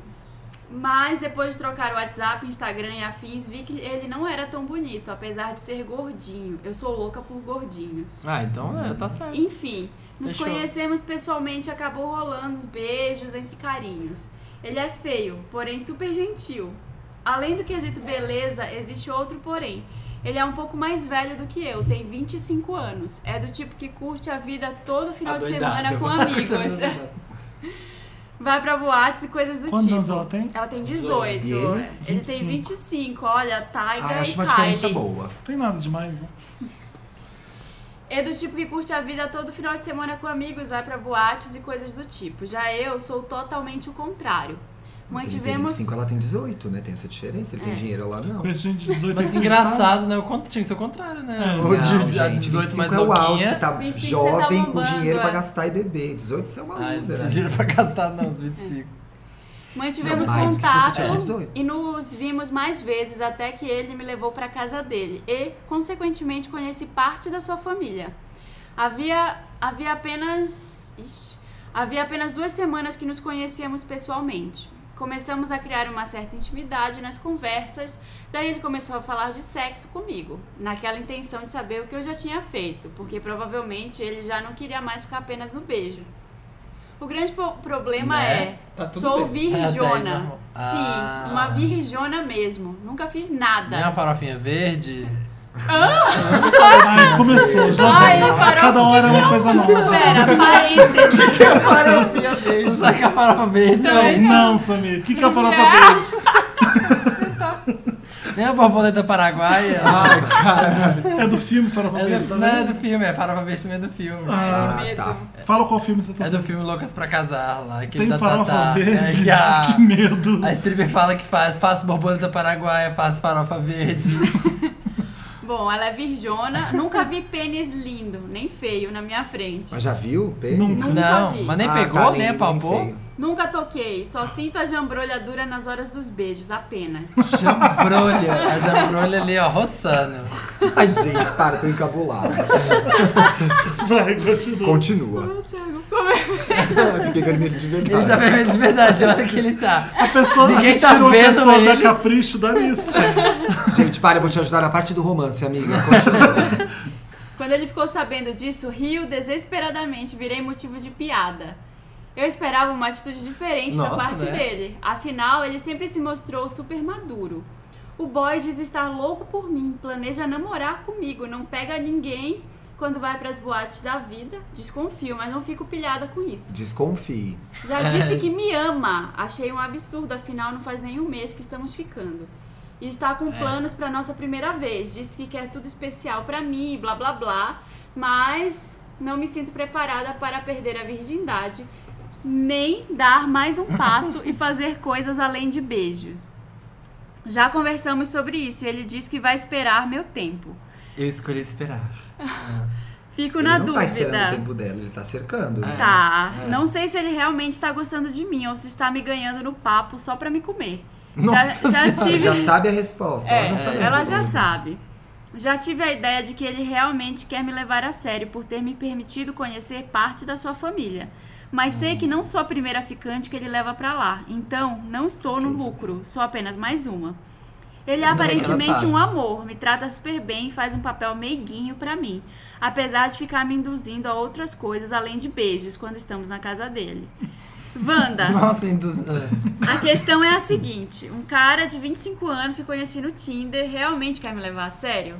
S3: Mas depois de trocar o WhatsApp, Instagram e afins, vi que ele não era tão bonito, apesar de ser gordinho. Eu sou louca por gordinhos.
S2: Ah, então é, tá certo.
S3: Enfim, nos
S2: Fechou.
S3: conhecemos pessoalmente, acabou rolando os beijos entre carinhos. Ele é feio, porém super gentil. Além do quesito beleza, existe outro porém. Ele é um pouco mais velho do que eu, tem 25 anos. É do tipo que curte a vida todo final de semana
S2: Adoidado.
S3: com amigos. Vai pra boates e coisas do
S1: Quantos
S3: tipo.
S1: anos ela tem?
S3: Ela tem 18.
S4: E ele?
S3: é. Ele tem 25, olha, Tiger
S4: Ah, acho
S3: e
S4: uma diferença
S3: Kylie.
S4: boa.
S1: Tem nada demais, né? não.
S3: É do tipo que curte a vida todo final de semana com amigos, vai pra boates e coisas do tipo. Já eu sou totalmente o contrário.
S4: Ele tem
S3: Mantivemos.
S4: 25, ela tem 18, né? Tem essa diferença. Ele
S3: É.
S4: tem dinheiro, ela não.
S1: Conheço gente de 18
S2: Mas engraçado, né? O conto tinha que ser o contrário, né?
S1: É.
S2: Ou de,
S4: Não,
S2: de- a
S4: gente,
S2: 18 mais
S4: 25 é o auge,
S2: louquinha.
S4: você tá
S3: 25 você tá
S4: jovem com
S3: bombando,
S4: dinheiro pra
S3: é.
S4: gastar e beber. 18 você é uma
S2: Ah,
S4: loser.
S2: não
S4: né?
S2: tinha dinheiro pra gastar, não, os 25.
S3: Mantivemos
S4: Não, mais do que você
S3: contato
S4: tinha com 18.
S3: e nos vimos mais vezes até que ele me levou pra casa dele e, consequentemente, conheci parte da sua família. Havia, havia apenas. Ixi, havia apenas duas semanas que nos conhecíamos pessoalmente. Começamos a criar uma certa intimidade nas conversas, daí ele começou a falar de sexo comigo, naquela intenção de saber o que eu já tinha feito, porque provavelmente ele já não queria mais ficar apenas no beijo. O grande po- problema
S2: Né?
S3: é
S2: Tá tudo
S3: Sou
S2: bem. É, daí
S3: virrijona.
S2: não- Ah.
S3: Sim, uma virrijona mesmo. Nunca fiz nada.
S2: Nem a farofinha verde. assim.
S1: Ai, começou. Já
S3: Ai, ele
S1: a
S3: parou.
S1: cada hora é uma coisa nova.
S3: Pera, parênteses.
S2: Não sabe que a farofa verde, é não.
S1: Não, Samir. O que, que é a
S3: né?
S1: farofa verde?
S2: Nem a borboleta paraguaia. Ai,
S4: Ah,
S1: É do filme Farofa
S2: é
S1: Verde,
S2: do,
S1: tá
S2: não, é
S1: vendo?
S2: do filme, é farofa verde também é do filme.
S4: Ah,
S3: medo.
S4: tá.
S1: Fala qual filme você tá
S2: É do filme Loucas pra Casar lá. Que
S1: Tem
S2: da
S1: farofa
S2: Tatá,
S1: verde? né?
S2: É, que
S1: Que
S2: a,
S1: medo.
S2: a stripper fala que faz, faço borboleta paraguaia, faço farofa verde.
S3: Bom, ela é virjona. Nunca vi pênis lindo, nem feio, na minha frente.
S4: Mas já viu? Pedro?
S1: Não.
S3: Nunca
S2: não,
S3: vi.
S2: mas nem
S4: Ah,
S2: pegou, né,
S4: tá,
S2: nem
S4: nem-
S2: apalpou.
S4: nem
S3: Nunca toquei. Só sinto a jambrolha dura nas horas dos beijos, apenas.
S2: Jambrolha, a jambrolha é um ali, ó, roçando.
S4: Ai, gente, para, tô encabulada.
S1: Vai, continua.
S4: Continua.
S3: Thiago, como é?
S4: Fiquei vermelho de verdade.
S2: Ele tá vermelho de verdade, olha que ele tá.
S1: A pessoa
S2: Ninguém
S1: a gente
S2: tá
S1: tirou a
S2: vendo
S1: pessoa da
S2: ele.
S1: capricho Ah, da missa.
S4: Gente, para, eu vou te ajudar na parte do romance, amiga. Continua.
S3: Quando ele ficou sabendo disso, riu desesperadamente, virei motivo de piada. Eu esperava uma atitude diferente da
S2: Nossa,
S3: parte
S2: né?
S3: dele. Afinal, ele sempre se mostrou super maduro. O boy diz estar louco por mim, planeja namorar comigo, não pega ninguém quando vai pras boates da vida. Desconfio, mas não fico pilhada com isso.
S4: Desconfie.
S3: Já disse
S4: É.
S3: que me ama. Achei um absurdo, afinal não faz nenhum mês que estamos ficando. E está
S4: É.
S3: com planos pra nossa primeira vez. Disse que quer tudo especial pra mim, blá blá blá. Mas não me sinto preparada para perder a virgindade, nem dar mais um passo e fazer coisas além de beijos. Já conversamos sobre isso e ele diz que vai esperar meu tempo.
S2: Eu escolhi esperar.
S3: Fico
S4: Ele
S3: na
S4: não
S3: dúvida.
S4: tá esperando o tempo dela, ele tá cercando. né?
S3: Tá. Não sei se ele realmente está gostando de mim ou se está me ganhando no papo só pra me comer.
S2: Nossa
S3: já, já
S4: Você
S3: tive.
S4: já sabe a resposta. ela já sabe a
S3: É, Ela
S4: resposta.
S3: já sabe. Já tive a ideia de que ele realmente quer me levar a sério por ter me permitido conhecer parte da sua família. Mas sei que não sou a primeira ficante que ele leva pra lá. Então, não estou no lucro, sou apenas mais uma. Ele é
S5: Isso é
S3: aparentemente
S5: engraçado.
S3: um amor, me trata super bem e faz um papel meiguinho pra mim. Apesar de ficar me induzindo a outras coisas além de beijos quando estamos na casa dele. Wanda,
S2: Nossa, induz... é.
S3: a questão é a seguinte: um cara de 25 anos que conheci no Tinder realmente quer me levar a sério?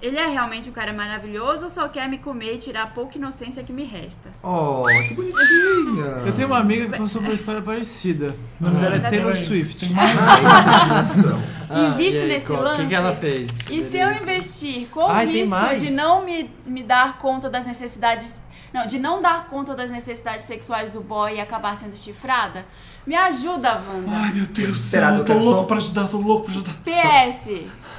S3: Ele é realmente um cara maravilhoso ou só quer me comer e tirar a pouca inocência que me resta?
S4: Oh, que bonitinha.
S5: Eu tenho uma amiga que passou por uma história parecida. O nome
S2: Ah,
S5: dela é
S3: tá
S5: Taylor
S3: bem.
S5: Swift.
S2: Ah,
S3: Invisto
S2: e aí,
S3: nesse
S2: qual- O que,
S3: lance.
S2: que ela fez?
S3: E se eu investir com
S5: Ai,
S3: o
S5: tem
S3: risco
S5: mais?
S3: de não me, me dar conta das necessidades. Não, de não dar conta das necessidades sexuais do boy e acabar sendo chifrada? Me ajuda, Wanda.
S1: Ai, meu Deus do
S4: Esperado,
S1: céu, eu tô
S4: eu quero
S1: louco
S4: só-
S1: pra ajudar, tô louco pra ajudar.
S3: PS,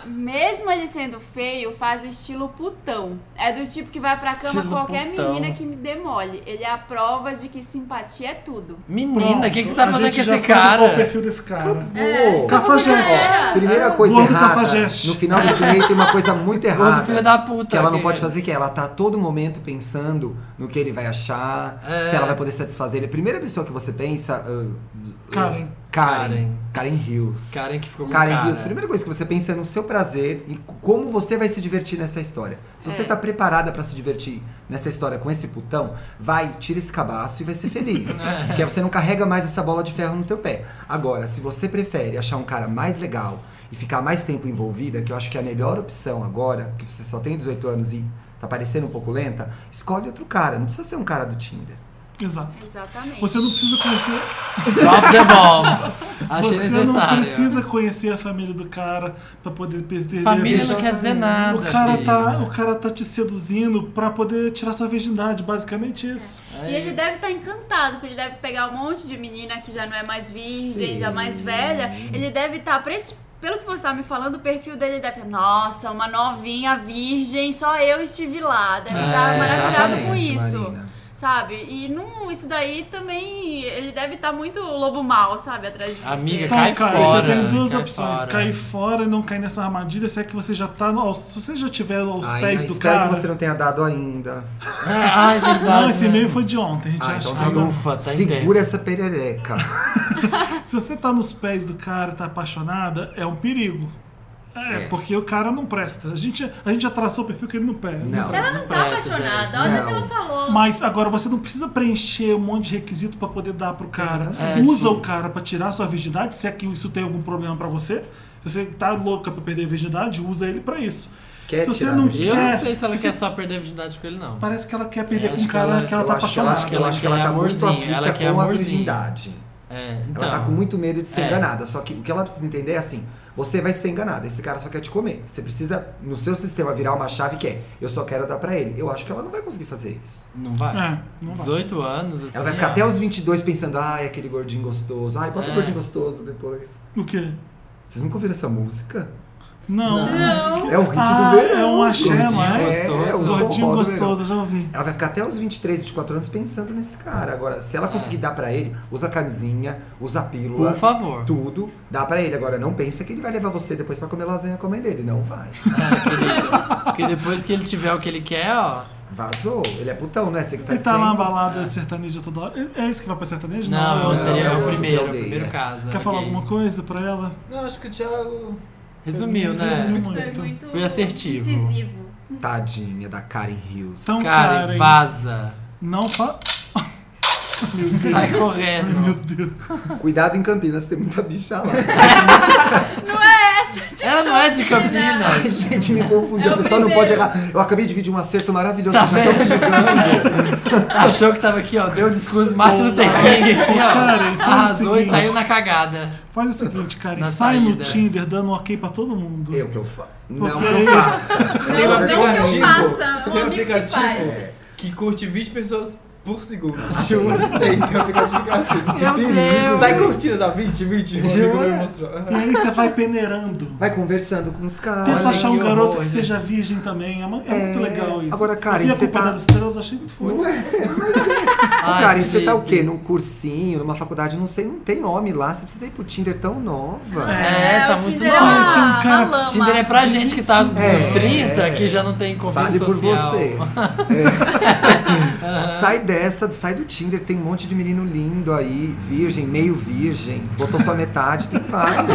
S3: mesmo ele sendo feio, faz o estilo putão. É do tipo que vai pra cama
S2: Estilo
S3: qualquer
S2: putão.
S3: menina que me demole. Ele é a prova de que simpatia é tudo.
S2: Menina, o que, que você tá
S1: A
S2: fazendo com
S1: gente já
S2: esse
S1: sabe qual é o
S2: cara?
S1: perfil desse cara.
S3: É,
S4: Pô,
S3: tá
S1: Cafajeste.
S3: Galera,
S4: Primeira coisa
S1: Gordo
S4: errada.
S1: cafajeste.
S4: No final desse meio tem uma coisa muito errada.
S2: Gordo filho da puta.
S4: Ah, Que ela não
S2: que-
S4: pode fazer, que é ela tá a todo momento pensando no que ele vai achar,
S2: É.
S4: se ela vai poder satisfazer ele. A primeira pessoa que você pensa. uh, uh,
S1: Karen.
S4: Karen.
S2: Karen.
S4: Karen Hills.
S2: Karen que ficou com
S4: Karen
S2: cara.
S4: Rios, a primeira coisa que você pensa é no seu prazer e c- como você vai se divertir nessa história. Se
S3: É.
S4: você tá preparada pra se divertir nessa história com esse putão, vai, tira esse cabaço e vai ser feliz.
S1: É.
S4: Porque aí você não carrega mais essa bola de ferro no teu pé. Agora, se você prefere achar um cara mais legal e ficar mais tempo envolvida, que eu acho que é a melhor opção agora, que você só tem 18 anos e tá parecendo um pouco lenta, escolhe outro cara. Não precisa ser um cara do Tinder.
S1: Exato.
S3: Exatamente.
S1: Você não precisa conhecer.
S2: Drop the bomb. Achei
S1: você não
S2: necessário.
S1: precisa conhecer a família do cara pra poder perder.
S2: Família não quer dizer nada.
S1: O cara,
S2: filho.
S1: tá, o cara tá te seduzindo pra poder tirar sua virgindade, basicamente isso.
S2: É
S3: E ele
S2: isso.
S3: deve estar encantado, porque ele deve pegar um monte de menina que já não é mais virgem,
S4: Sim.
S3: já mais velha. Ele deve estar, pra esse- pelo que você tá me falando, o perfil dele deve estar, nossa, uma novinha virgem, só eu estive lá. Deve
S2: É,
S3: estar Tá maravilhado
S4: Exatamente,
S3: com isso.
S4: Marina.
S3: Sabe? E não, isso daí também. Ele deve estar muito lobo mal, sabe? Atrás de você.
S2: Amiga,
S1: Então,
S2: Cai
S1: cara,
S2: fora,
S1: você tem duas
S2: cai
S1: opções:
S2: fora.
S1: cair fora e não cair nessa armadilha, se é que você já tá. no- aos- se você já tiver aos
S4: Ai,
S1: pés
S4: ai,
S1: do
S4: espero
S1: cara.
S4: que você não tenha dado ainda.
S2: Ah, é verdade.
S1: Não, esse
S2: né?
S1: e-mail foi de ontem, a gente
S4: Ah,
S1: acha.
S4: então
S2: Ai,
S4: tá bom.
S2: ufa, tá inteiro.
S4: Segura essa perereca.
S1: Se você tá nos pés do cara e tá apaixonada, é um perigo. É,
S4: É.
S1: porque o cara não presta. A gente, a gente já traçou o perfil que ele não presta.
S4: Não.
S3: Ela não tá
S2: Parece, gente.
S3: apaixonada, olha o que
S4: Não.
S3: ela falou.
S1: Mas agora você não precisa preencher um monte de requisito pra poder dar pro cara.
S2: É,
S1: Usa
S2: tipo-
S1: o cara pra tirar sua virgindade, se é que isso tem algum problema pra você. Se você tá louca pra perder a virgindade, usa ele pra isso.
S4: Quer
S1: se você
S4: tirar a
S1: não
S2: Eu
S1: quer,
S2: não sei se ela quer só perder a virgindade com ele, não.
S1: parece que ela quer perder
S2: Eu
S1: com
S2: acho
S1: um
S2: que
S1: cara
S2: ela-
S1: que ela
S4: eu
S1: tá
S4: acho que ela,
S1: apaixonada.
S4: acho que ela, acho que ela
S2: Ela
S4: tá
S2: quer
S4: muito
S2: amorzinho,
S4: aflita
S2: ela quer
S4: com a
S2: amorzinho.
S4: virgindade.
S2: É,
S4: Ela
S2: então.
S4: tá com muito medo de ser
S2: É.
S4: enganada. Só que o que ela precisa entender é assim: você vai ser enganada, esse cara só quer te comer. Você precisa, no seu sistema, virar uma chave que é: eu só quero dar pra ele. Eu acho que ela não vai conseguir fazer isso.
S2: Não vai.
S1: É, não vai.
S2: 18 anos, assim.
S4: Ela vai ficar
S2: ó.
S4: até os 22 pensando: ai, aquele gordinho gostoso. Ai, bota
S2: É.
S4: o gordinho gostoso depois.
S1: O quê?
S4: Vocês nunca ouviram essa música?
S1: Não.
S3: Não.
S4: É o hit
S1: Ah,
S4: do verão.
S1: é um axé,
S4: gordinho
S1: não é?
S4: É, é o
S2: Gordinho
S1: Gordinho
S4: forró do verão.
S1: gostoso, já ouvi.
S4: Ela vai ficar até os 23, 24 anos pensando nesse cara. Agora, se
S1: É.
S4: ela conseguir dar pra ele, usa a camisinha, usa a pílula.
S2: Por favor.
S4: Tudo dá pra ele. Agora, não pensa que ele vai levar você depois pra comer lasanha com a mãe dele. Não vai.
S2: É, querida. Porque depois que ele tiver o que ele quer, ó.
S4: Vazou. Ele é putão, né? Você que tá
S1: Ele tá
S4: dizendo.
S1: na balada sertaneja toda hora. É isso que vai pra sertaneja?
S2: Não, eu
S4: não,
S2: teria
S4: é
S2: é o
S4: outro que
S2: primeiro,
S4: eu
S2: o
S4: dei,
S2: primeiro
S4: é.
S2: caso.
S1: Quer
S2: é
S1: falar
S2: gay.
S1: alguma coisa pra ela?
S5: Não, acho que o Thiago.
S2: Resumiu, né?
S1: Resumiu muito.
S3: Foi É, muito
S2: Fui assertivo.
S3: incisivo.
S4: Tadinha da Karen Hills.
S1: Então-
S2: Cara,
S1: Karen.
S2: vaza.
S1: Não fa...
S2: Sai
S1: Meu
S2: correndo.
S1: Deus.
S4: Cuidado em Campinas, tem muita bicha lá.
S2: Ela não é de Campinas.
S4: Ai, gente, me confunde.
S3: É
S4: a
S3: o
S4: pessoa não
S3: primeiro.
S4: pode errar. Eu acabei de vir de um acerto maravilhoso.
S2: Tá
S4: Vocês já estão me julgando.
S2: Achou que tava aqui, ó. Deu o discurso Márcio Luther King aqui,
S1: Karen,
S2: ó.
S1: fala o
S2: Arrasou e
S1: seguinte.
S2: saiu na cagada.
S1: Faz o seguinte, cara,
S2: Na
S1: sai no
S2: saída.
S1: Tinder dando um ok pra todo mundo.
S4: Eu que eu faço. Não
S1: Porque-
S4: que eu é, faça.
S5: Tem um
S3: Não, não que eu
S5: aplicativo.
S3: faça, um
S5: Tem um
S3: amigo que faz.
S5: aplicativo que curte 20 pessoas por segundo. Juro. Tem, tem um aplicativo que é assim.
S2: Meu Deus.
S5: Sai curtindo, sabe? 20, 20. O amigo meu mostrou.
S1: E aí você vai peneirando.
S4: Vai conversando com os caras.
S1: Tenta achar um
S2: que
S1: garoto
S2: horror,
S1: que
S2: né?
S1: seja virgem também. É, uma- é
S4: É,
S1: muito legal isso.
S4: agora, Karen,
S1: Eu vi a
S4: você
S1: Culpa
S4: tá-
S1: das estrelas, achei muito fofo.
S4: Não é?
S2: Ai,
S4: Cara, e você tá o
S2: Felipe.
S4: quê? Num cursinho, numa faculdade, não sei, não tem homem lá. Você precisa ir pro Tinder tão nova.
S2: É, tá
S3: o
S2: muito
S3: Tinder é
S2: mal.
S1: Isso é um
S3: uma,
S1: cara-
S3: uma lama.
S2: Tinder é pra gente que tá nos
S4: É,
S2: 30,
S4: é.
S2: que já não tem convívio
S4: Vale por
S2: social.
S4: você. É. Sai dessa, sai do Tinder. Tem um monte de menino lindo aí, virgem, meio virgem. Botou só metade, tem vários.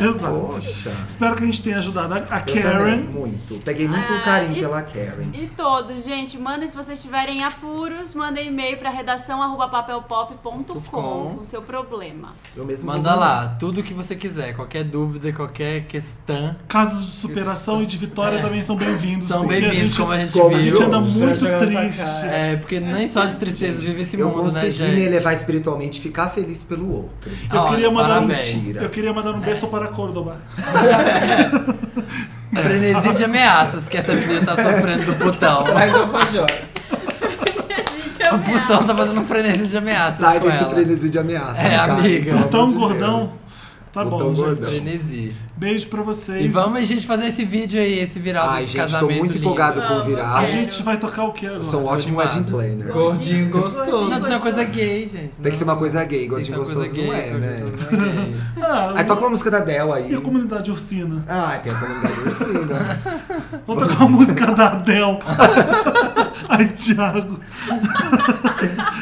S1: Exato.
S4: Poxa.
S1: Espero que a gente tenha ajudado a, a
S4: Eu também,
S1: Karen.
S4: muito. Peguei muito
S3: Ah,
S4: carinho
S3: e-
S4: pela Karen.
S3: E todos, gente, mandem se vocês tiverem apuros, mandem e-mail pra redação arroba papelpop.com o seu problema.
S4: Eu mesmo
S2: Manda
S4: vou-
S2: lá, tudo que você quiser, qualquer dúvida, qualquer questão.
S1: Casos de superação e de vitória
S2: É.
S1: também são bem-vindos.
S2: São
S1: porque a
S2: bem-vindos,
S1: gente-
S2: como a gente
S4: como
S1: A
S2: viu.
S1: gente anda
S5: Já
S1: muito
S5: joga na
S1: triste.
S5: sua cara.
S2: É, porque nem só de tristeza vive esse
S4: Eu
S2: mundo, né,
S4: consegui
S2: gente?
S4: me elevar espiritualmente e ficar feliz pelo outro.
S1: Eu
S2: Olha,
S1: queria mandar
S2: parabéns.
S1: um Eu queria mandar
S4: É.
S1: um beijo para Córdoba.
S4: é
S2: Frenesi de ameaças que essa menina tá sofrendo do putão.
S5: Mas eu fajor.
S3: Gente, eu
S2: O
S3: me
S2: putão tá
S3: acho.
S2: fazendo um frenesi de ameaças
S4: Sai
S2: com
S4: desse
S2: ela.
S4: frenesi de ameaças,
S2: É,
S4: cara.
S2: amiga.
S4: Pelo amor
S1: Tão
S4: de
S1: gordão.
S4: Deus.
S1: Tá
S4: Botão
S1: bom, gente.
S4: gordão.
S2: Frenesi.
S1: Beijo pra vocês.
S2: E vamos, gente, fazer esse vídeo aí, esse viral
S4: Ai,
S2: desse
S4: gente, tô
S2: casamento
S4: muito
S2: lindo.
S4: empolgado com o
S3: Vamos.
S1: A
S2: É.
S4: viral.
S3: Quero.
S1: gente vai tocar o que agora?
S4: Eu sou um ótimo
S2: animado.
S4: wedding planner.
S5: Gordinho
S2: Não,
S5: gostoso.
S2: isso é uma coisa gay, gente.
S4: Tem que ser uma coisa gay,
S2: Tem que ser
S4: gordinho
S2: uma coisa
S4: gostoso não é,
S2: gordinho
S4: né?
S2: gostoso não é gay.
S1: Ah,
S4: Aí toca uma música da Adele aí.
S1: E a comunidade ursina?
S4: Ah, tem a comunidade ursina.
S1: Vou tocar a música da Adele. Ai, Thiago.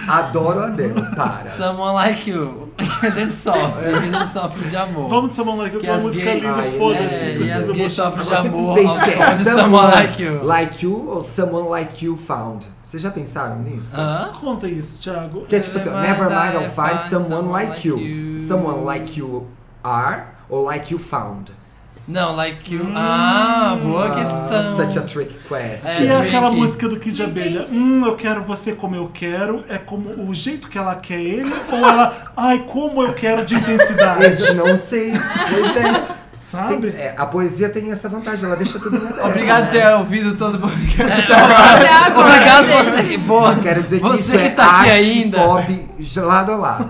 S4: Adoro a Adele, para.
S2: Someone like you. Que a gente sofre, que a gente sofre de amor.
S1: Vamos de Someone Like You,
S2: Que
S1: que é uma
S2: as
S1: música
S2: gays-
S1: linda,
S4: Ai,
S1: foda-se.
S2: É,
S4: Sim,
S2: e
S4: você
S2: as
S1: Precisa
S2: gays
S1: mostrar.
S2: sofrem de
S4: Você
S2: amor
S4: pensa
S2: ao
S4: que é
S2: som de Someone Like You.
S4: like you ou someone like you found. Vocês já pensaram nisso?
S2: Hã?
S1: Conta isso, Thiago.
S4: Que é tipo assim, never mind, I'll
S2: Find
S4: find someone like you.
S2: you.
S4: Someone like you are ou like you found.
S2: Não, like you. Ah, boa
S4: Hum. Ah,
S2: questão.
S4: Such a trick question.
S1: Que é
S2: Drake.
S1: aquela música do Kid de Abelha.
S3: Entendi.
S1: Hum, eu quero você como eu quero. É como o jeito que ela quer ele. Ou ela, ai, como eu quero de intensidade.
S4: Esse não sei. Pois é.
S1: Sabe?
S4: Tem- é, a poesia tem essa vantagem, ela deixa tudo na
S5: Obrigado por ter ouvido todo o podcast.
S3: É, Até agora,
S2: Obrigado
S3: gente.
S2: você que boa.
S4: Quero dizer que
S2: Você
S4: isso
S2: que
S4: é
S2: tá aqui
S4: arte
S2: ainda.
S4: pop de lado a lado.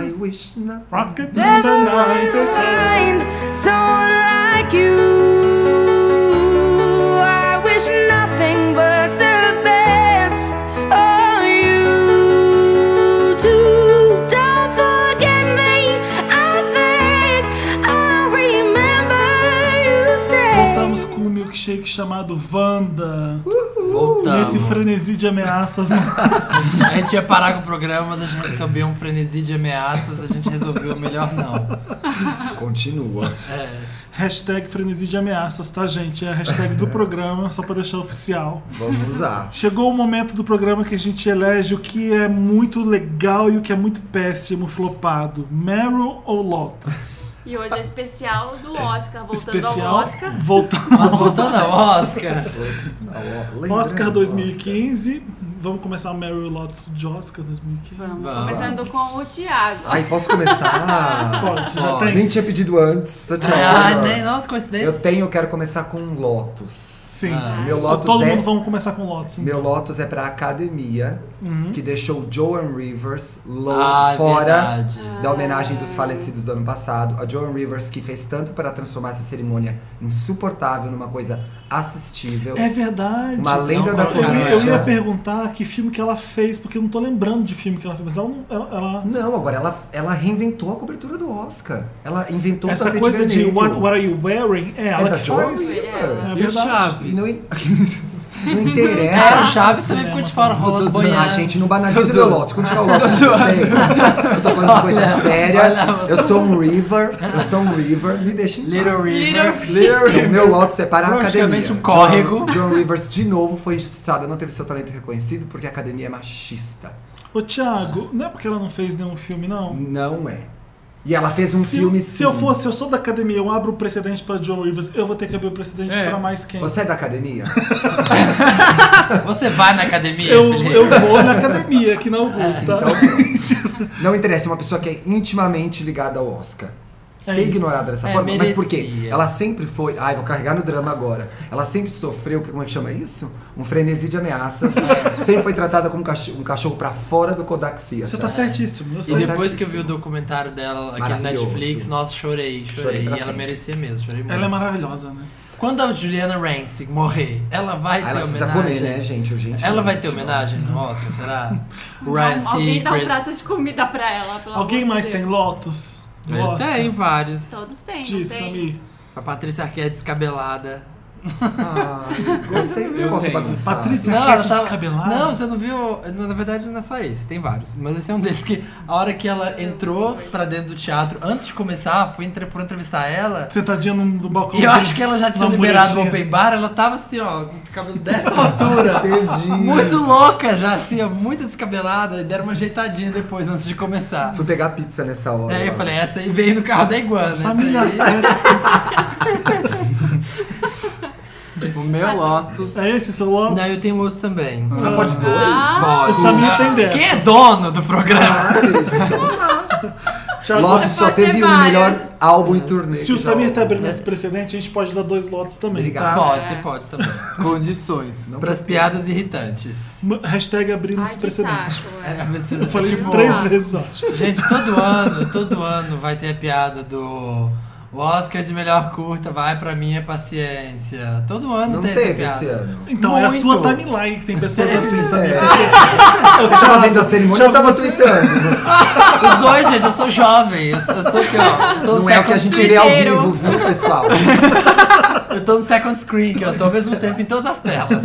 S4: I wish not.
S1: Rocket number nine. Então,
S6: find someone like you. I wish nothing but the best of you too. Don't forget me. I think I remember you said.
S1: Voltamos com um milkshake chamado Wanda.
S4: Uh,
S2: Voltamos.
S1: Nesse frenesi de ameaças. um
S2: A gente ia parar com o programa, mas a gente recebeu um frenesi de ameaças, a gente resolveu melhor não.
S4: Continua.
S1: hashtag frenesi de ameaças, tá, gente? É a hashtag do programa, só pra deixar oficial.
S4: Vamos usar.
S1: Chegou o momento do programa que a gente elege o que é muito legal e o que é muito péssimo, flopado. Meryl ou Lotus?
S3: E hoje é especial do Oscar, voltando
S1: Especial.
S3: ao Oscar.
S1: Voltando
S2: Mas voltando ao Oscar,
S4: Ó,
S1: ao Oscar
S4: lembrando,
S1: 2015. Vamos começar o Meryl e Lotus de Oscar 2015?
S3: Vamos,
S2: Vamos.
S3: começando com o Thiago.
S4: Oscar. Ai, posso começar?
S1: Pode, você já
S2: Pode.
S1: tem?
S4: Nem tinha pedido antes. Só tinha
S2: ah,
S4: uma.
S2: nem, nossa,
S4: Eu
S2: coincidência.
S4: tenho, eu quero começar com um Lotus.
S1: Sim. Então
S2: Ah.
S4: Meu Lotus
S1: Todo
S4: é.
S1: mundo assim. vamos começar com Lotus. então.
S4: Meu Lotus é pra academia,
S1: Uhum.
S4: que deixou o Joan Rivers low,
S2: Ah,
S4: fora
S2: verdade.
S4: da homenagem dos falecidos do ano passado. A Joan Rivers, que fez tanto para transformar essa cerimônia insuportável numa coisa assistível.
S1: É verdade.
S4: Uma lenda
S2: Não
S4: da
S1: Eu,
S2: colocaram
S1: ia- eu
S2: ela.
S1: ia
S4: comédia.
S1: perguntar que filme que ela fez, porque eu não tô lembrando de filme que ela fez, mas ela. não- ela, ela-
S4: Não, agora ela, ela reinventou a cobertura do Oscar. Ela inventou o
S1: essa
S4: tapete
S1: coisa de
S4: vermelho.
S1: what, what Are You Wearing? É
S4: é
S1: ela
S4: da
S1: que
S4: Joan
S1: faz.
S4: Rivers.
S1: É
S5: E o
S1: verdade.
S5: Chaves?
S4: Não, in- não
S2: É, o
S4: interessa.
S2: Chaves também ficou de fora rolando boiada.
S4: Ah, gente, não banaliza meu Lotus. Continua o Lotus de vocês. Eu tô falando de coisa séria.
S2: olha.
S4: Eu sou um River. Eu sou um River. Me deixa em paz.
S2: Little
S3: Little
S2: River.
S4: O meu Lotus é para a academia.
S2: Praticamente um córrego.
S4: John, John Rivers, de novo, foi injustiçada. Não teve seu talento reconhecido porque a academia é machista.
S1: Ô, Thiago, não é porque ela não fez nenhum filme, não?
S4: Não é. E ela fez um
S1: se,
S4: filme
S1: se
S4: sim.
S1: eu fosse, eu sou da academia, eu abro o precedente pra John Rivers, eu vou ter que abrir o precedente
S5: É.
S1: pra mais quem?
S4: Você é da academia?
S2: Você vai na
S4: é
S2: academia,
S1: Eu,
S2: Felipe?
S1: eu vou na academia aqui na Augusta.
S4: então- Não interessa, é uma pessoa que é intimamente ligada ao Oscar. Ser
S1: isso.
S4: ignorada dessa
S2: É,
S4: forma. Mas por quê?
S2: merecia.
S4: Ela sempre foi. Ai, vou carregar no drama agora. Ela sempre sofreu, como é que chama isso? Um frenesi de ameaças.
S2: É.
S4: sempre foi tratada como cacho- um cachorro pra fora do Kodak Theater.
S1: Você tá certíssimo. Eu
S2: E
S1: sou.
S2: depois que eu vi
S4: certíssimo.
S2: o documentário dela aqui no
S4: Maravilhoso.
S2: Netflix, nossa, chorei, chorei.
S4: Chorei pra
S2: e ela
S4: sempre.
S2: merecia mesmo, chorei muito.
S1: Ela é maravilhosa, né?
S2: Quando a Juliana Rance morrer, ela vai
S4: Ah,
S2: ter
S4: ela precisa
S2: homenagem.
S4: comer, né, gente? Urgente.
S2: Ela vai
S4: gente,
S2: ter
S4: ó.
S2: homenagem no Oscar, será? Ryan
S3: Alguém dá um prato
S2: Seacrest.
S3: de comida pra ela, pelo
S1: Alguém
S3: amor
S1: mais
S3: de
S1: tem
S3: Deus.
S1: Lotus?
S5: É,
S1: Lotus.
S2: Tem vários.
S3: Todos têm, não
S1: Diz,
S3: tem?
S1: Samir.
S2: A Patrícia Arquette descabelada.
S4: Ai, Ah, gostei do
S5: Eu
S4: corte
S5: tenho.
S4: bagunçado.
S1: Patrícia
S2: Não,
S1: Arquette
S2: ela tava-
S4: Ah.
S1: descabelada?
S2: Não, você não viu. Na verdade, não é só esse, tem vários. Mas esse é um deles que a hora que ela entrou pra dentro do teatro, antes de começar, foi entre- foram entrevistar ela.
S1: Sentadinha no, no balcão.
S2: E eu acho que ela já tinha
S1: Uma
S2: liberado o
S1: muretinha.
S2: open bar, ela tava assim, ó, com o cabelo dessa altura.
S4: Perdi.
S2: Muito louca já, assim, ó, muito descabelada. E deram uma ajeitadinha depois, antes de começar.
S4: Fui pegar pizza nessa hora.
S2: Aí É, eu falei, essa aí veio no carro da iguana. Essa
S1: Família
S2: aí,
S1: Arquette.
S5: O meu Lotus.
S1: É esse seu Lotus?
S2: não, eu tenho outro também.
S4: Ah, pode dois?
S1: O Samir tem dessa.
S2: Quem é dono do programa?
S4: Ah, querido, então tá. Lotus só
S3: Pode ter
S4: teve o
S3: várias.
S4: melhor álbum e turnê.
S1: Se o
S4: que já
S1: Samir tá
S4: rolou.
S1: abrindo esse precedente, a gente pode dar dois Lotus também. tá?
S4: Obrigado.
S2: Ah, Pode, você pode também.
S5: Condições.
S2: Para as piadas irritantes.
S1: M- Hashtag abrindo
S3: Ai,
S1: esse
S3: que
S1: precedente.
S3: saco,
S2: É,
S3: é.
S2: mas,
S1: Eu falei
S2: tipo,
S1: isso três vezes, acho.
S2: Gente, todo ano, todo ano vai ter a piada do o Oscar de melhor curta, vai pra minha paciência. Todo ano
S4: Não
S2: tem essa
S4: teve
S2: piada.
S4: esse ano.
S1: Então, é a
S2: Muito.
S1: sua timeline que tem pessoas assim, Samir.
S4: É.
S1: Porque eu
S4: Você tava
S1: tava-
S4: vendo a cerimônia eu tava tweetando.
S2: Os dois, gente, eu sou jovem, eu sou, eu sou aqui, ó. Tô no
S4: Não é o que a
S2: second
S4: gente
S2: screen.
S4: vê ao
S3: primeiro.
S4: vivo, viu, pessoal?
S2: Eu tô no second screen, que eu tô ao mesmo tempo em todas as telas.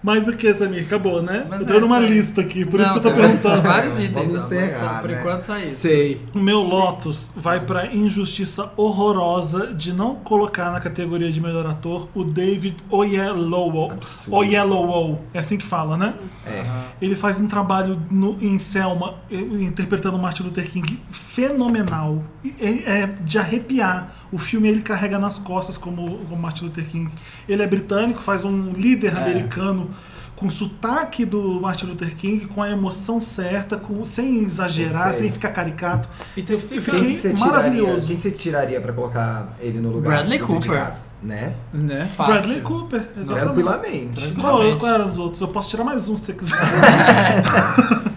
S1: Mas o que, Samir? Acabou, né?
S2: Mas
S1: eu
S2: é,
S1: tô numa
S2: isso aí.
S1: lista aqui, por isso
S2: Não,
S1: que
S4: tá
S1: eu tô
S2: tem vários-
S1: perguntando.
S2: vários itens,
S4: Vamos
S2: ó, mas
S4: encerrar,
S2: só por
S4: né?
S2: enquanto só isso.
S5: Sei.
S1: O meu Lotus vai pra injustiça horrorosa de não colocar na categoria de melhor ator o David Oyelowo.
S4: Absurdo.
S1: Oyelowo, é assim que fala, né?
S4: É.
S1: Ele faz um trabalho no, em Selma, eh, interpretando Martin Luther King, fenomenal. E É, é de arrepiar. O filme ele carrega nas costas como o Martin Luther King. Ele é britânico, faz um líder
S4: É.
S1: americano com sotaque do Martin Luther King, com a emoção certa, com, sem exagerar,
S4: Perfeito.
S1: sem ficar caricato.
S5: E tu Então explica.
S1: Fiquei
S4: Quem que você tiraria?
S1: maravilhoso.
S4: Quem você tiraria pra colocar ele no lugar?
S2: Bradley
S4: dos
S2: Cooper.
S4: indicados, Né?
S5: Né?
S2: Fácil.
S1: Bradley Cooper, exatamente.
S4: Tranquilamente.
S1: Qual, qual eram os outros? Eu posso tirar mais um se você quiser.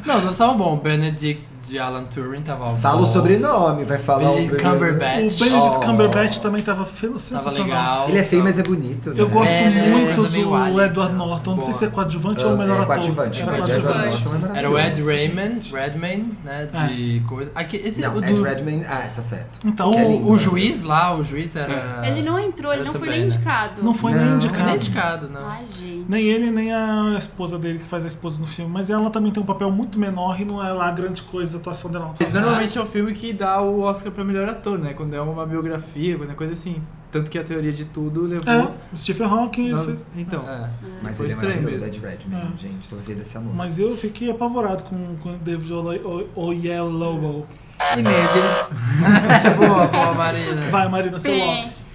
S2: Não, os dois estavam bom. Benedict de Alan Turing tava bom.
S4: Fala o sobrenome, vai falar o
S2: Benedict
S4: primeiro.
S1: o
S2: Cumberbatch.
S1: Benedict
S4: Oh.
S1: Cumberbatch também tava fe-
S2: Tava
S1: sensacional.
S2: legal.
S4: Ele é feio, mas é bonito.
S1: Eu
S4: né?
S1: gosto
S2: É, né?
S1: muito
S2: Coisa meio
S1: do
S2: Alice,
S1: Edward
S2: né?
S1: Norton. Não sei
S2: Boa.
S1: se é coadjuvante ou o melhor
S4: é,
S1: ator.
S4: coadjuvante,
S1: Era
S4: mas
S3: coadjuvante.
S4: Edward
S1: coadjuvante.
S4: Norton é
S2: Então,
S4: maravilhoso.
S2: Era o Ed
S4: gente.
S2: Raymond, Redman, né?
S5: É.
S2: De coisa. Aqui, esse
S4: Não,
S2: o,
S4: Ed
S2: do,
S4: Redman. Ah, tá certo.
S1: Então,
S4: Que é lindo.
S2: o, o juiz lá, o juiz
S5: É.
S2: era.
S3: Ele não é entrou, ele
S2: Eu
S3: não foi
S2: também,
S3: nem
S2: né?
S3: indicado.
S1: não foi nem
S4: Não.
S2: É. Não é
S1: indicado.
S2: indicado, não.
S3: Ai, gente.
S1: Nem ele, nem a esposa dele, que faz a esposa no filme. Mas ela também tem um papel muito menor e não é lá grande coisa a atuação dela.
S5: Mas normalmente é o filme que dá o Oscar pra melhor ator, né? Quando é uma biografia, quando é coisa assim. Tanto que a teoria de tudo levou.
S1: É, Stephen Hawking ele
S5: Não,
S1: fez...
S5: Então.
S2: É.
S4: Mas
S5: Foi
S4: ele é
S5: estranho
S4: maravilhoso, Ed
S5: mesmo.
S1: É.
S4: Redman. Gente, tô vivendo esse amor.
S1: Mas eu fiquei apavorado com com o David Ola- O- Oyelowo.
S5: E nem a Jennifer-
S2: É boa, boa, Marina.
S1: Vai, Marina, seu
S3: Bem.
S1: Lopes.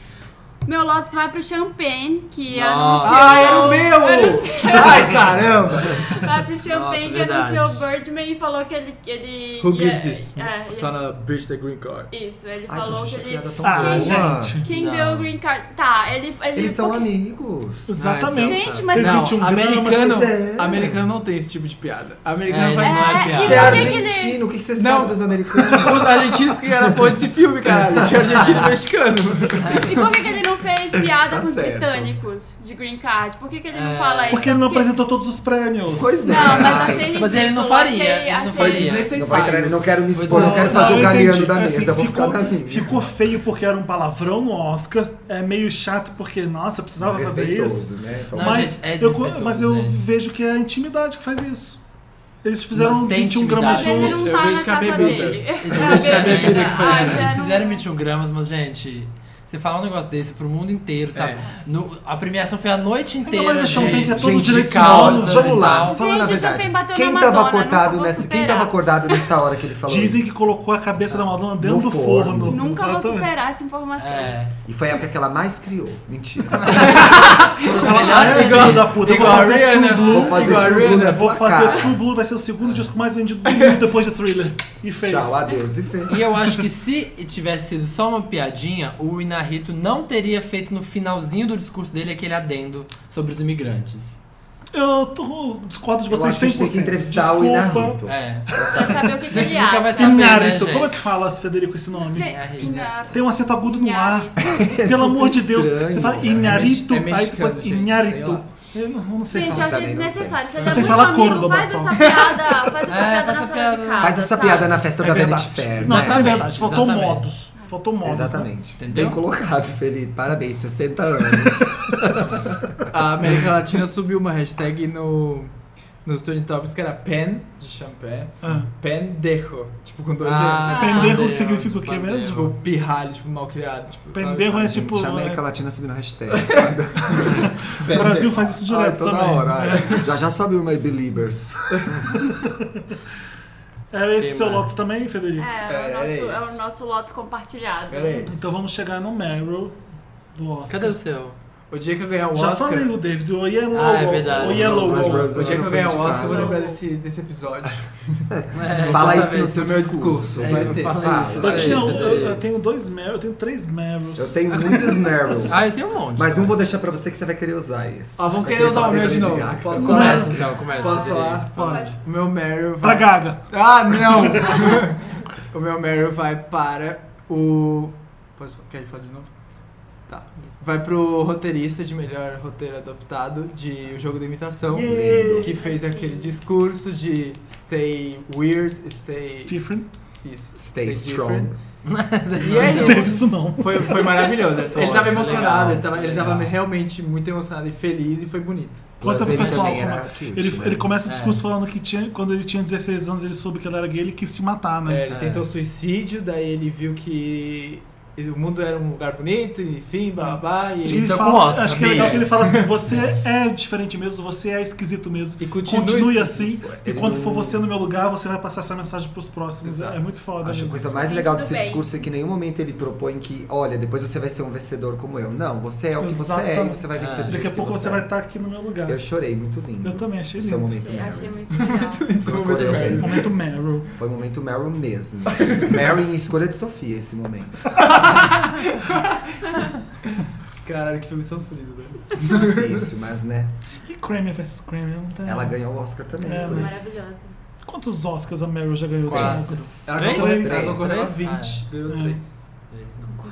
S3: Meu Lotus vai pro Champagne, que
S2: Nossa.
S3: anunciou.
S5: Ah, era o meu!
S3: Anunciou-
S5: Ai, caramba!
S3: Vai pro Champagne, que
S2: verdade.
S3: anunciou o Birdman e falou que ele. ele
S5: Who
S3: ia-
S5: gave this?
S3: é,
S5: Sona bitch the green card.
S3: Isso, ele
S4: Ai,
S3: falou
S4: gente, achei
S3: que
S4: a
S3: ele.
S4: piada é tão
S1: Ah,
S4: boa.
S1: gente.
S3: Quem
S2: Não.
S3: deu o green card? Tá, ele. ele
S4: Eles são
S3: porque-
S4: amigos.
S1: Exatamente.
S3: Gente, mas-
S1: Fez
S5: Não,
S1: 21 gramas,
S5: americano,
S4: mas é.
S5: americano não tem esse tipo de piada.
S2: É,
S5: Americano
S2: ele não
S5: faz
S2: é
S5: esse tipo de
S2: piada.
S5: piada.
S4: Você é
S3: por que que ele-
S4: argentino, o que que você
S5: Não.
S4: sabe dos americanos?
S5: Os argentinos que eram pôr desse filme, caralho. Tinha argentino e mexicano.
S3: E por que, que ele não fez piada
S4: Tá
S3: com os
S4: certo.
S3: britânicos de green card? Por que, que ele não
S2: É.
S3: fala isso?
S1: Porque ele não apresentou todos os prêmios.
S4: Pois é.
S3: Não, mas achei ridículo.
S2: Mas ele não faria,
S3: Achei,
S2: ele não
S3: achei-
S2: faria.
S4: Não
S5: Foi
S4: vai entrar, eu
S5: desnecessário.
S4: não quero me expor,
S1: Não,
S4: não quero fazer
S1: eu
S4: o galeano
S1: entendi.
S4: da
S1: É assim,
S4: mesa, eu vou
S1: ficou,
S4: ficar na minha.
S1: Ficou feio porque era um palavrão no Oscar. É meio chato porque, nossa, precisava fazer isso.
S4: Desrespeitoso, né? Então,
S2: Não,
S1: mas,
S2: gente, é
S1: eu,
S2: desrespeitoso,
S1: mas eu
S2: gente.
S1: vejo que é a intimidade que faz isso. Eles fizeram
S2: Mas tem
S1: 21 gramas
S3: Mas ele
S1: juntos.
S2: intimidade.
S3: não
S5: Eu
S3: tá
S5: vejo
S3: na
S5: que a
S3: casa
S5: bebida-
S3: dele. tá
S2: Eles
S3: A
S2: fizeram-
S5: bebida que
S2: eles
S5: faz
S3: Ah,
S5: isso.
S3: já
S2: Eles
S3: não-
S2: fizeram 21 gramas, mas, gente, você fala um negócio desse pro mundo inteiro, sabe? No- a premiação foi a noite
S1: É. Ainda mais
S2: inteira.
S1: a Champagne
S2: gente.
S1: é todo
S4: gente,
S1: direitos
S2: causas
S1: humanos.
S4: vamos
S2: e
S4: lá,
S2: tal.
S4: vamos falar na
S3: Gente, o Champagne
S4: verdade.
S3: bateu
S4: Quem
S3: na
S4: tava
S3: Madonna,
S4: acordado
S3: não vou
S4: nessa, quem
S3: superar.
S4: tava acordado nessa hora que ele falou
S1: Dizem que
S4: isso?
S1: colocou a cabeça da Madonna dentro
S4: No
S1: do forno.
S4: forno.
S3: Nunca vou
S1: Exatamente.
S3: superar essa informação.
S2: É.
S4: E foi a época que ela mais criou. Mentira.
S2: Foram os
S1: Ela
S2: melhores
S1: é igual
S2: filmes.
S1: da puta. Eu vou
S5: Igual a
S1: fazer
S5: Rihanna.
S1: True Blue.
S4: Vou fazer
S5: Igual a
S4: True Blue né?
S5: Rihanna,
S4: na
S1: Vou
S4: tua
S1: fazer
S4: cara.
S1: True Blue, vai ser o segundo disco mais vendido do mundo depois de Thriller. E fez.
S4: Tchau, adeus e fez.
S2: E eu acho que se tivesse sido só uma piadinha, o Inarito não teria feito no finalzinho do discurso dele aquele adendo sobre os imigrantes.
S1: Eu tô- discordo de
S4: Eu
S1: vocês
S4: acho que a
S1: 100%.
S4: gente tem que entrevistar o
S1: Desculpa.
S4: Inarito.
S2: É.
S3: Pra saber o que, que
S2: A gente
S3: ele
S2: nunca vai
S3: acha.
S2: saber.
S1: Inarito.
S2: né,
S1: Como é
S2: gente?
S1: que fala, Federico, esse nome?
S2: é
S3: Gente, Inhar-
S1: Tem um acento agudo no ar. Pelo
S4: muito
S1: amor de Deus.
S4: estranho,
S1: Você fala
S4: cara.
S1: Inharito,
S5: É mex- é
S1: aí depois
S5: mexicano, gente,
S1: Inharito. Eu não, eu não sei
S3: Gente, eu
S1: falar.
S3: acho
S4: também, não
S3: desnecessário. Você
S1: Não
S3: dá
S1: sei
S3: muito
S1: falar
S3: amigo,
S1: Córdoba
S3: faz
S1: só.
S3: essa piada, faz essa
S2: É, faz
S3: piada
S2: essa
S3: na sala de
S2: piada.
S3: casa.
S4: Faz essa
S3: sabe?
S4: piada na festa da Vanity
S1: É verdade.
S4: Fair. né?
S1: Não, é
S2: Exatamente,
S1: verdade. Faltou
S2: exatamente.
S1: modos. Faltou modos. né?
S4: Exatamente.
S2: Entendeu?
S4: Bem colocado, Felipe. Parabéns, 60 anos.
S5: A América Latina subiu uma hashtag no, nos Trend Topics que era pen de champanhe,
S1: Ah.
S5: pendejo, tipo com dois
S2: Ah,
S5: N's.
S1: Pendejo
S2: Deus,
S1: significa o quê
S2: pandeiro.
S1: mesmo?
S5: Tipo pirralho, tipo malcriado. Tipo, sabe?
S1: Pendejo é
S4: Gente,
S1: tipo.
S4: a
S1: é,
S4: América Latina subindo hashtag. sabe?
S1: O
S5: Pendejo.
S1: Brasil faz isso
S4: Ai,
S1: direto
S4: toda
S1: também.
S4: hora. ai. Já já sobe uma Beliebers.
S1: É esse
S5: Quem
S1: seu
S5: mais?
S1: Lotus também, Federico?
S3: É,
S5: Era
S3: é, o nosso, é
S5: isso.
S3: o nosso Lotus compartilhado.
S5: Era isso.
S1: Então vamos chegar no Meryl do Oscar.
S2: Cadê o seu?
S5: O dia que eu ganhar o
S1: Já
S5: Oscar.
S1: falei o David, o Yellow.
S2: Ah, é verdade.
S1: O Yellow.
S4: Mas,
S1: Wall.
S4: Rose,
S5: O dia que
S4: não
S5: eu
S4: foi
S5: ganhar o Oscar, eu vou
S4: indicada.
S5: lembrar desse, desse episódio.
S2: É,
S4: Fala
S2: outra
S4: isso no
S2: vez.
S4: seu
S5: no meu
S4: discurso.
S5: discurso.
S2: É,
S4: vai
S2: eu
S4: ter.
S2: falei
S4: Fala.
S2: isso,
S1: Eu,
S2: Sei,
S1: tinha- eu-
S2: Federico.
S1: eu tenho dois Meryl, eu tenho três Meryls.
S4: Eu tenho muitos Meryls.
S2: Ah, eu tenho um monte.
S4: Mas um vou deixar pra você que você vai querer usar esse.
S5: Ó, Ah, vamos
S4: Vai
S5: querer usar
S4: falar
S5: o meu
S4: da
S5: de
S4: Lady
S5: novo.
S4: Gaga.
S5: Posso falar?
S2: Começa então, começa.
S5: Posso
S2: Federico.
S5: falar?
S1: Pode.
S5: O meu Meryl
S1: Pra
S5: vai.
S1: Gaga.
S5: Ah, não! o meu Meryl vai para o. Posso... Quer falar de novo? Tá. Vai pro roteirista de melhor roteiro adaptado de O Jogo da Imitação,
S1: Yeah.
S5: que fez
S3: Sim.
S5: aquele discurso de stay weird, stay.
S2: Tipo,
S1: Different.
S5: Isso,
S4: Stay
S5: different.
S4: strong.
S5: E é
S1: Não
S5: isso.
S1: teve isso não.
S5: Foi, foi maravilhoso. Ele
S2: Foi,
S5: tava emocionado,
S2: legal,
S5: ele tava, ele
S2: legal.
S5: tava realmente muito emocionado e feliz e foi bonito.
S1: Conta
S4: Mas
S1: pro
S4: ele
S1: pessoal
S4: também
S1: como
S4: era
S1: é.
S4: cute,
S1: Ele,
S4: né?
S1: ele começa o discurso
S2: É.
S1: falando que tinha, quando ele tinha 16 anos ele soube que ele era gay, ele quis se matar,
S5: É,
S1: né?
S5: ele
S2: É.
S5: tentou suicídio, daí ele viu que o mundo era um lugar bonito, enfim, babá,
S1: Ele
S5: e ele
S2: Então,
S1: fala-
S2: com o Oscar,
S1: acho que é legal que ele
S2: beijos.
S1: fala assim: você é diferente mesmo, você é esquisito mesmo.
S5: E continue-
S1: Continue assim, e
S4: Ele
S1: quando
S4: não-
S1: for você no meu lugar, você vai passar essa mensagem pros próximos.
S5: Exato.
S1: É muito foda.
S4: Acho a
S1: mesmo.
S4: coisa mais
S3: Gente
S4: legal
S3: do
S4: desse
S3: bem.
S4: discurso é que em nenhum momento ele propõe que, olha, depois você vai ser um vencedor como eu. Não, você é o que você é e
S1: Exatamente.
S4: você vai vencer do
S1: Daqui a
S4: jeito
S1: pouco
S4: que
S1: você vai estar aqui no meu lugar.
S4: é. Eu chorei, muito lindo.
S1: Eu também achei
S4: Esse é o
S1: lindo. É um
S4: momento
S3: Achei, achei
S4: Mary.
S3: muito legal.
S4: Escolheu.
S1: Momento Meryl.
S4: Foi o momento Meryl mesmo. Meryl em escolha de Sofia, esse momento.
S5: Caralho, que filme sofrido, né?
S4: Difícil, mas né?
S1: E Kramer vs Kramer não tem.
S4: Ela ganhou o Oscar também.
S1: É,
S4: por
S1: né?
S4: isso.
S3: Maravilhosa.
S1: Quantos Oscars a Meryl já ganhou?
S2: Quatro.
S1: Thiago?
S2: Três?
S5: Ela concorreu
S1: Três.
S5: Ela concorreu a
S2: Três? Ah,
S5: 20, ganhou
S1: É.
S5: 3.
S2: Três, não.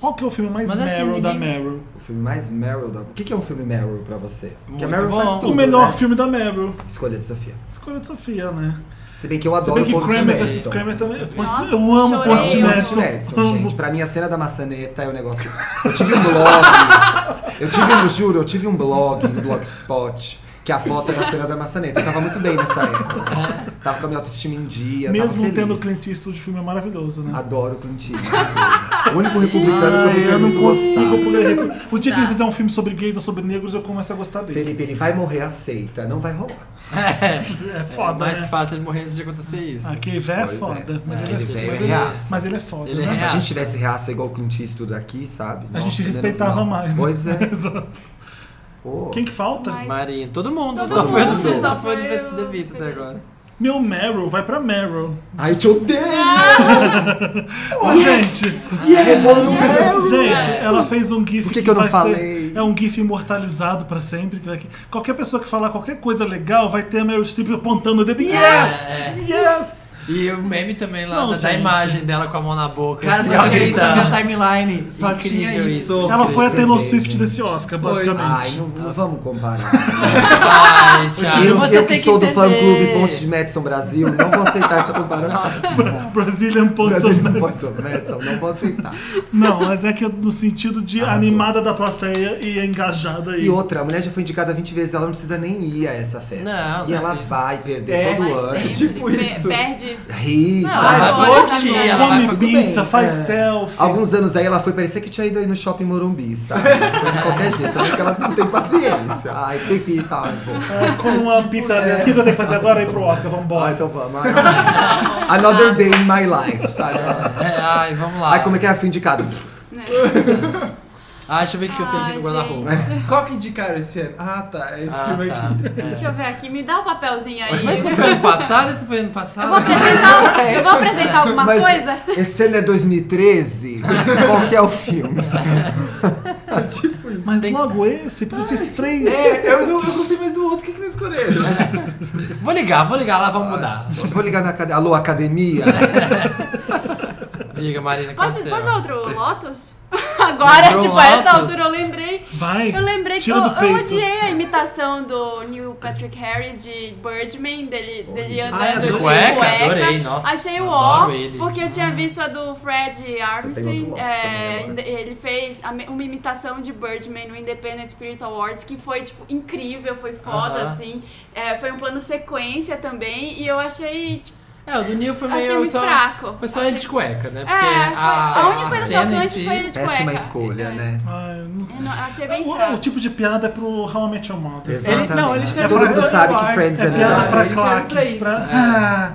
S1: Qual que é o filme mais
S2: Mas, assim,
S1: Meryl da
S2: ninguém-
S1: Meryl?
S4: O filme mais Meryl da. O que que é um filme Meryl pra você? Porque a
S2: Muito
S4: Meryl
S2: bom.
S4: faz tudo.
S1: o melhor
S4: né?
S1: filme da Meryl.
S4: Escolha de Sofia.
S1: Escolha de Sofia, né?
S4: Se bem que eu
S1: Se
S4: adoro
S1: bem que
S4: Pontos de
S1: Kramer vs
S4: Madison.
S1: Kramer também.
S3: Nossa,
S1: eu amo Pontos
S3: chorei.
S1: de
S3: Amo
S4: Pontos
S1: Madison.
S4: de Madison, gente.
S1: Amo.
S4: Pra mim, a cena da maçaneta é o negócio. Eu tive um blog. Eu tive um, juro, eu tive um blog no Blogspot. Que é a foto era a cena da maçaneta. Eu tava muito bem nessa época. Tava com a minha autoestima em dia. tava
S1: Mesmo
S4: feliz.
S1: tendo Clint Eastwood, o filme é maravilhoso, né?
S4: Adoro o Clint Eastwood. O único republicano que eu
S1: eu não
S4: muito
S1: consigo
S4: gostar.
S1: porque- O dia que ele fizer um filme sobre gays ou sobre negros, eu começo a gostar dele.
S4: Felipe, ele vai morrer, aceita. Não vai rolar.
S2: É.
S1: É
S2: É
S1: foda,
S2: mais
S1: né?
S2: fácil ele morrer antes de acontecer isso.
S1: Aquele velho é
S4: Pois é.
S1: foda. Mas
S4: Aquele
S1: ele
S4: velho
S1: mas
S4: é
S1: ele-
S4: reaça.
S1: Mas ele é foda,
S2: Ele é
S1: né?
S4: Se a
S2: reaça.
S4: gente tivesse raça igual o Clint Eastwood aqui, sabe?
S1: A gente
S4: menos
S1: respeitava
S4: mal.
S1: mais, né?
S4: Pois é.
S1: Exato.
S4: Pô.
S1: Quem que falta?
S3: Mas-
S2: Marinho, todo mundo.
S3: Todo
S2: só foi a
S4: mundo.
S2: do só foi a
S3: Foi
S2: do
S3: o
S2: Pedro Devito até
S3: Federico.
S2: agora.
S1: Meu Meryl vai pra Meryl.
S4: Ai, eu te odeio!
S1: Ô, gente, gente,
S2: É.
S1: ela fez um gif
S4: Por que que eu não
S1: vai
S4: falei?
S1: ser- é um gif imortalizado pra sempre. que vai- que- qualquer pessoa que falar qualquer coisa legal vai ter a Meryl Streep apontando o dedo. Yes!
S2: É.
S1: Yes!
S2: E o meme também lá
S1: Não,
S2: da, da
S1: gente.
S2: imagem dela com a mão na boca.
S5: Cara,
S2: assim,
S5: só tinha isso na
S2: gritando.
S5: timeline. Só
S2: Incrível
S5: tinha isso.
S2: isso.
S1: Ela foi a
S4: você
S1: Taylor
S4: vê,
S1: Swift
S4: gente.
S1: desse Oscar,
S5: Foi.
S1: basicamente.
S4: Ai, Ah, não, não vamos comparar.
S2: Ai, Thiago,
S4: Eu,
S2: você
S4: eu que
S2: tem
S4: sou do
S2: entender.
S4: fã-clube Ponte de Madison Brasil, não vou aceitar essa comparação.
S1: Brazilian Pontos
S4: Brasil não pode ser Madison, não vou aceitar.
S1: Não, mas é que no sentido de animada da plateia e engajada aí.
S4: E outra, a mulher já foi indicada 20 vezes, ela não precisa nem ir a essa festa.
S2: Não,
S4: e
S2: não
S4: ela
S2: precisa.
S4: vai perder
S5: É,
S4: todo
S3: Mas
S4: ano.
S3: sempre
S5: tipo
S3: pe-
S5: isso.
S3: Perde.
S4: Ri,
S2: Ela vai
S4: sabe?
S2: pra
S3: Agora
S2: curtir,
S3: também.
S2: ela vai
S1: Come
S2: pra
S1: pizza,
S4: bem,
S1: faz
S4: é.
S1: selfie.
S4: Alguns anos aí ela foi, parecia que tinha ido aí no shopping Morumbi, sabe? Foi de
S2: É.
S4: qualquer jeito, também que ela não tem paciência. Ai, tem que ir, tá, bom.
S1: É, Come uma pizza. ali. O que eu tenho que fazer agora? é Ir pro Oscar,
S4: Ah,
S1: vambora.
S4: então vamos. Ai, Another day in my life, sabe?
S2: É, ai, vamos lá.
S4: Ai, como é que é? Fui indicado.
S2: Ah, deixa eu ver o que eu tenho aqui no
S3: Ai,
S2: guarda-roupa.
S5: Qual que indicaram esse ano? Ah, tá. Esse
S2: Ah,
S5: filme
S2: tá.
S5: aqui.
S3: Deixa eu ver aqui, me dá um papelzinho aí.
S2: Mas não foi ano passado? Esse foi ano
S3: Eu vou
S2: passado?
S3: apresentar, um- eu vou apresentar alguma
S4: Mas
S3: coisa?
S4: esse ano é 2013? Qual que é o filme?
S5: tipo isso.
S1: Mas logo esse, porque eu fiz três.
S5: É, eu, não, eu gostei mais do outro, o que, que eles escolheram?
S2: Vou ligar, vou ligar lá, vamos mudar.
S4: Vou ligar na academia. Alô, academia?
S2: Tipo Diga, Marina, qual
S3: Pode,
S2: você é?
S3: pode dar outro Lotus? Agora,
S2: Lembrou
S3: tipo,
S2: um
S3: a essa
S2: Lotus?
S3: altura eu lembrei.
S1: Vai.
S3: Eu lembrei que eu,
S1: tira do
S3: eu
S1: peito.
S3: odiei a imitação do Neil Patrick Harris de Birdman, dele, dele
S5: Ah, é,
S3: andando
S5: de
S3: de
S2: cueca,
S3: cueca.
S2: adorei, nossa,
S3: Achei o ó,
S2: adoro ele.
S3: porque eu tinha visto a do Fred
S4: Hum. outro
S3: Armisen.
S4: Lotus também
S3: é,
S4: agora.
S3: ele fez a me- uma imitação de Birdman no Independent Spirit Awards, que foi, tipo, incrível, foi foda,
S2: Aham.
S3: assim. É, foi um plano sequência também, e eu achei, tipo,
S2: É, o do Neil foi meio
S3: achei muito
S2: só...
S3: fraco.
S2: Foi só
S3: achei...
S2: ele de cueca, né?
S3: É,
S2: Porque
S3: foi- a, única coisa
S2: cena em
S3: chocante
S2: si...
S3: foi ele de cueca.
S4: Péssima escolha,
S3: É.
S4: né?
S1: Ai, eu não sei.
S3: Eu não- achei bem
S1: O,
S3: fraco.
S1: o tipo de piada é pro How I Met Your Mother.
S4: Exatamente.
S5: não, eles fizeram
S4: Todo mundo
S5: vários
S4: sabe que
S5: awards,
S4: Friends é
S1: É piada
S5: É,
S4: melhor.
S1: pra
S5: eles servem pra
S1: claque.
S5: isso.
S1: Pra...
S2: É.
S1: Ah,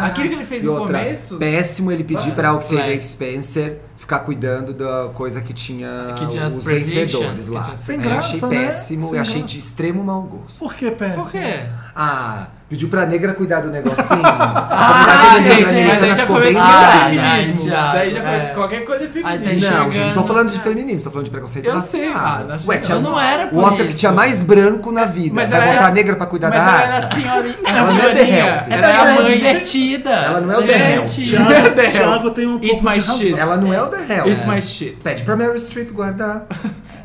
S1: ah.
S5: Aquilo que ele fez
S4: E
S5: no
S4: outra,
S5: começo.
S4: péssimo ele pedir
S2: Ah,
S4: pra Octavia
S2: flag.
S4: Spencer ficar cuidando da coisa que tinha,
S2: É Que tinha as
S4: os
S2: predictions,
S4: vencedores
S2: que
S4: lá. É,
S2: tinha as
S1: Sem
S4: Eu
S1: graça,
S4: achei
S1: né?
S4: péssimo,
S1: Sem
S4: eu achei
S1: graça.
S4: de extremo mau gosto.
S1: Por que, Pérez?
S2: Por quê?
S4: Ah, pediu pra negra cuidar do negocinho.
S2: Ah,
S4: A
S2: gente,
S4: negra, a
S2: mas
S4: negra
S2: aí já
S4: ficou
S2: começa
S4: bem
S2: a-
S4: irritada.
S2: Ah,
S5: feminismo.
S2: já,
S5: Daí já
S2: é.
S5: começa qualquer coisa é
S2: Aí
S5: feminismo.
S2: tem
S4: Não, gente, não tô
S2: chegando.
S4: falando de feminismo, tô falando de preconceito
S5: Eu
S4: racial.
S5: sei, cara, não
S4: Ué,
S5: achei-
S4: tinha um
S2: Eu não era
S4: o
S2: por
S4: Oscar que
S2: isso. É
S4: tinha mais branco na vida.
S5: Mas
S4: Vai
S5: ela
S4: botar
S5: era-
S4: a negra pra cuidar da
S5: Mas ela era a
S4: arte?
S5: senhorinha.
S4: Ela não é
S5: senhorinha.
S4: The Help.
S2: É
S5: Ela é
S2: porque ela
S5: a
S2: é
S5: mãe.
S2: divertida.
S4: Ela não é o The Help.
S2: Gente,
S1: Thiago,
S5: The
S1: Thiago tem um pouco
S5: Eat my
S1: de razão.
S5: shit.
S4: Ela não é o The Hell.
S5: Eat my shit.
S4: Pede pra Meryl Streep guardar.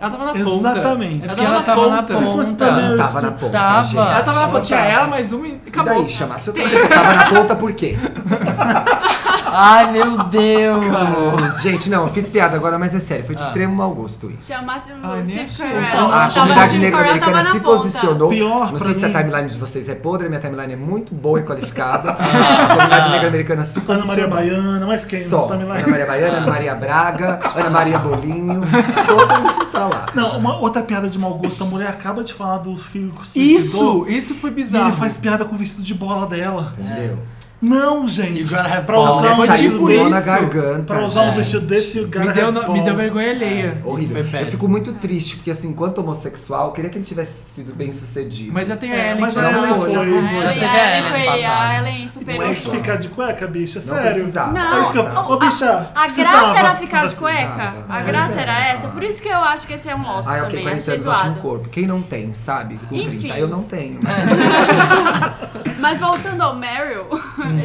S5: Ela tava na ponta.
S1: Exatamente.
S2: É porque ela tava na ponta.
S1: Se fosse pra
S4: Não
S1: Meryl
S4: tava na
S1: Streep.
S4: ponta,
S2: Tava.
S4: gente.
S5: Ela tava na
S2: Ela
S5: ponta. Tinha
S2: tava.
S5: ela, mais uma e
S4: E
S5: acabou.
S4: daí, chamasse outra pessoa. Tava na ponta por quê?
S2: Ai, meu Deus.
S4: Gente, não, eu fiz piada agora, mas é sério. Foi de
S2: Ah.
S4: extremo mau gosto isso.
S3: Chamasse o
S5: Ah, nem
S3: Steve
S5: achei.
S3: Carell.
S5: Então,
S4: A
S3: Tava-
S4: comunidade
S3: Steve
S4: negra
S3: Carell tava
S4: americana
S3: na
S4: se
S3: ponta.
S4: posicionou.
S1: Pior
S4: não
S1: pra
S4: sei se a
S1: mim.
S4: timeline de vocês é podre, minha timeline é muito boa e qualificada. a comunidade negra americana se
S1: Ana Maria
S4: posicionou.
S1: Baiana, mas quem?
S4: Só.
S1: Tá me lá-
S4: Ana Maria Baiana, Ana Maria Braga, Ana Maria Bolinho, todo mundo tá lá.
S1: Não, uma outra piada de mau gosto. A mulher acaba de falar do filho que se
S5: Isso,
S1: suicidou,
S5: isso foi
S1: E ele
S5: bizarro.
S1: faz piada com o vestido de bola dela.
S4: Entendeu?
S1: Não, gente.
S2: You gotta have
S1: pra
S2: balls.
S1: usar um
S4: Olha, saiu
S1: vestido
S4: com nó na
S1: desse.
S4: garganta.
S1: Pra usar um
S4: gente.
S1: vestido desse, o cara É,
S5: me, deu, na- me deu vergonha alheia. É, Isso
S4: Horrível.
S5: foi
S4: Eu
S5: péssimo.
S4: fico muito triste, porque assim, enquanto homossexual, eu queria que ele tivesse sido bem sucedido.
S5: Mas já tem
S1: É,
S5: a Ellen
S1: mas
S5: que
S1: a
S5: já
S1: Ellen
S5: não foi.
S1: foi.
S3: A Ellen-
S2: Já teve
S3: a
S2: a
S3: Ellen
S2: Ellen
S3: foi-
S2: passado.
S3: A Ellen
S1: Tinha que
S3: superou.
S1: ficar de cueca, bicha,
S4: é não
S1: sério.
S4: precisava. Ah,
S1: É isso que eu-
S4: Nossa.
S1: Ô, bicha.
S3: A
S1: precisava.
S3: graça era ficar de cueca?
S4: precisava.
S3: A
S4: É.
S3: graça era essa? Por isso que eu acho que esse é um Lotus
S4: Ai, ok,
S3: também.
S4: 40
S3: Achei
S4: anos, ótimo
S3: zoado.
S4: corpo. Quem não tem, sabe? Com
S3: Enfim.
S4: 30, eu não tenho. Mas
S5: É,
S3: Mas voltando ao Meryl,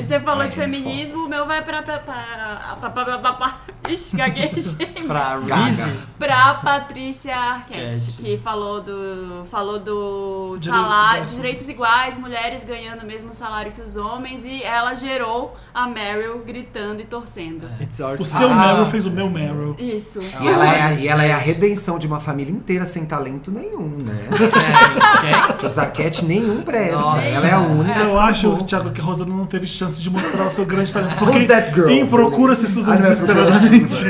S3: você falou
S4: Ai,
S3: de
S4: é
S3: feminismo, o meu vai pra. pra, pra, pra, pra, pra, pra, pra ixi, gaguejei.
S2: Pra
S4: Gaga.
S2: Reese.
S3: pra Patrícia Arquette,
S2: Arquette.
S3: que falou do falou do
S1: Direitos
S3: salário,
S1: iguais.
S3: direitos iguais, mulheres ganhando o mesmo salário que os homens e ela gerou a Meryl gritando e torcendo.
S1: O seu
S2: Ah.
S1: Meryl fez o meu Meryl.
S3: Isso.
S4: E ela, é, a-
S2: Ai,
S4: e ela é a
S2: gente.
S4: redenção de uma família inteira sem talento nenhum, né?
S2: É,
S4: Os Arquette nenhum presta.
S2: Nossa.
S4: Ela é a única.
S3: Ah,
S4: que
S1: Eu
S4: salvou.
S1: acho, Thiago, que a Rosana não teve chance de mostrar o seu grande talento.
S4: Who's that girl?
S1: Em Procura-se Susan
S4: Ah, não, é
S1: Desesperadamente.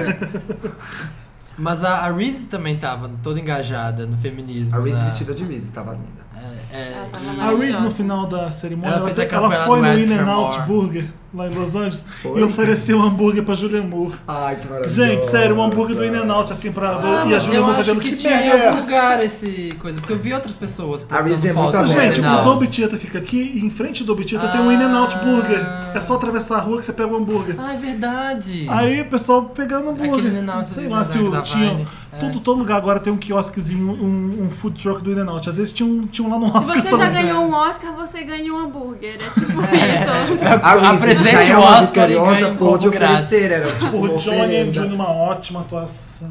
S2: Mas a, a Reese também tava toda engajada no feminismo.
S4: A Reese
S5: Ah.
S2: na-
S4: vestida de Reese tava linda.
S2: É, é,
S3: Ela tava
S2: e-
S1: A Reese, no final da cerimônia,
S2: Ela
S1: ela,
S2: fez a
S1: ela
S2: campanha
S1: foi
S2: do
S1: no
S2: Ask
S1: In
S2: Her
S1: and Out
S2: More.
S1: Burger, lá em Los Angeles,
S4: Foi?
S1: e ofereceu um hambúrguer pra Julia Moore.
S4: Ai, que maravilha.
S1: Gente, sério, um hambúrguer do In and Out, assim, pra.
S2: Ah,
S1: e a
S2: mas
S1: Julia
S2: eu
S1: Moore
S2: acho
S1: fazendo
S2: que,
S1: que
S2: tinha
S1: merda
S2: em
S1: é
S2: algum
S1: essa?
S2: lugar esse coisa, porque eu vi outras pessoas postando
S4: Reese é muito
S2: foto.
S4: agora,
S1: tipo, Gente,
S4: In
S1: o
S4: and
S1: Dobe Theater fica aqui e em frente ao Dobe Theater tem um In and Out Burger. É só atravessar a rua que você pega o hambúrguer.
S2: Ah, é verdade.
S1: Aí o pessoal pegando hambúrguer.
S2: Aquele In-N-Out
S1: Sei
S2: ali,
S1: lá
S2: né,
S1: se o-
S2: da
S1: tinha.
S2: Vine. é.
S1: Todo, todo lugar agora tem um quiosquezinho, um, um food truck do In-N-Out. Às vezes tinha um, tinha um lá no Oscar.
S3: Se você já
S1: também.
S3: ganhou um Oscar, você ganha um hambúrguer. É tipo
S2: É.
S3: isso.
S4: A Reese, que já
S2: Apresente
S4: é
S2: o
S4: uma
S2: Oscar e ganha
S4: vitoriosa,
S2: um
S4: pôde
S2: combo grátis.
S4: oferecer. Era tipo
S1: Porra,
S4: uma
S1: o Johnny and
S4: oferenda.
S1: Johnny, uma ótima atuação.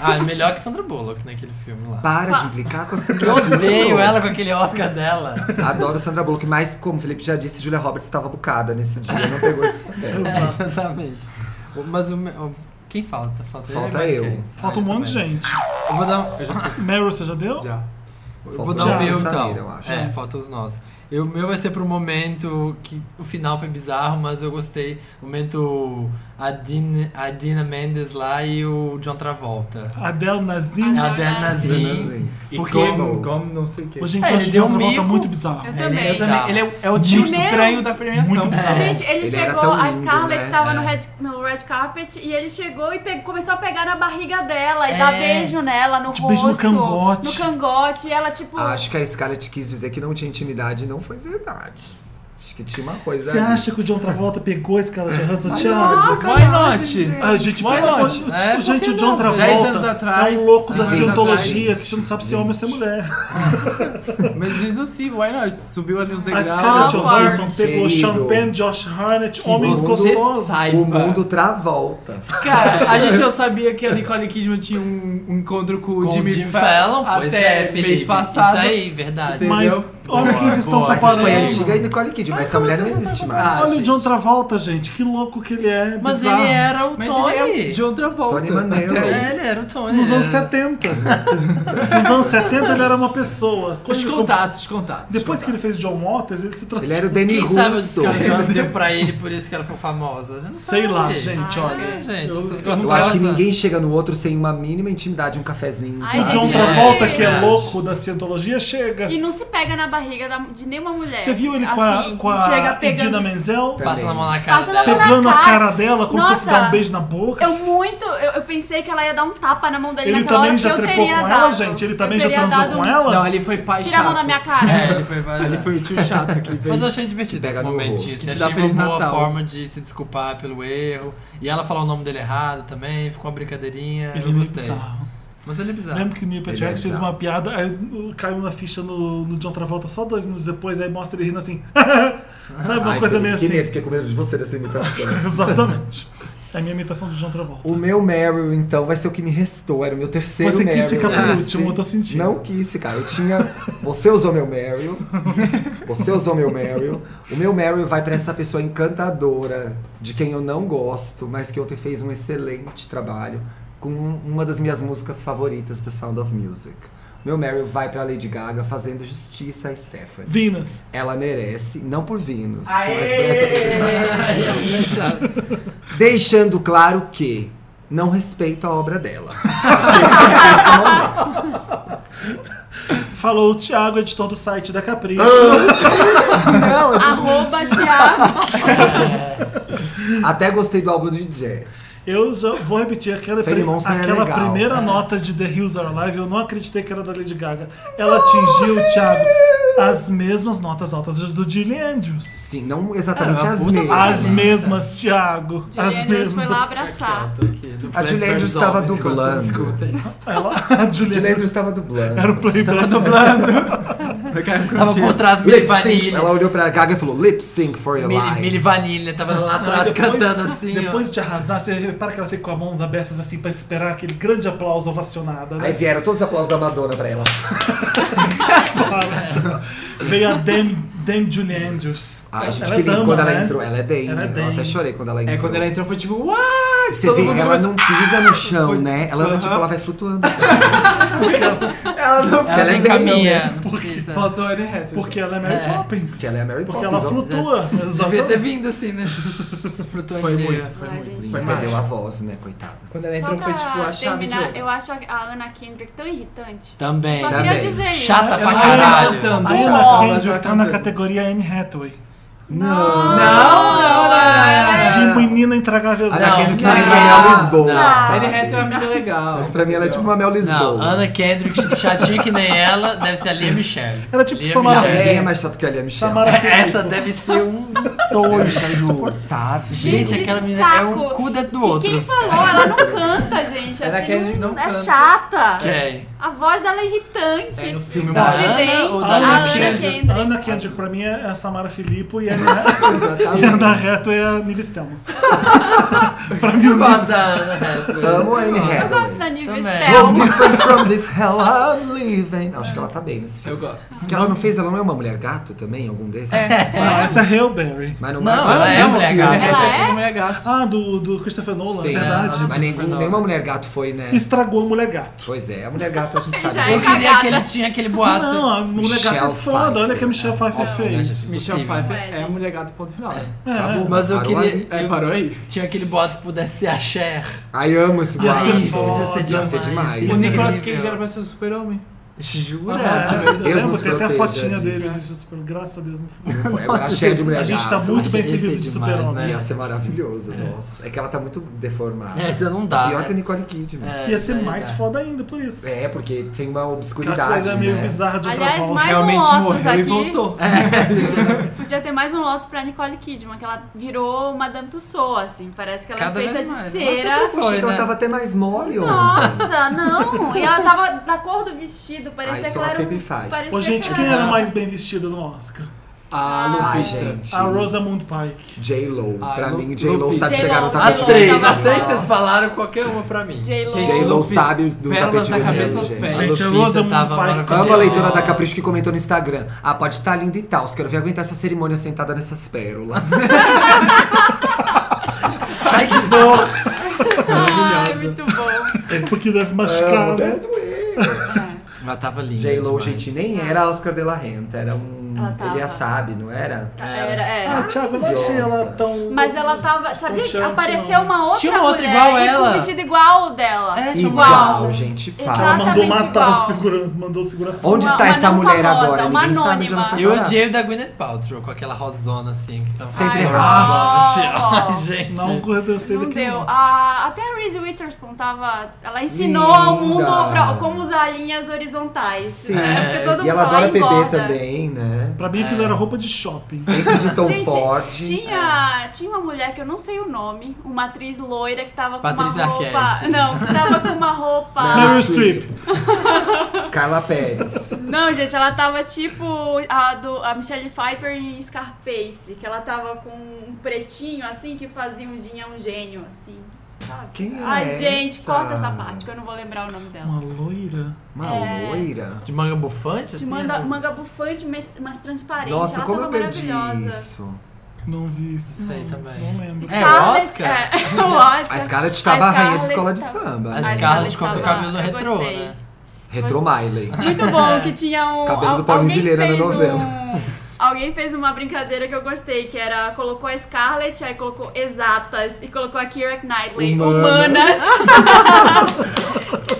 S2: Ah, é melhor que Sandra Bullock naquele filme lá.
S4: Para de implicar com a Tá, Sandra
S2: Eu odeio
S4: Bullock.
S2: ela com aquele Oscar dela.
S4: Adoro Sandra Bullock, mas como o Felipe já disse, Julia Roberts estava bucada nesse dia, não pegou esse papel.
S2: É, exatamente. O- Mas o, meu- o- quem falta? Falta,
S4: Falta
S2: mas
S4: eu.
S2: quem?
S1: Falta
S2: Ah,
S1: um
S2: eu
S1: monte de
S2: também.
S1: gente.
S2: Eu vou dar um,
S1: Meryl, você já deu?
S5: Já.
S2: eu vou
S4: Falta
S2: dar o
S1: o
S2: meu
S4: Samir,
S2: então.
S4: eu acho.
S2: É, falta os nossos. E o meu vai ser pro momento que o final foi bizarro, mas eu gostei. O momento a Dina, a Dina Mendes lá e o John Travolta. É
S1: Adele Nazim.
S2: A
S3: Ah,
S2: Adele Nazim.
S4: Sim.
S5: E
S2: Porque-
S5: como, como não sei o quê.
S1: Hoje em dia
S2: É,
S1: eu
S2: ele
S1: acho
S2: deu
S1: uma
S2: um
S1: volta
S2: mico.
S1: muito bizarro.
S3: Eu também.
S2: é bizarro.
S5: Ele é, é o tio
S3: Primeiro-
S5: estranho da premiação.
S1: Muito bizarro.
S3: Gente, ele,
S4: Ele era
S3: chegou,
S4: tão
S3: a
S4: lindo,
S3: Scarlett
S4: né?
S3: estava
S2: É.
S3: no, red, no red carpet e ele chegou e pe- começou a pegar na barriga dela e
S2: É.
S3: dar beijo nela, no
S1: Tipo, beijo
S3: rosto.
S1: no cangote.
S3: No cangote. E ela, tipo.
S4: Ah, Acho que a Scarlett quis dizer que não tinha intimidade, não foi verdade. Acho que tinha uma coisa
S1: Você
S4: ali.
S1: acha que o John Travolta pegou esse cara Johansson?
S4: Mas eu tava de
S1: Tchau.
S2: Why
S4: sacanagem,
S2: not?
S4: gente.
S1: Ah, gente,
S2: Why
S1: pelo amor
S2: not?
S1: de Deus,
S2: É,
S1: tipo, gente, o
S2: por que
S1: John
S2: não?
S1: Travolta
S5: Dez anos atrás,
S1: é um louco da
S4: cinco anos
S1: cientologia que você não sabe se é homem ou se é mulher.
S5: Mas mesmo assim, why not? Subiu ali uns
S1: A
S5: degraus.
S1: Scarlett Johansson
S4: Howard.
S1: pegou
S4: Querido.
S1: Champagne, Josh Harnett, homens
S5: você
S1: gostosos.
S5: saiba.
S4: O mundo Travolta.
S5: Cara, a gente já sabia que a Nicole Kidman tinha um, um encontro com,
S2: Com
S5: o Jimmy,
S2: Jimmy
S5: Fallon
S2: Fallon,
S5: até
S2: pois é,
S5: mês
S2: Felipe.
S5: passado.
S2: Isso aí, verdade.
S5: Entendeu?
S1: Mas olha
S2: Boa,
S1: quem vocês estão
S2: boa.
S4: Mas isso foi
S1: comparando.
S4: antiga e Nicole Kidman. Essa mulher não existe mais.
S5: Ah,
S1: Olha o
S5: gente.
S1: John Travolta, gente, que louco que ele é.
S2: Mas
S1: bizarro.
S2: ele era o
S5: Mas
S2: Tony.
S5: ele é o John Travolta.
S4: Tony Manero.
S5: Até aí.
S2: É, ele era o Tony.
S1: Nos
S2: ele
S1: anos
S2: era-
S1: 70. Nos anos 70 ele era uma pessoa. Quando
S5: Os
S1: ele-
S5: contatos, os contatos.
S1: Depois que ele fez John Waters, ele se
S4: Ele
S1: transformou.
S4: era o Danny
S2: Quem sabe é os
S4: Russo.
S2: caras já deu pra ele, por isso que ela foi famosa. A gente não
S1: Sei
S2: sabe.
S1: lá, gente,
S2: Ah,
S1: olha.
S2: gente,
S1: Eu-
S2: vocês
S1: eu
S2: gostam
S4: Eu acho que
S2: dessa?
S4: ninguém chega no outro sem uma mínima intimidade, um cafezinho.
S3: Ai,
S1: O
S4: sabe?
S1: John
S2: É,
S1: Travolta, que é
S2: verdade.
S1: louco da cientologia, chega.
S3: E não se pega na barriga da- de nenhuma mulher.
S1: Você viu ele com
S3: Assim,
S1: a, com
S3: chega
S1: a Idina
S3: pegando.
S1: Menzel?
S4: Tá.
S2: Passa na mão na cara
S3: Passa na mão
S2: dela.
S3: na-
S1: Pegando a
S3: cara.
S1: cara dela como se fosse
S3: Nossa.
S1: dar um beijo na boca.
S3: Eu muito. Eu, eu pensei que ela ia dar um tapa na mão dele
S1: Ele
S3: naquela
S1: também
S3: hora
S1: já
S3: que eu
S1: trepou
S3: teria
S1: com
S3: dado.
S1: ela, gente? Ele também
S3: Eu
S1: já
S3: teria
S1: transou
S3: dado
S1: com
S3: um-
S5: Não,
S1: ela?
S5: ele foi pai
S3: Tira a mão da
S5: chato.
S3: minha cara.
S2: É, ele foi
S5: Ele
S2: vazar.
S5: foi o tio chato que veio.
S2: Mas eu achei divertido
S4: Que
S2: esse
S4: pega no
S2: momentinho.
S4: rosto.
S2: Assim,
S5: Que te dá
S2: achei uma
S5: Feliz
S2: boa
S5: Natal.
S2: forma de se desculpar pelo erro. E ela falar o nome dele errado também, ficou uma brincadeirinha.
S1: Ele é
S2: eu
S1: meio
S2: gostei.
S1: bizarro.
S2: Mas ele é bizarro.
S1: Lembro que o Neil
S4: Ele é
S1: Patrick fez
S4: bizarro.
S1: uma piada, aí uh, caiu na ficha no, no John Travolta só dois minutos depois, aí mostra ele rindo assim. Sabe, uma
S4: Ai,
S1: coisa
S4: Felipe,
S1: meio
S4: que medo,
S1: assim.
S4: fiquei com medo de você dessa imitação.
S1: Exatamente. É a minha imitação do John Travolta.
S4: o meu Meryl, então, vai ser o que me restou. Era o meu terceiro
S1: Você quis
S4: Meryl.
S1: ficar por
S4: Ah,
S1: último,
S4: sim.
S1: eu tô sentindo.
S4: Não quis, cara. Eu tinha... Você usou meu Meryl. Você usou meu Meryl. O meu Meryl vai pra essa pessoa encantadora, de quem eu não gosto, mas que ontem fez um excelente trabalho com uma das minhas músicas favoritas, The Sound of Music. Meu Meryl vai pra Lady Gaga fazendo justiça a Stephanie.
S1: Vinas.
S4: Ela merece, não por Vinus,
S5: Aê!
S4: mas por essa Deixando claro que não respeito a obra dela.
S1: Falou o Thiago, é editor do site da Capricho.
S4: Ah! não, eu
S3: Arroba Thiago.
S4: tô- até gostei do álbum de jazz.
S1: Eu já vou repetir aquela,
S4: Fairy
S1: prim-
S4: Monster é
S1: aquela
S4: legal.
S1: primeira nota de The Hills Are Alive, eu não acreditei que era da Lady Gaga. Ela atingiu, Thiago, as mesmas notas altas do Julie Andrews.
S4: Sim, não exatamente
S2: É, uma
S4: as
S2: puta
S1: As
S4: mesmas.
S1: mesmas, Thiago. As
S3: Juliana Andrews foi
S1: mesmas.
S3: lá abraçar.
S4: A Julie Andrews estava dublando.
S1: Ela, a
S4: De
S1: Julie
S4: Leandro estava dublando.
S1: era o playboy.
S2: Tava por trás Milli
S4: Lip sync. Ela
S2: Vanille.
S4: olhou pra Gaga e falou: Lip sync for your
S2: Milli, Milli
S4: life.
S2: Vanille, tava lá atrás
S1: Depois-
S2: cantando assim.
S1: Depois
S2: ó.
S1: de arrasar, você repara que ela fica com as mãos abertas assim pra esperar aquele grande aplauso ovacionada.
S4: Aí
S1: Né?
S4: vieram todos os aplausos da Madonna pra ela.
S1: Veio tipo, a Dame, Dame Julie Andrews.
S4: Ai, Ah, gente,
S1: Ela
S4: que
S1: é
S4: lindo
S1: dama,
S4: quando
S1: né?
S4: ela entrou. Ela é Dame.
S1: Ela é
S4: Eu
S1: Dame.
S4: até chorei quando ela entrou.
S5: É, quando ela entrou foi tipo, what?
S4: Você
S5: Todo
S4: vê,
S5: mundo
S4: ela
S5: começou-
S4: não pisa no chão, né? Ela anda,
S5: Aham.
S4: tipo, ela vai flutuando. sabe?
S5: Ela não...
S2: Ela
S4: ela é
S2: nem
S4: bem-
S2: caminha. não é. precisa.
S5: Faltou a Anne Hathaway.
S1: Porque ela é Mary
S2: É.
S1: Poppins.
S4: Que ela é a Mary
S1: Porque
S4: Poppins.
S1: ela
S4: ó.
S1: flutua.
S2: Devia ter
S1: Exatamente.
S2: vindo assim, né?
S5: Foi muito,
S2: Flutuando.
S5: assim. foi
S3: Ai, gente,
S5: muito. Foi
S4: Mas
S5: mais.
S4: perdeu a voz, né, coitada.
S5: Quando ela
S3: Só
S5: entrou foi tipo
S3: pra
S5: a chave de
S3: terminar,
S5: ouro.
S3: eu acho a a Ana Kendrick tão irritante.
S2: Também.
S3: Só
S4: Também.
S3: queria dizer isso.
S2: Chata pra
S5: Ela já
S2: caralho. Ah,
S5: cantando.
S1: A
S5: Ela
S1: Anna
S5: já
S1: Kendrick tá na
S5: cantando.
S1: categoria Anne Hathaway.
S4: Não.
S5: Não, não, não,
S1: De
S5: não, não, não.
S1: menina intragável.
S4: Ah. Olha
S2: Não,
S4: aquele que pra
S2: não,
S4: mim é
S2: não.
S4: Mel Lisboa.
S2: Não.
S4: sabe?
S5: Anne Hathaway é uma amiga legal.
S4: Pra mim ela é tipo uma Mel Lisboa.
S2: Não, Ana Kendrick, chatinha que nem ela, deve ser a Lia Michelle.
S1: Era tipo
S2: Lia
S1: Samara-
S4: Não,
S2: Michele.
S4: ninguém é mais chato que a Lia Michelle.
S1: Samara Filippo.
S2: Essa deve ser um
S4: Ela
S2: tojo.
S4: é insuportável.
S2: Gente,
S3: que
S2: aquela menina é um
S3: saco.
S2: cu dentro do
S3: E
S2: outro.
S3: quem falou? Ela não canta, gente.
S5: Ela
S3: Assim,
S5: quer-
S3: não,
S5: não
S3: é
S5: canta.
S3: chata.
S2: Quem?
S3: A voz dela é irritante.
S2: É no filme
S3: Tá
S2: da
S3: evidente.
S2: Ana ou da
S3: A
S2: Ana
S3: Ana
S2: Kendrick?
S3: Kendrick.
S1: A Anna Kendrick pra mim é a Samara Filippo e a Anne-
S4: é
S1: e a Anna
S4: Exatamente.
S1: Hathaway é a Nive Stelman. pra mim, o
S2: Eu
S1: Nive
S2: gosto da Ana Hathaway.
S4: Amo a Anne
S3: Eu gosto da
S4: Hathaway.
S3: Nive
S2: Também.
S4: So
S3: Selma.
S4: different from this hell I'm living. Acho que ela tá bem nesse filme.
S5: Eu gosto.
S4: Porque ela não fez, ela não é uma mulher gato também, algum desses?
S1: Não, essa é Hailberry.
S4: Mas não,
S2: Não,
S4: marcou
S2: ela é
S4: nenhum
S2: mulher
S4: filme.
S5: Anne
S2: gata.
S5: Hathaway
S3: Ela
S5: foi
S3: é?
S5: uma mulher gato.
S1: Ah, do, do Christopher Nolan,
S4: Sim,
S1: é verdade.
S2: ela-
S4: mas nenhum, nenhuma mulher gato foi, né?
S1: Estragou a Mulher Gato.
S4: Pois é, a mulher gato a gente sabe.
S3: Já é
S2: Eu
S4: tudo.
S2: queria
S3: cagada.
S2: que ele tinha aquele boato.
S1: Não, a Mulher Gato é
S4: Ah, Michelle
S1: foda. Olha
S4: Pfeiffer.
S1: o que a Michelle Pfeiffer
S2: Óbvio, né,
S1: fez.
S2: gente?
S5: Michelle
S2: Impossível.
S5: Pfeiffer é
S3: gente.
S5: mulher gato, ponto final.
S3: É.
S4: Acabou,
S2: Mas eu
S4: parou
S2: queria.
S4: ali.
S5: É,
S2: eu
S5: parou aí?
S2: tinha aquele boato que pudesse ser a Cher.
S4: Ai, amo esse
S1: Ia
S2: Aí,
S1: ser
S4: boato.
S2: podia
S1: foda.
S2: ser
S4: Ia
S2: demais.
S4: ser demais.
S5: O
S4: Isso é
S5: Nicolas Cage
S2: incrível.
S5: era pra ser o super-homem.
S1: É,
S2: Jura?
S4: Deus nos
S1: tem até a
S4: proteja
S1: fotinha
S4: disso.
S1: dele né, antes de super. Graças a Deus não foi.
S4: Agora cheia de mulher
S1: A gente tá
S4: gata. né? é
S1: muito bem
S2: Ia ser
S1: servido de
S2: demais,
S1: super-homem.
S2: né?
S4: Ia ser maravilhoso, nossa. É que ela tá muito deformada.
S2: É, já não dá.
S4: Pior
S2: né?
S4: que a Nicole Kidman.
S2: É,
S1: Ia
S2: isso
S1: ser
S2: aí
S1: mais
S2: dá.
S1: foda ainda por isso.
S4: É, porque tem uma
S1: Aquela
S4: obscuridade,
S1: coisa meio
S4: né?
S1: bizarra de outra
S3: Aliás,
S1: volta.
S3: mais um
S5: Realmente
S3: Lotus
S5: morreu e
S3: aqui.
S5: voltou.
S2: É.
S3: Podia ter mais um Lotus pra Nicole Kidman, que ela virou Madame Tussauds, assim. Parece que ela
S2: Cada
S3: é feita
S2: vez
S3: de
S2: mais.
S3: cera.
S4: Eu achei
S2: Foi,
S4: que ela
S2: né?
S4: tava até mais mole, ó.
S3: Nossa, não! E ela tava da cor do vestido, parecia
S4: Ah, isso
S3: que ela
S4: ela
S3: era um-
S4: sempre faz.
S3: parecia
S1: Ô, gente,
S3: que
S1: quem
S3: ela-
S1: era mais bem vestida no Oscar?
S5: A Lupita.
S4: Ai, gente.
S1: A Rosamund Pike.
S4: J-Lo.
S5: Ai,
S4: Pra
S5: Lu-
S4: mim, J-Lo
S5: Lupita.
S4: sabe
S3: J-Lo,
S4: chegar no
S3: J-Lo.
S4: tapete.
S2: As
S3: Sim,
S2: três,
S3: tava
S2: as três
S3: bom.
S2: vocês falaram qualquer uma pra mim.
S3: J.Lo.
S4: J-Lo sabe do
S5: Pérolas
S4: tapete
S5: da
S4: vermelho,
S5: cabeça aos pés.
S4: tá gente.
S1: Gente, a
S2: Lupita
S1: Rosamund
S4: um
S2: tava
S1: Pike.
S2: maravilhosa.
S4: Amo a leitora da Capricho que comentou no Instagram. Ah, pode estar linda e tal. Quero ver aguentar essa cerimônia sentada nessas pérolas.
S2: Ai, que dor!
S3: Ai, Ah, muito bom.
S1: É porque deve machucar. né?
S2: Mas tava linda.
S1: é
S4: J-Lo,
S2: demais.
S4: gente, nem era Oscar de la Renta. Era um...
S3: Ela tava.
S4: Ele a sabe, não era?
S2: É.
S3: Era, era.
S1: Ah, Thiago, eu não achei ela tão.
S3: Mas ela tava. Sabia que
S1: Estonteante,
S3: apareceu
S1: não.
S3: uma outra
S2: Tinha uma outra
S3: mulher
S2: igual
S3: e com
S2: ela.
S3: um vestido igual ao dela.
S2: É, tinha uma-
S4: Igual, gente.
S1: Ela
S4: Para.
S3: Exatamente
S1: mandou matar
S3: igual.
S1: o segurança, mandou o segurança.
S4: Onde
S3: Uma-
S4: está
S3: uma
S4: essa
S3: não
S4: mulher
S3: famosa,
S4: agora?
S3: uma
S4: Ninguém sabe onde ela foi
S3: anônima.
S2: Eu
S4: parar.
S2: odiei o da Gwyneth Paltrow, com aquela rosona assim. Que tava
S4: Sempre
S3: Ai,
S2: Ah,
S3: ó,
S2: assim, ó, gente.
S1: Não gostei
S3: Não
S1: daquele.
S3: deu.
S1: não.
S3: A- até a Reese Witherspoon tava. Ela ensinou
S4: Linda.
S3: ao mundo pra- como usar linhas horizontais.
S4: Sim. É,
S3: Né? Porque todo
S4: E
S3: mundo
S4: ela
S3: fala,
S4: adora beber
S3: engorda.
S4: também, né?
S1: Pra mim aquilo era roupa de shopping.
S4: Sempre de Tom
S3: Gente,
S4: Ford.
S2: É.
S3: Tinha, tinha uma mulher que eu não sei o nome, uma atriz loira que tava
S2: Patrícia
S3: com uma roupa.
S2: Arquette.
S3: Não, que tava com uma roupa.
S4: Meryl
S1: Meryl Streep.
S4: Carla Pérez.
S3: Não, gente, ela tava tipo a, do, a Michelle Pfeiffer em Scarface, que ela tava com um pretinho assim que fazia um dinha um gênio, assim. Sabe?
S4: Quem era
S3: Ai,
S4: essa?
S3: gente, corta essa parte que eu não vou lembrar o nome dela.
S1: Uma loira.
S4: Uma
S3: É.
S4: loira.
S2: De manga bufante,
S3: De
S2: assim?
S3: manga,
S2: né?
S3: manga bufante, mas, mas transparente.
S4: Nossa,
S3: ela
S4: como
S3: tava
S4: eu perdi
S3: maravilhosa.
S4: isso.
S1: Não vi isso.
S2: Sei
S1: não,
S2: também.
S1: Não lembro.
S2: É,
S3: Scarlett-
S2: Oscar?
S3: É, o Oscar.
S4: A Scarlett estava a rainha de
S3: Scarlett
S4: escola de
S3: tava-
S4: samba.
S2: A
S4: né?
S2: Scarlett
S3: Scarlett
S2: corta o
S3: Scarlett,
S2: cabelo
S3: eu
S2: retrô,
S3: gostei.
S2: né?
S4: Retro Miley.
S3: Muito bom, que tinha um.
S4: Cabelo
S3: al-
S4: do Paulinho
S3: alguém
S4: Vilhena na
S3: fez
S4: novela.
S3: um- Alguém fez uma brincadeira que eu gostei, que era colocou a Scarlett, aí colocou exatas e colocou a Keira Knightley,
S4: Humanas.
S3: humanas.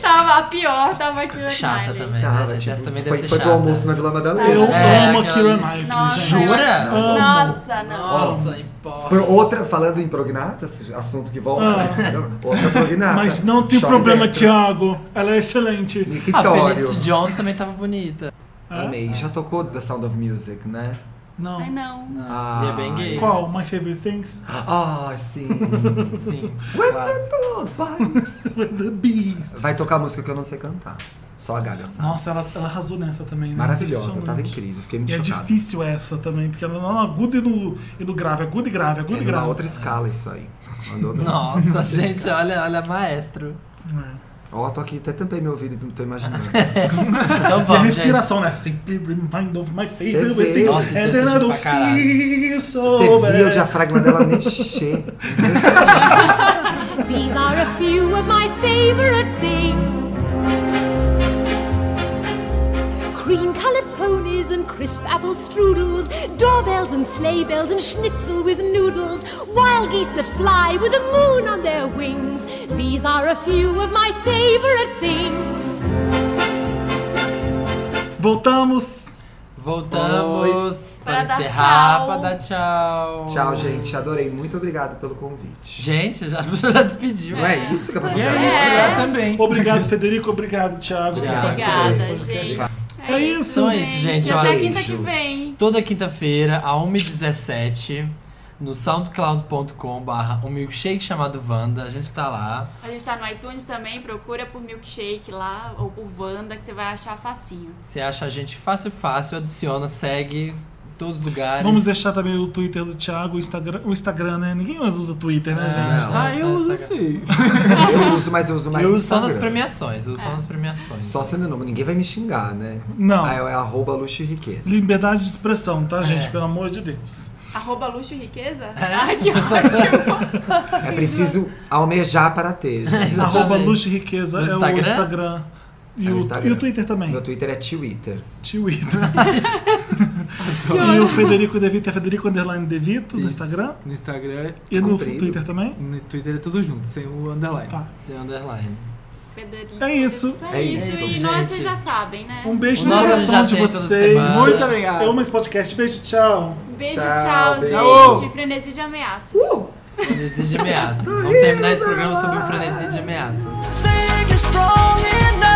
S3: tava a pior, tava a Keira
S2: Chata
S3: Knightley.
S2: também, né,
S4: Cara,
S2: gente? Essa
S4: tipo,
S2: também deve
S4: foi,
S2: ser
S4: foi pro
S2: chata.
S4: almoço na Vila Madalena.
S1: Eu
S2: É,
S1: amo a
S2: aquela-
S1: Kira Knightley,
S3: Nossa,
S1: gente.
S2: Jura?
S1: Amo.
S3: Nossa, não.
S2: Nossa, importa.
S4: Pro- outra, falando em prognatas, assunto que volta,
S1: Ah.
S4: né? outra prognata.
S1: Mas não tem
S4: Chove
S1: problema,
S4: dentro.
S1: Thiago. Ela é excelente.
S2: A
S4: Mictório.
S2: Felicity Ah, Jones também tava bonita.
S1: Ah.
S4: Amei. Já tocou The Sound of Music, né?
S1: Não.
S3: Ai, não.
S4: Ah.
S2: E é bem gay.
S1: Qual? My Favorite Things?
S4: Ah, sim.
S2: Sim.
S4: When
S2: classe.
S4: the dog bites.
S1: The Beast.
S4: Vai tocar música que eu não sei cantar. Só a Gaga sabe.
S1: Nossa, ela, ela arrasou nessa também. Né?
S4: Maravilhosa, tá
S1: Impressionante.
S4: tava incrível. Fiquei
S1: E
S4: muito
S1: é
S4: chocada.
S1: difícil essa também, porque ela não é aguda e no, e no grave, aguda e grave, aguda
S4: É
S1: e
S4: numa
S1: grave.
S4: outra escala isso aí. Mandou bem.
S2: Nossa, gente, olha, olha, maestro.
S4: Ó, tô aqui, até tampei meu ouvido, não tô imaginando.
S2: Então
S1: E a
S2: vamos, gente.
S1: respiração, né? Simply remind of my
S4: Você vê.
S1: favorite things.
S2: Nossa, isso é
S1: and then I
S2: difícil
S1: don't
S2: pra caralho.
S1: feel so
S4: Você via o
S1: bad.
S4: diafragma dela mexer.
S8: These are a few of my favorite things cream colored ponies and crisp apple strudels, doorbells and sleigh bells and schnitzel with noodles, wild geese that fly with the moon on their wings. These are a few of my favorite things.
S1: Voltamos.
S2: Voltamos para
S3: Pra dar
S2: encerrar,
S3: tchau.
S2: para dar tchau.
S4: Tchau, gente. Adorei. Muito obrigado pelo convite.
S2: Gente, já, já despediu.
S4: Não é isso que é pra
S2: E
S4: fazer?
S2: é isso, eu também.
S1: Obrigado, Federico. Obrigado, Thiago. por
S2: Obrigado.
S1: participar desse
S3: Obrigada,
S1: podcast.
S3: gente.
S1: É isso.
S2: Então é isso, gente.
S3: Até
S2: Olha,
S3: quinta que
S4: beijo.
S3: vem.
S2: Toda quinta-feira, a 1h17, no soundcloud.com barra um milkshake chamado Wanda. A gente tá lá.
S3: A gente tá no iTunes também, procura por Milkshake lá, ou por Wanda, que você vai achar facinho.
S2: Você acha a gente fácil, fácil, adiciona, segue em todos os lugares.
S1: Vamos deixar também o Twitter do Thiago, o Instagram, o Instagram, né? Ninguém mais usa Twitter, né, gente?
S2: Ah, eu uso
S5: sim.
S4: Eu uso, mas eu uso mais
S2: Eu uso só nas
S4: Instagram.
S2: premiações, eu uso só
S3: É.
S2: nas premiações.
S4: Só sendo nome, ninguém vai me xingar, né?
S1: Não.
S4: Ah, é arroba luxo e riqueza.
S1: Liberdade de expressão, tá, gente?
S2: É.
S1: Pelo amor de Deus.
S3: Arroba luxo e riqueza?
S2: É.
S3: Ai, que ótimo.
S4: É preciso almejar para ter. gente.
S2: Exatamente.
S1: Arroba Luxo e Riqueza
S2: No
S1: é o
S2: Instagram?
S1: Instagram. E,
S4: É o
S1: o,
S4: Instagram.
S1: e o Twitter também.
S4: Meu Twitter é Twitter.
S1: Twitter. e o Federico Devito é Federico Underline Devito no Instagram.
S5: No Instagram
S1: E no
S4: Comprido.
S1: Twitter também.
S5: e no Twitter é tudo junto, sem o underline.
S1: Tá.
S2: Sem underline.
S3: Federico.
S1: É isso.
S3: É,
S4: É
S3: isso.
S4: isso,
S3: E nós
S2: gente.
S3: vocês já sabem, né?
S1: Um beijo
S2: O
S1: no
S2: nosso
S1: coração
S2: já
S1: de
S2: tem toda
S1: vocês.
S2: semana.
S5: Muito obrigado.
S1: Eu amo esse podcast. Beijo, tchau.
S3: Beijo, tchau,
S4: Tchau, beijo.
S3: gente. Frenesi de ameaças.
S1: Uh!
S2: Frenesi de ameaças. Vamos terminar esse programa sobre o frenesi de ameaças.
S6: Think you're strong enough.